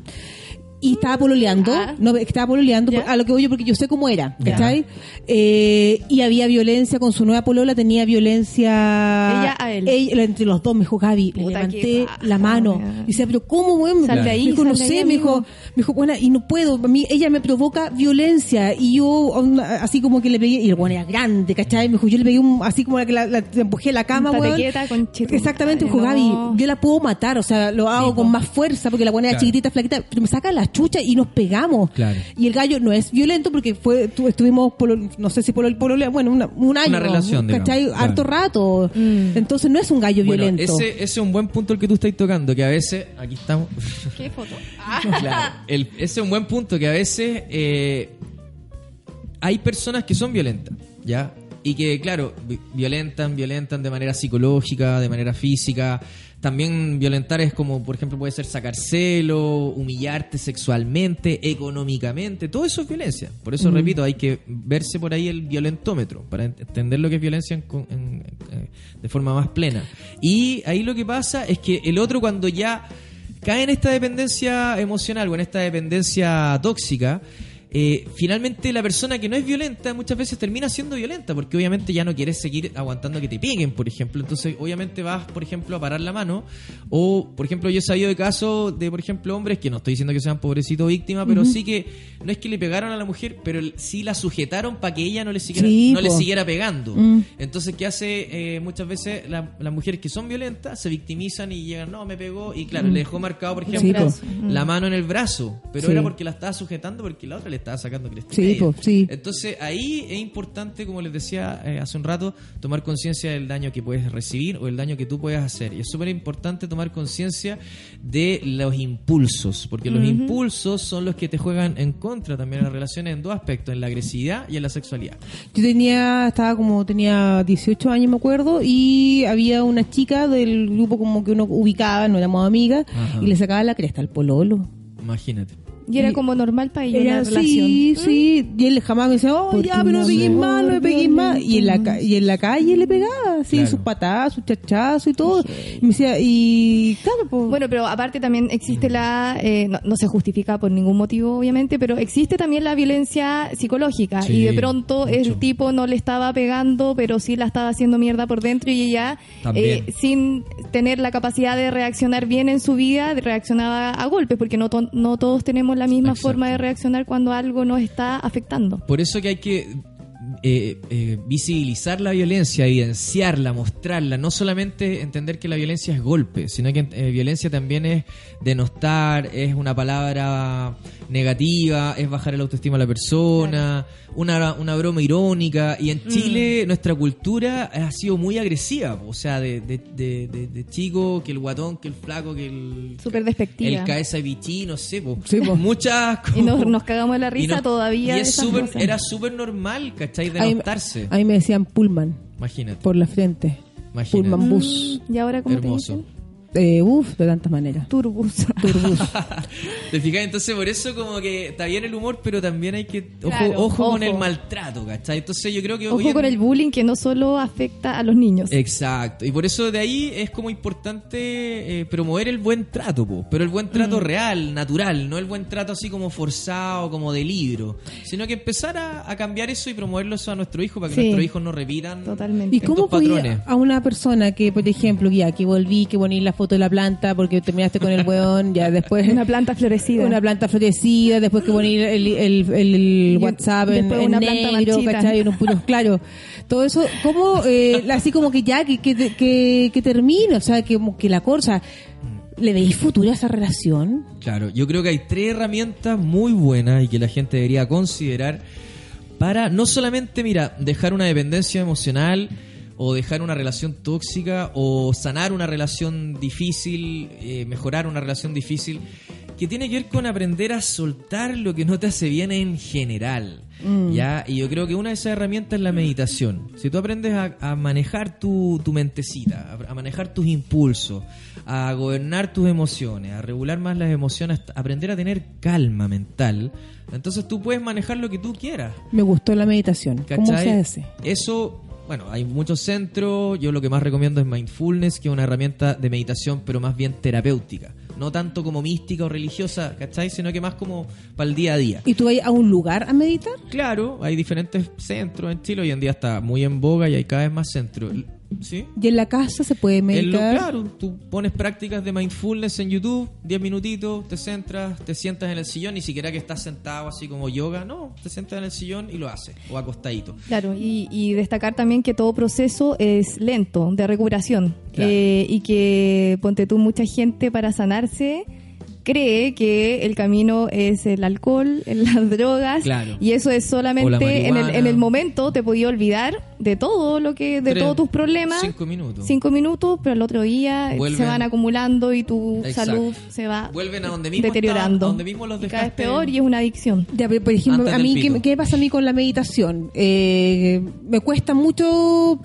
Speaker 8: Y estaba pololeando,
Speaker 3: Ah.
Speaker 8: no, estaba pololeando, por- a lo que voy yo, porque yo sé cómo era,
Speaker 3: Ya.
Speaker 8: ¿cachai? Eh, y había violencia con su nueva polola, tenía violencia. Ella
Speaker 3: a él.
Speaker 8: entre los dos, me dijo Gaby, le
Speaker 3: Puta,
Speaker 8: levanté
Speaker 3: qué baja,
Speaker 8: la mano.
Speaker 3: weón.
Speaker 8: Y decía, pero ¿cómo, weón?
Speaker 3: Sal de ahí,
Speaker 8: me dijo, no
Speaker 3: sal de ahí,
Speaker 8: sé, me dijo,
Speaker 3: amigo.
Speaker 8: me dijo, bueno, y no puedo, a mí, ella me provoca violencia. Y yo, onda, así como que le pegué, y el weón era grande, ¿cachai? Me dijo, yo le pegué un- así como la que la, la- la empujé a la cama,
Speaker 3: Estate
Speaker 8: weón.
Speaker 3: quieta, conchetumare,
Speaker 8: Exactamente, me dijo,
Speaker 3: no.
Speaker 8: Gaby, yo la puedo matar, o sea, lo hago con más fuerza, porque la buena era
Speaker 2: Claro.
Speaker 8: chiquitita, flaquita, pero me saca la chucha y nos pegamos.
Speaker 2: Claro.
Speaker 8: Y el gallo no es violento porque fue tu- estuvimos, polo- no sé si por el bueno, una- un año.
Speaker 6: Una relación, digamos.
Speaker 8: ¿cachai?
Speaker 6: Claro.
Speaker 8: Harto rato.
Speaker 3: Mm.
Speaker 8: Entonces no es un gallo
Speaker 6: Bueno,
Speaker 8: violento.
Speaker 6: ese, ese es un buen punto el que tú estás tocando, que a veces, aquí estamos, (laughs)
Speaker 3: ¿Qué foto?
Speaker 6: Claro, el- ese es un buen punto que a veces eh, hay personas que son violentas, ¿ya? Y que, claro, vi- violentan, violentan de manera psicológica, de manera física. También violentar es como, por ejemplo, puede ser sacar celo, humillarte sexualmente, económicamente. Todo eso es violencia. Por eso,
Speaker 2: Mm.
Speaker 6: repito, hay que verse por ahí el violentómetro para ent- entender lo que es violencia en con- en- eh, de forma más plena. Y ahí lo que pasa es que el otro cuando ya cae en esta dependencia emocional o en esta dependencia tóxica, eh, finalmente la persona que no es violenta muchas veces termina siendo violenta porque obviamente ya no quieres seguir aguantando que te peguen, por ejemplo. Entonces obviamente vas, por ejemplo, a parar la mano o, por ejemplo, yo he sabido de casos de, por ejemplo, hombres que no estoy diciendo que sean pobrecitos víctimas, pero
Speaker 2: Ujú.
Speaker 6: sí que no es que le pegaron a la mujer, pero sí la sujetaron para que ella no le siguiera,
Speaker 2: Sí,
Speaker 6: no le
Speaker 2: po.
Speaker 6: siguiera pegando.
Speaker 2: Mm.
Speaker 6: Entonces, ¿qué hace eh, muchas veces la- las mujeres que son violentas se victimizan y llegan, no, me pegó, y claro,
Speaker 2: Mm.
Speaker 6: le dejó marcado, por
Speaker 2: Sí,
Speaker 6: ejemplo,
Speaker 2: po. Mm.
Speaker 6: la mano en el brazo, pero
Speaker 2: Sí.
Speaker 6: era porque la estaba sujetando porque la otra le estaba sacando cresta.
Speaker 8: Sí, po, sí.
Speaker 6: Entonces, ahí es importante, como les decía eh, hace un rato, tomar conciencia del daño que puedes recibir o el daño que tú puedes hacer. Y es súper importante tomar conciencia de los impulsos, porque los
Speaker 2: Ujú.
Speaker 6: impulsos son los que te juegan en contra también en las relaciones en dos aspectos, en la agresividad y en la sexualidad.
Speaker 8: Yo tenía, estaba como, tenía 18 años, me acuerdo, y había una chica del grupo como que uno ubicaba, no éramos amigas,
Speaker 6: Ajá.
Speaker 8: y le sacaba la cresta al pololo.
Speaker 6: Imagínate.
Speaker 3: Y era como normal para ella
Speaker 8: Era,
Speaker 3: una relación.
Speaker 8: sí, sí, y él jamás me decía, oh,
Speaker 3: Porque
Speaker 8: ya, pero no me
Speaker 3: un
Speaker 8: peguís
Speaker 3: amor
Speaker 8: más, no me peguís más. Y en la, ca- y en la calle le pegaba, sí, sus patadas, sus chachazos y todo. Y me decía, y claro, pues.
Speaker 3: Bueno, pero aparte también existe la, eh, no, no se justifica por ningún motivo obviamente, pero existe también la violencia psicológica
Speaker 6: Sí,
Speaker 3: y de pronto el tipo no le estaba pegando, pero sí la estaba haciendo mierda por dentro y ella
Speaker 6: También.
Speaker 3: eh, sin tener la capacidad de reaccionar bien en su vida, reaccionaba a golpes, porque no, to- no todos tenemos la misma forma de reaccionar cuando algo nos está afectando.
Speaker 6: Por eso que hay que eh, eh, visibilizar la violencia, evidenciarla, mostrarla, no solamente entender que la violencia es golpe, sino que eh, violencia también es denostar, es una palabra negativa, es bajar el autoestima a la persona, una, una broma irónica. Y en
Speaker 3: Mm.
Speaker 6: Chile nuestra cultura ha sido muy agresiva, o sea, de, de, de- de- de chico, que el guatón, que el flaco, que el...
Speaker 3: Súper despectiva.
Speaker 6: El cabeza de bichí, no sé, po.
Speaker 3: Sí, po.
Speaker 6: muchas
Speaker 3: y
Speaker 6: (laughs)
Speaker 3: nos, nos cagamos de la risa
Speaker 6: no-
Speaker 3: todavía.
Speaker 6: y
Speaker 3: de
Speaker 6: es
Speaker 3: esas
Speaker 6: súper-
Speaker 3: cosas.
Speaker 6: era súper normal, ¿cachai?
Speaker 8: a, mí,
Speaker 6: Denonarse.
Speaker 8: a mí me decían Pullman
Speaker 6: Imagínate.
Speaker 8: por la frente,
Speaker 6: Imagínate.
Speaker 8: Pullman Bus.
Speaker 3: Mm, Y ahora como te
Speaker 6: Hermoso.
Speaker 3: dicen,
Speaker 8: Eh, uf, de tantas maneras.
Speaker 3: turbus. (laughs)
Speaker 8: Turbus.
Speaker 6: (laughs) ¿Te fijas? Entonces, por eso, como que está bien el humor, pero también hay que. Ojo,
Speaker 3: Claro,
Speaker 6: ojo, con
Speaker 3: ojo.
Speaker 6: el maltrato, ¿cachai? Entonces, yo creo que. hoy
Speaker 3: Ojo
Speaker 6: en-
Speaker 3: con el bullying que no solo afecta a los niños.
Speaker 6: Eh, Exacto. Y por eso de ahí es como importante eh, promover el buen trato, po. pero el buen
Speaker 3: Mm.
Speaker 6: trato real, natural, no el buen trato así como forzado, como de libro, sino que empezar a, a cambiar eso y promoverlo eso a nuestro hijo para que
Speaker 8: Sí.
Speaker 6: nuestros hijos no repitan
Speaker 3: Totalmente.
Speaker 8: (laughs) ¿Y cómo
Speaker 6: estos patrones.
Speaker 8: podía a una persona que, por ejemplo, ya que volví, que poní la foto de la planta porque terminaste con el hueón, ya después...
Speaker 3: (laughs) Una planta florecida.
Speaker 8: Una planta florecida, después que poní el, el, el- el
Speaker 3: Y
Speaker 8: WhatsApp en,
Speaker 3: después
Speaker 8: en
Speaker 3: una planta
Speaker 8: negro,
Speaker 3: marchita.
Speaker 8: ¿cachai? En un
Speaker 3: (laughs)
Speaker 8: puño, claro. Todo eso, ¿cómo? eh, así como que ya, que, que, que, que termina, o sea, que, como que la cosa... ¿Le veis futuro a esa relación?
Speaker 6: Claro, yo creo que hay tres herramientas muy buenas y que la gente debería considerar para no solamente, mira, dejar una dependencia emocional o dejar una relación tóxica o sanar una relación difícil, eh, mejorar una relación difícil, que tiene que ver con aprender a soltar lo que no te hace bien en general.
Speaker 12: Mm.
Speaker 6: ¿ya? Y yo creo que una de esas herramientas es la meditación. Si tú aprendes a, a manejar tu, tu mentecita, a, a manejar tus impulsos, a gobernar tus emociones, a regular más las emociones, a aprender a tener calma mental, entonces tú puedes manejar lo que tú quieras.
Speaker 2: Me gustó la meditación. ¿Cómo
Speaker 6: ¿Cachai?
Speaker 2: se hace?
Speaker 6: Eso, bueno, hay muchos centros. Yo lo que más recomiendo es mindfulness, que es una herramienta de meditación, pero más bien terapéutica. No tanto como mística o religiosa, ¿cachai? Sino que más como para el día a día.
Speaker 2: ¿Y tú vas a un lugar a meditar?
Speaker 6: Claro, hay diferentes centros en Chile. Hoy en día está muy en boga y hay cada vez más centros. ¿Sí?
Speaker 2: ¿Y en la casa se puede
Speaker 6: En lo-
Speaker 2: meditar?
Speaker 6: claro, tú pones prácticas de mindfulness en YouTube, 10 minutitos, te centras, te sientas en el sillón, ni siquiera que estás sentado así como yoga, no, te sientas en el sillón y lo haces, o acostadito.
Speaker 3: Claro, y, y destacar también que todo proceso es lento, de recuperación.
Speaker 6: Claro.
Speaker 3: Eh, y que, ponte tú, mucha gente para sanarse cree que el camino es el alcohol, (laughs) en las drogas.
Speaker 6: Claro.
Speaker 3: Y eso es
Speaker 6: O la
Speaker 3: solamente en el,
Speaker 6: marihuana.
Speaker 3: en el momento te podía olvidar de todo lo que, de
Speaker 6: Tres,
Speaker 3: todos tus problemas.
Speaker 6: Cinco minutos.
Speaker 3: Cinco minutos, pero el otro día eh, se
Speaker 6: Vuelven.
Speaker 3: van acumulando y tu
Speaker 6: Exacto.
Speaker 3: salud se va
Speaker 6: Vuelven a donde mismo
Speaker 3: deteriorando.
Speaker 6: estaban, donde mismo los
Speaker 3: Y cada vez
Speaker 6: dejaste.
Speaker 3: peor y es una adicción.
Speaker 2: Ya, pero, por ejemplo,
Speaker 3: Antes
Speaker 2: a
Speaker 3: del
Speaker 2: mí, ¿qué,
Speaker 3: pito.
Speaker 2: qué me pasa a mí con la meditación? Eh, me cuesta mucho,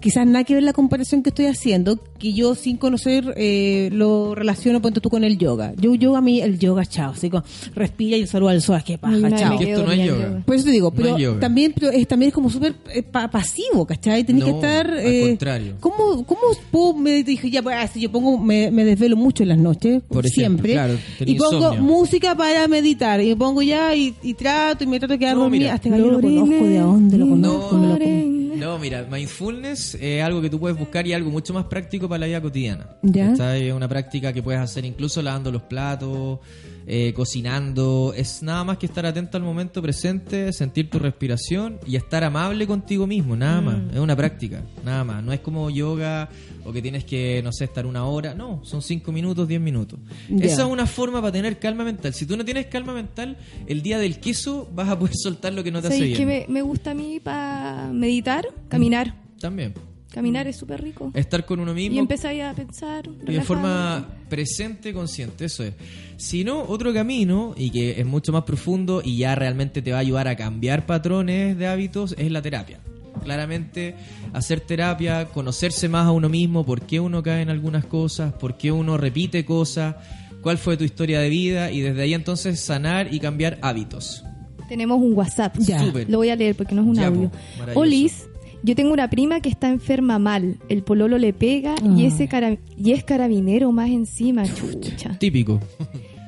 Speaker 2: quizás nada que ver la comparación que estoy haciendo, que yo sin conocer eh, lo relaciono, ponte tú, con el yoga. Yo, yo a mí, el yoga, chao. Así como, respira y saluda al sol, qué
Speaker 3: Ay,
Speaker 2: paja,
Speaker 3: nadie
Speaker 2: chao.
Speaker 3: me quedó bien yoga.
Speaker 2: Por eso te digo,
Speaker 3: No
Speaker 2: pero
Speaker 3: es yoga.
Speaker 2: también pero es, también es como súper eh, pa- pasivo, ¿cachai? Tenés que
Speaker 6: No,
Speaker 2: estar...
Speaker 6: al
Speaker 2: eh,
Speaker 6: contrario.
Speaker 2: ¿Cómo, cómo puedo meditar? Dije, ya, pues, ah, si yo pongo, me, me desvelo mucho en las noches,
Speaker 6: Por ejemplo,
Speaker 2: siempre.
Speaker 6: claro, tenía
Speaker 2: y pongo
Speaker 6: insomnio.
Speaker 2: música para meditar. Y me pongo ya y, y trato y me trato de quedar
Speaker 6: No,
Speaker 2: dormida.
Speaker 6: mira.
Speaker 2: Hasta que yo lo conozco, de a dónde lo conozco, me lo conozco.
Speaker 6: No, mira, mindfulness es algo que tú puedes buscar y algo mucho más práctico para la vida cotidiana.
Speaker 2: Ya.
Speaker 6: ¿Cachai? Es una práctica que puedes hacer incluso lavando los platos, eh, cocinando. Es nada más que estar atento al momento presente, sentir tu respiración y estar amable contigo mismo, nada más. Es una práctica, nada más. No es como yoga o que tienes que, no sé, estar una hora. No, son cinco minutos, diez minutos.
Speaker 12: Ya.
Speaker 6: Esa es una forma para tener calma mental. Si tú no tienes calma mental, el día del queso vas a poder soltar lo que no te hace
Speaker 3: ¿Sabéis
Speaker 6: bien.
Speaker 3: que me, me gusta a mí para meditar? Caminar.
Speaker 6: También.
Speaker 3: Caminar es súper rico.
Speaker 6: Estar con uno
Speaker 3: Y
Speaker 6: mismo
Speaker 3: empezáis a pensar.
Speaker 6: y de
Speaker 3: relajado.
Speaker 6: forma presente, consciente, eso es. Si no, otro camino, y que es mucho más profundo y ya realmente te va a ayudar a cambiar patrones de hábitos, es la terapia. Claramente, hacer terapia, conocerse más a uno mismo, por qué uno cae en algunas cosas, por qué uno repite cosas, cuál fue tu historia de vida, y desde ahí entonces sanar y cambiar hábitos.
Speaker 3: Tenemos un WhatsApp.
Speaker 6: Ya. Súper.
Speaker 3: Lo voy a leer porque no es un
Speaker 6: Ya, po.
Speaker 3: audio.
Speaker 6: Maravilloso.
Speaker 3: Olis, yo tengo una prima que está enferma mal. El pololo le pega y, ese cara- y es carabinero más encima. Chucha.
Speaker 6: Típico.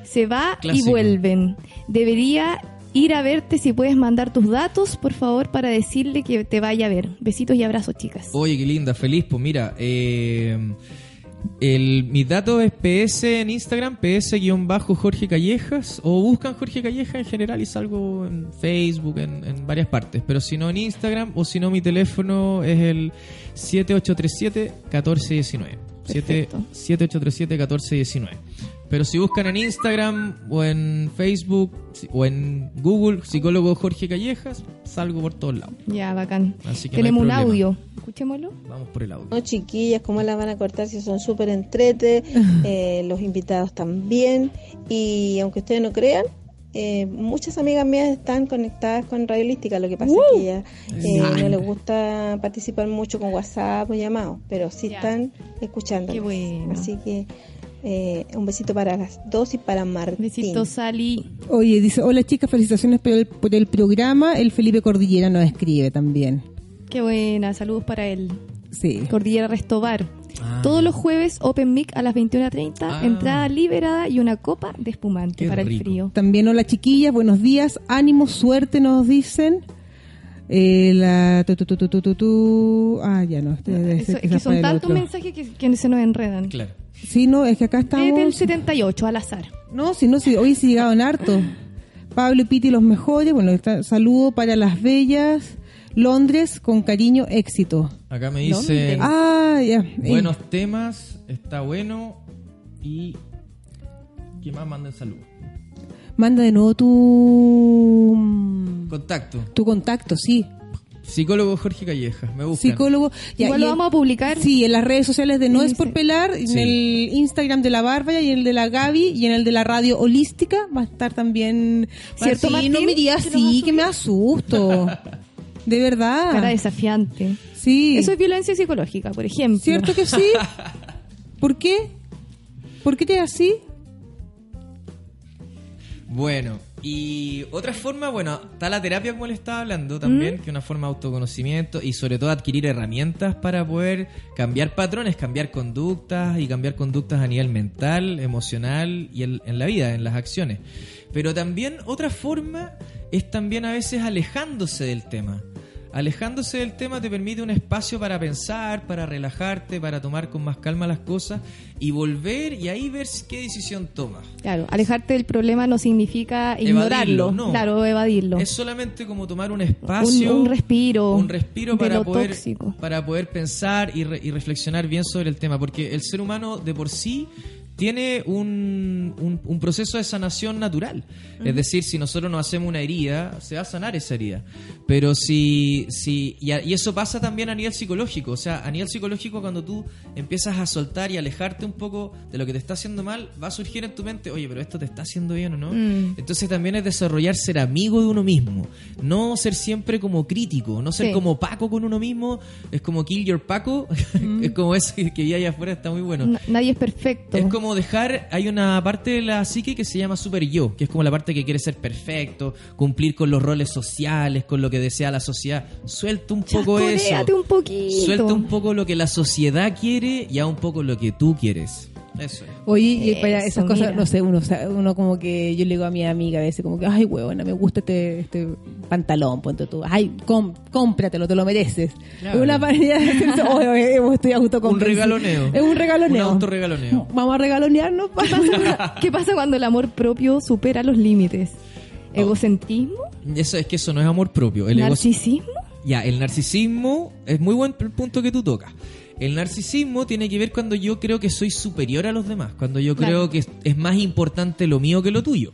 Speaker 3: Se va
Speaker 6: Clásico.
Speaker 3: y vuelven. Debería ir a verte si puedes mandar tus datos, por favor, para decirle que te vaya a ver. Besitos y abrazos, chicas.
Speaker 6: Oye, qué linda, feliz. Pues mira, eh, el, mis datos es PS en Instagram, PS-Jorge Callejas, o buscan Jorge Callejas en general y salgo en Facebook, en, en varias partes. Pero si no en Instagram, o si no, mi teléfono es el 7837-1419. Siete- 7837-1419. Pero si buscan en Instagram o en Facebook si- o en Google, psicólogo Jorge Callejas, salgo por todos lados.
Speaker 3: Ya, bacán.
Speaker 6: Así que no hay
Speaker 3: Tenemos un
Speaker 6: problema.
Speaker 3: audio. Escuchémoslo.
Speaker 6: Vamos por el audio.
Speaker 7: No, chiquillas, ¿cómo la van a cortar si son súper
Speaker 2: (laughs)
Speaker 7: entrete? Eh, los invitados también. Y aunque ustedes no crean, eh, muchas amigas mías están conectadas con Radiolística. Lo que pasa es que ellas eh,
Speaker 3: Exacto.
Speaker 7: no les gusta participar mucho con WhatsApp o llamados, pero sí están escuchando. Así que eh, un besito para las dos y para Martín.
Speaker 3: Besito, Sally.
Speaker 2: Oye, dice, hola chicas, felicitaciones por el, por el programa. El Felipe Cordillera nos escribe también.
Speaker 3: Qué buena, saludos para él.
Speaker 2: Sí.
Speaker 3: Cordillera Restobar.
Speaker 6: Ah,
Speaker 3: Todos los jueves, Open Mic a las 21.30, entrada liberada y una copa de espumante para el frío.
Speaker 2: También hola chiquillas, buenos días, ánimo, suerte nos dicen. Eh, la tu, tu, tu, tu, tu, tu, tu. Ah, ya no. este- este-
Speaker 3: Eso-
Speaker 2: este
Speaker 3: es que
Speaker 2: fue
Speaker 3: son
Speaker 2: el
Speaker 3: tantos
Speaker 2: otro.
Speaker 3: mensajes que, que se nos enredan.
Speaker 6: Claro.
Speaker 2: Sí, no, es que acá estamos.
Speaker 3: Desde el 78, al azar.
Speaker 2: No, si no, si hoy sí llegaron harto. Pablo y Piti los mejores. Bueno, está- saludo para las bellas. Londres, con cariño, éxito.
Speaker 6: Acá me dicen.
Speaker 2: Ah, ya. Eh,
Speaker 6: Buenos temas, está bueno. Y. ¿Qué más manden salud?
Speaker 2: Manda de nuevo tu.
Speaker 6: Contacto.
Speaker 2: Tu contacto, sí.
Speaker 6: Psicólogo Jorge Calleja, me buscan.
Speaker 2: psicólogo. Ya, y
Speaker 6: Igual lo
Speaker 2: el-
Speaker 6: vamos
Speaker 3: a publicar.
Speaker 2: Sí, en las redes sociales de No es por pelar, en
Speaker 6: Sí.
Speaker 2: el Instagram de la Bárbara y en el de la Gaby y en el de la Radio Holística va a estar también.
Speaker 3: ¿Cierto,
Speaker 2: Ah, Sí,
Speaker 3: Martín?
Speaker 2: no me digas
Speaker 3: ¿Que
Speaker 2: así, que me asusto. De verdad.
Speaker 3: Cara desafiante.
Speaker 2: Sí.
Speaker 3: Eso es violencia psicológica, por ejemplo.
Speaker 2: ¿Cierto que sí? ¿Por qué? ¿Por qué te así?
Speaker 6: Bueno, y otra forma, bueno, está la terapia como le estaba hablando también, que es una forma de autoconocimiento y sobre todo adquirir herramientas para poder cambiar patrones, cambiar conductas y cambiar conductas a nivel mental, emocional y en, en la vida, en las acciones. Pero también otra forma es también a veces alejándose del tema. Alejándose del tema te permite un espacio para pensar, para relajarte, para tomar con más calma las cosas y volver y ahí ver qué decisión tomas.
Speaker 3: Claro, alejarte del problema no significa
Speaker 6: Evadirlo,
Speaker 3: ignorarlo.
Speaker 6: no.
Speaker 3: Claro, evadirlo.
Speaker 6: Es solamente como tomar un espacio,
Speaker 3: Un- un respiro
Speaker 6: un respiro
Speaker 3: de
Speaker 6: para
Speaker 3: lo
Speaker 6: poder
Speaker 3: tóxico.
Speaker 6: para poder pensar y, re- y reflexionar bien sobre el tema, porque el ser humano de por sí tiene un, un- un proceso de sanación natural. Es decir, si nosotros nos hacemos una herida, se va a sanar esa herida. Pero si, si y, a- y eso pasa también a nivel psicológico. O sea, a nivel psicológico cuando tú empiezas a soltar y alejarte un poco de lo que te está haciendo mal, va a surgir en tu mente, oye, pero esto te está haciendo bien o no.
Speaker 5: Mm.
Speaker 6: Entonces también es desarrollar ser amigo de uno mismo. No ser siempre como crítico, no ser
Speaker 5: Sí.
Speaker 6: como Paco con uno mismo. Es como kill your Paco. (laughs) es
Speaker 3: Mm.
Speaker 6: como ese que vi allá afuera, está muy bueno.
Speaker 3: Na- Nadie es perfecto.
Speaker 6: Es como dejar, hay una parte de la psique que se llama super yo, que es como la parte que quiere ser perfecto, cumplir con los roles sociales, con lo que desea la sociedad. Suelta un poco
Speaker 3: Chascoléate
Speaker 6: eso.
Speaker 3: un poquito.
Speaker 6: Suelta un poco lo que la sociedad quiere y a un poco lo que tú quieres. Eso es.
Speaker 2: Oye, y para
Speaker 3: Eso,
Speaker 2: esas cosas,
Speaker 3: mira.
Speaker 2: no sé, uno, sa- uno como que yo le digo a mi amiga a veces, como que, ay, huevona, me gusta este, este pantalón, ponte tú, ay, com- cómpratelo, te lo mereces.
Speaker 6: Claro.
Speaker 2: Es una manera de decirse, (laughs) oye, oye, hemos estoy
Speaker 6: Un
Speaker 2: autocomplacido".
Speaker 6: regaloneo.
Speaker 2: Es un regaloneo.
Speaker 6: Un autorregaloneo.
Speaker 2: Vamos a regalonearnos.
Speaker 3: ¿Qué pasa, (laughs) qué pasa cuando el amor propio supera los límites? ¿Egocentrismo?
Speaker 6: Eso es que eso no es amor propio. Oh. El egoci-
Speaker 3: ¿Narcisismo?
Speaker 6: Ya, el narcisismo es muy buen p- punto que tú tocas. El narcisismo tiene que ver cuando yo creo que soy superior a los demás, cuando yo creo
Speaker 5: Claro.
Speaker 6: que es- es más importante lo mío que lo tuyo.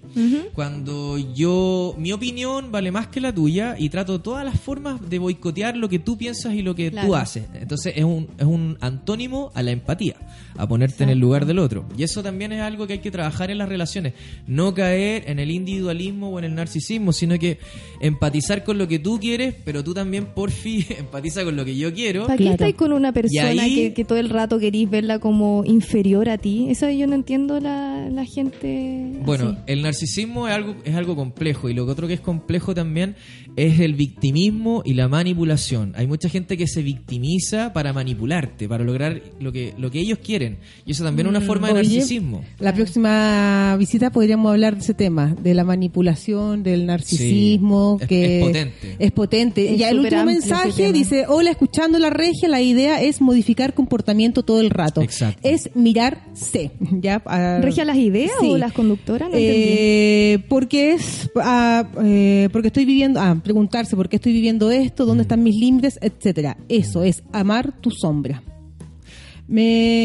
Speaker 6: Cuando yo, mi opinión vale más que la tuya y trato todas las formas de boicotear lo que tú piensas y lo que tú
Speaker 5: Claro.
Speaker 6: haces. Entonces es un, es un antónimo a la empatía, a ponerte en el lugar del otro. Y eso también es algo que hay que trabajar en las relaciones. No caer en el individualismo o en el narcisismo, sino que empatizar con lo que tú quieres, pero tú también, por fin, (laughs) empatiza con lo que yo quiero.
Speaker 3: ¿Para qué estáis con una persona
Speaker 6: Oh, Y ahí-
Speaker 3: que, que todo el rato querís verla como inferior a ti? Eso yo no entiendo la, la gente.
Speaker 6: Bueno,
Speaker 3: así.
Speaker 6: el narcisismo es algo, es algo complejo y lo que otro que es complejo también es el victimismo y la manipulación. Hay mucha gente que se victimiza para manipularte, para lograr lo que, lo que ellos quieren. Y eso también es una forma de
Speaker 2: Oye,
Speaker 6: narcisismo.
Speaker 2: La próxima visita podríamos hablar de ese tema, de la manipulación, del narcisismo,
Speaker 6: Sí, es-
Speaker 2: que
Speaker 6: es potente.
Speaker 2: Es potente.
Speaker 3: Es
Speaker 2: ya el último
Speaker 3: superamplio ese
Speaker 2: mensaje
Speaker 3: tema.
Speaker 2: dice, hola, escuchando la regia, la idea es modificar comportamiento todo el rato.
Speaker 6: Exacto.
Speaker 2: Es mirarse. (laughs) ¿ya? Ah,
Speaker 3: ¿Regia las ideas
Speaker 2: sí.
Speaker 3: o las conductoras? No entendí.
Speaker 2: Eh, porque es ah, eh, porque estoy viviendo ah, preguntarse por qué estoy viviendo esto
Speaker 3: Mm.
Speaker 2: dónde están mis límites etcétera eso es amar tu sombra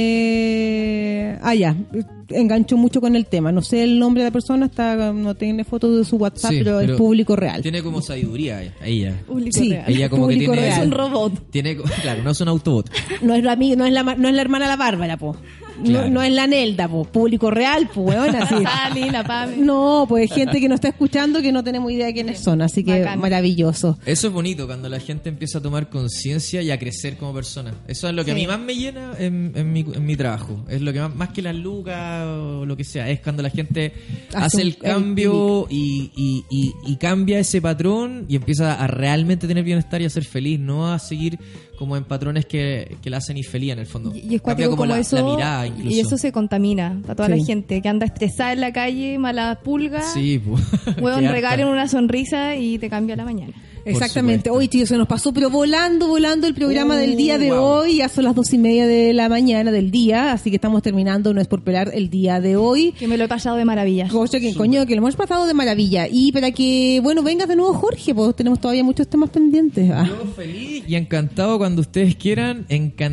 Speaker 2: me ah ya enganchó mucho con el tema no sé el nombre de la persona está no tiene foto de su WhatsApp
Speaker 6: Sí,
Speaker 2: Ah, pero, es
Speaker 6: pero
Speaker 2: público real
Speaker 6: Tiene como sabiduría eh, ella.
Speaker 3: Público
Speaker 2: sí
Speaker 3: real.
Speaker 6: Ella como que
Speaker 2: público
Speaker 6: tiene-
Speaker 2: real.
Speaker 6: Es un
Speaker 3: robot
Speaker 6: Tiene, co- claro, no es un autobot.
Speaker 2: no es la ami- no es la ma- no es la hermana de la Bárbara po no,
Speaker 6: Claro.
Speaker 2: no es la Nelda po público real po weón, así
Speaker 3: (laughs) Sali, la Ah, Pame.
Speaker 2: no pues gente que no está escuchando que no tenemos idea de quiénes son así que
Speaker 3: Bacán.
Speaker 2: maravilloso
Speaker 6: Eso es bonito, cuando la gente empieza a tomar conciencia y a crecer como persona. Eso es lo que a mí más me llena en, en mi, en mi trabajo. Es lo que más, más que las lucas o lo que sea, es cuando la gente hace,
Speaker 2: Hace un-
Speaker 6: el
Speaker 2: el
Speaker 6: cambio y, y- y- y cambia ese patrón y empieza a realmente tener bienestar y a ser feliz, no a seguir como en patrones que, que la hacen infeliz en el fondo.
Speaker 3: Y, y es
Speaker 6: Cambia
Speaker 3: cuático como,
Speaker 6: la,
Speaker 3: eso.
Speaker 6: la mirada incluso.
Speaker 3: y eso se contamina a toda la
Speaker 2: Sí.
Speaker 3: gente que anda estresada en la calle, mala pulga. (laughs)
Speaker 6: Sí, pues.
Speaker 3: Hueón, regalen una sonrisa y te cambia la mañana.
Speaker 2: Exactamente.
Speaker 6: supuesto.
Speaker 2: Hoy, chicos, se nos pasó, pero volando, volando el programa
Speaker 6: Uh,
Speaker 2: del día de
Speaker 6: wow.
Speaker 2: hoy. Ya son las dos y media de la mañana del día, así que estamos terminando, no es por pelar, el día de hoy.
Speaker 3: Que me lo he pasado de maravilla.
Speaker 2: Cosa que, coño, que lo hemos pasado de maravilla. Y para que, bueno, vengas de nuevo, Jorge, pues tenemos todavía muchos temas pendientes. Ah.
Speaker 6: Yo feliz y encantado cuando ustedes quieran,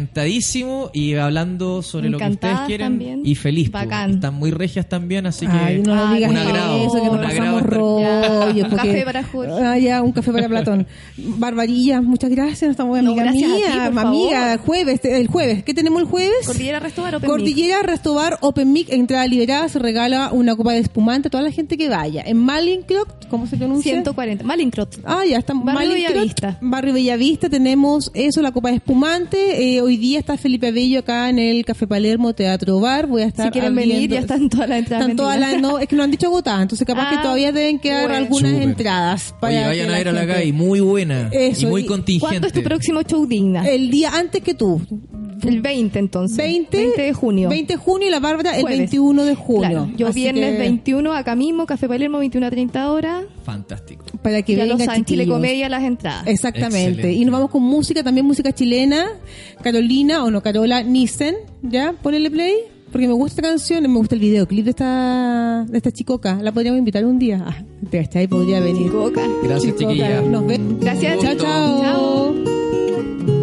Speaker 6: encantadísimo y hablando sobre lo que ustedes
Speaker 3: Encantadas
Speaker 6: quieran
Speaker 3: también.
Speaker 6: y feliz. po.
Speaker 3: Bacán.
Speaker 6: Están muy regias también, así que
Speaker 2: Ay, no
Speaker 3: Ay,
Speaker 2: digas
Speaker 6: un agrado,
Speaker 2: eso, que nos
Speaker 6: un agrado
Speaker 2: pasamos
Speaker 6: estar-
Speaker 2: rollos.
Speaker 3: Ya, un
Speaker 2: porque- (laughs)
Speaker 3: café para Jorge.
Speaker 2: Ah, ya, un café para
Speaker 3: (laughs)
Speaker 2: maratón. Barbarilla, muchas gracias. Estamos
Speaker 3: No,
Speaker 2: amiga
Speaker 3: gracias a ti,
Speaker 2: mía,
Speaker 3: por
Speaker 2: amiga,
Speaker 3: favor.
Speaker 2: jueves, te- el jueves. ¿Qué tenemos el jueves?
Speaker 3: Cordillera Restobar Open Mic.
Speaker 2: Cordillera Restobar Open Mic, entrada liberada, se regala una copa de espumante a toda la gente que vaya. En Malincroft, ¿cómo se pronuncia?
Speaker 3: 140. Malincrot.
Speaker 2: Ah, ya está.
Speaker 3: Barrio
Speaker 2: Malincrot,
Speaker 3: Bellavista.
Speaker 2: Barrio Bellavista, tenemos eso, la copa de espumante. Eh, hoy día está Felipe Bello acá en el Café Palermo Teatro Bar. Voy a estar
Speaker 3: Si quieren venir,
Speaker 2: abriendo-
Speaker 3: ya están todas las entradas
Speaker 2: Están todas las,
Speaker 3: vendidas.
Speaker 2: no, es que no han dicho agotadas, entonces capaz que
Speaker 3: Ah,
Speaker 2: todavía deben quedar
Speaker 3: bueno.
Speaker 2: algunas
Speaker 6: Súper.
Speaker 2: entradas. para
Speaker 6: Oye, vayan
Speaker 2: que
Speaker 6: a ver a la
Speaker 2: gente-
Speaker 6: Gaby, muy buena
Speaker 2: Eso,
Speaker 6: y muy
Speaker 2: y-
Speaker 6: contingente.
Speaker 3: ¿Cuándo es tu próximo show digna?
Speaker 2: El día antes que tú.
Speaker 3: El 20 entonces.
Speaker 2: 20,
Speaker 3: 20 de junio.
Speaker 2: 20 de junio y la Bárbara el
Speaker 3: Jueves.
Speaker 2: 21 de junio.
Speaker 3: Claro, yo
Speaker 2: Así
Speaker 3: viernes
Speaker 2: que-
Speaker 3: 21 acá mismo, Café Palermo, 21 a 30 horas.
Speaker 6: Fantástico.
Speaker 2: Para que
Speaker 3: ya lo
Speaker 2: vengan
Speaker 3: saben, Chile
Speaker 2: chiquillos.
Speaker 3: Comedia las entradas.
Speaker 2: Exactamente.
Speaker 6: Excelente.
Speaker 2: Y nos vamos con música, también música chilena. Carolina, o no, Carola Nissen, ¿ya? Ponele play. Porque me gusta esta canción, me gusta el videoclip de esta, de esta chicoca. La podríamos invitar un día. Ah, te cachai, podría
Speaker 3: Mm,
Speaker 2: venir.
Speaker 3: Coca.
Speaker 6: Gracias,
Speaker 2: Chicoca.
Speaker 6: chiquilla.
Speaker 2: Nos vemos.
Speaker 3: Gracias.
Speaker 2: Chao, chao.
Speaker 3: Chao.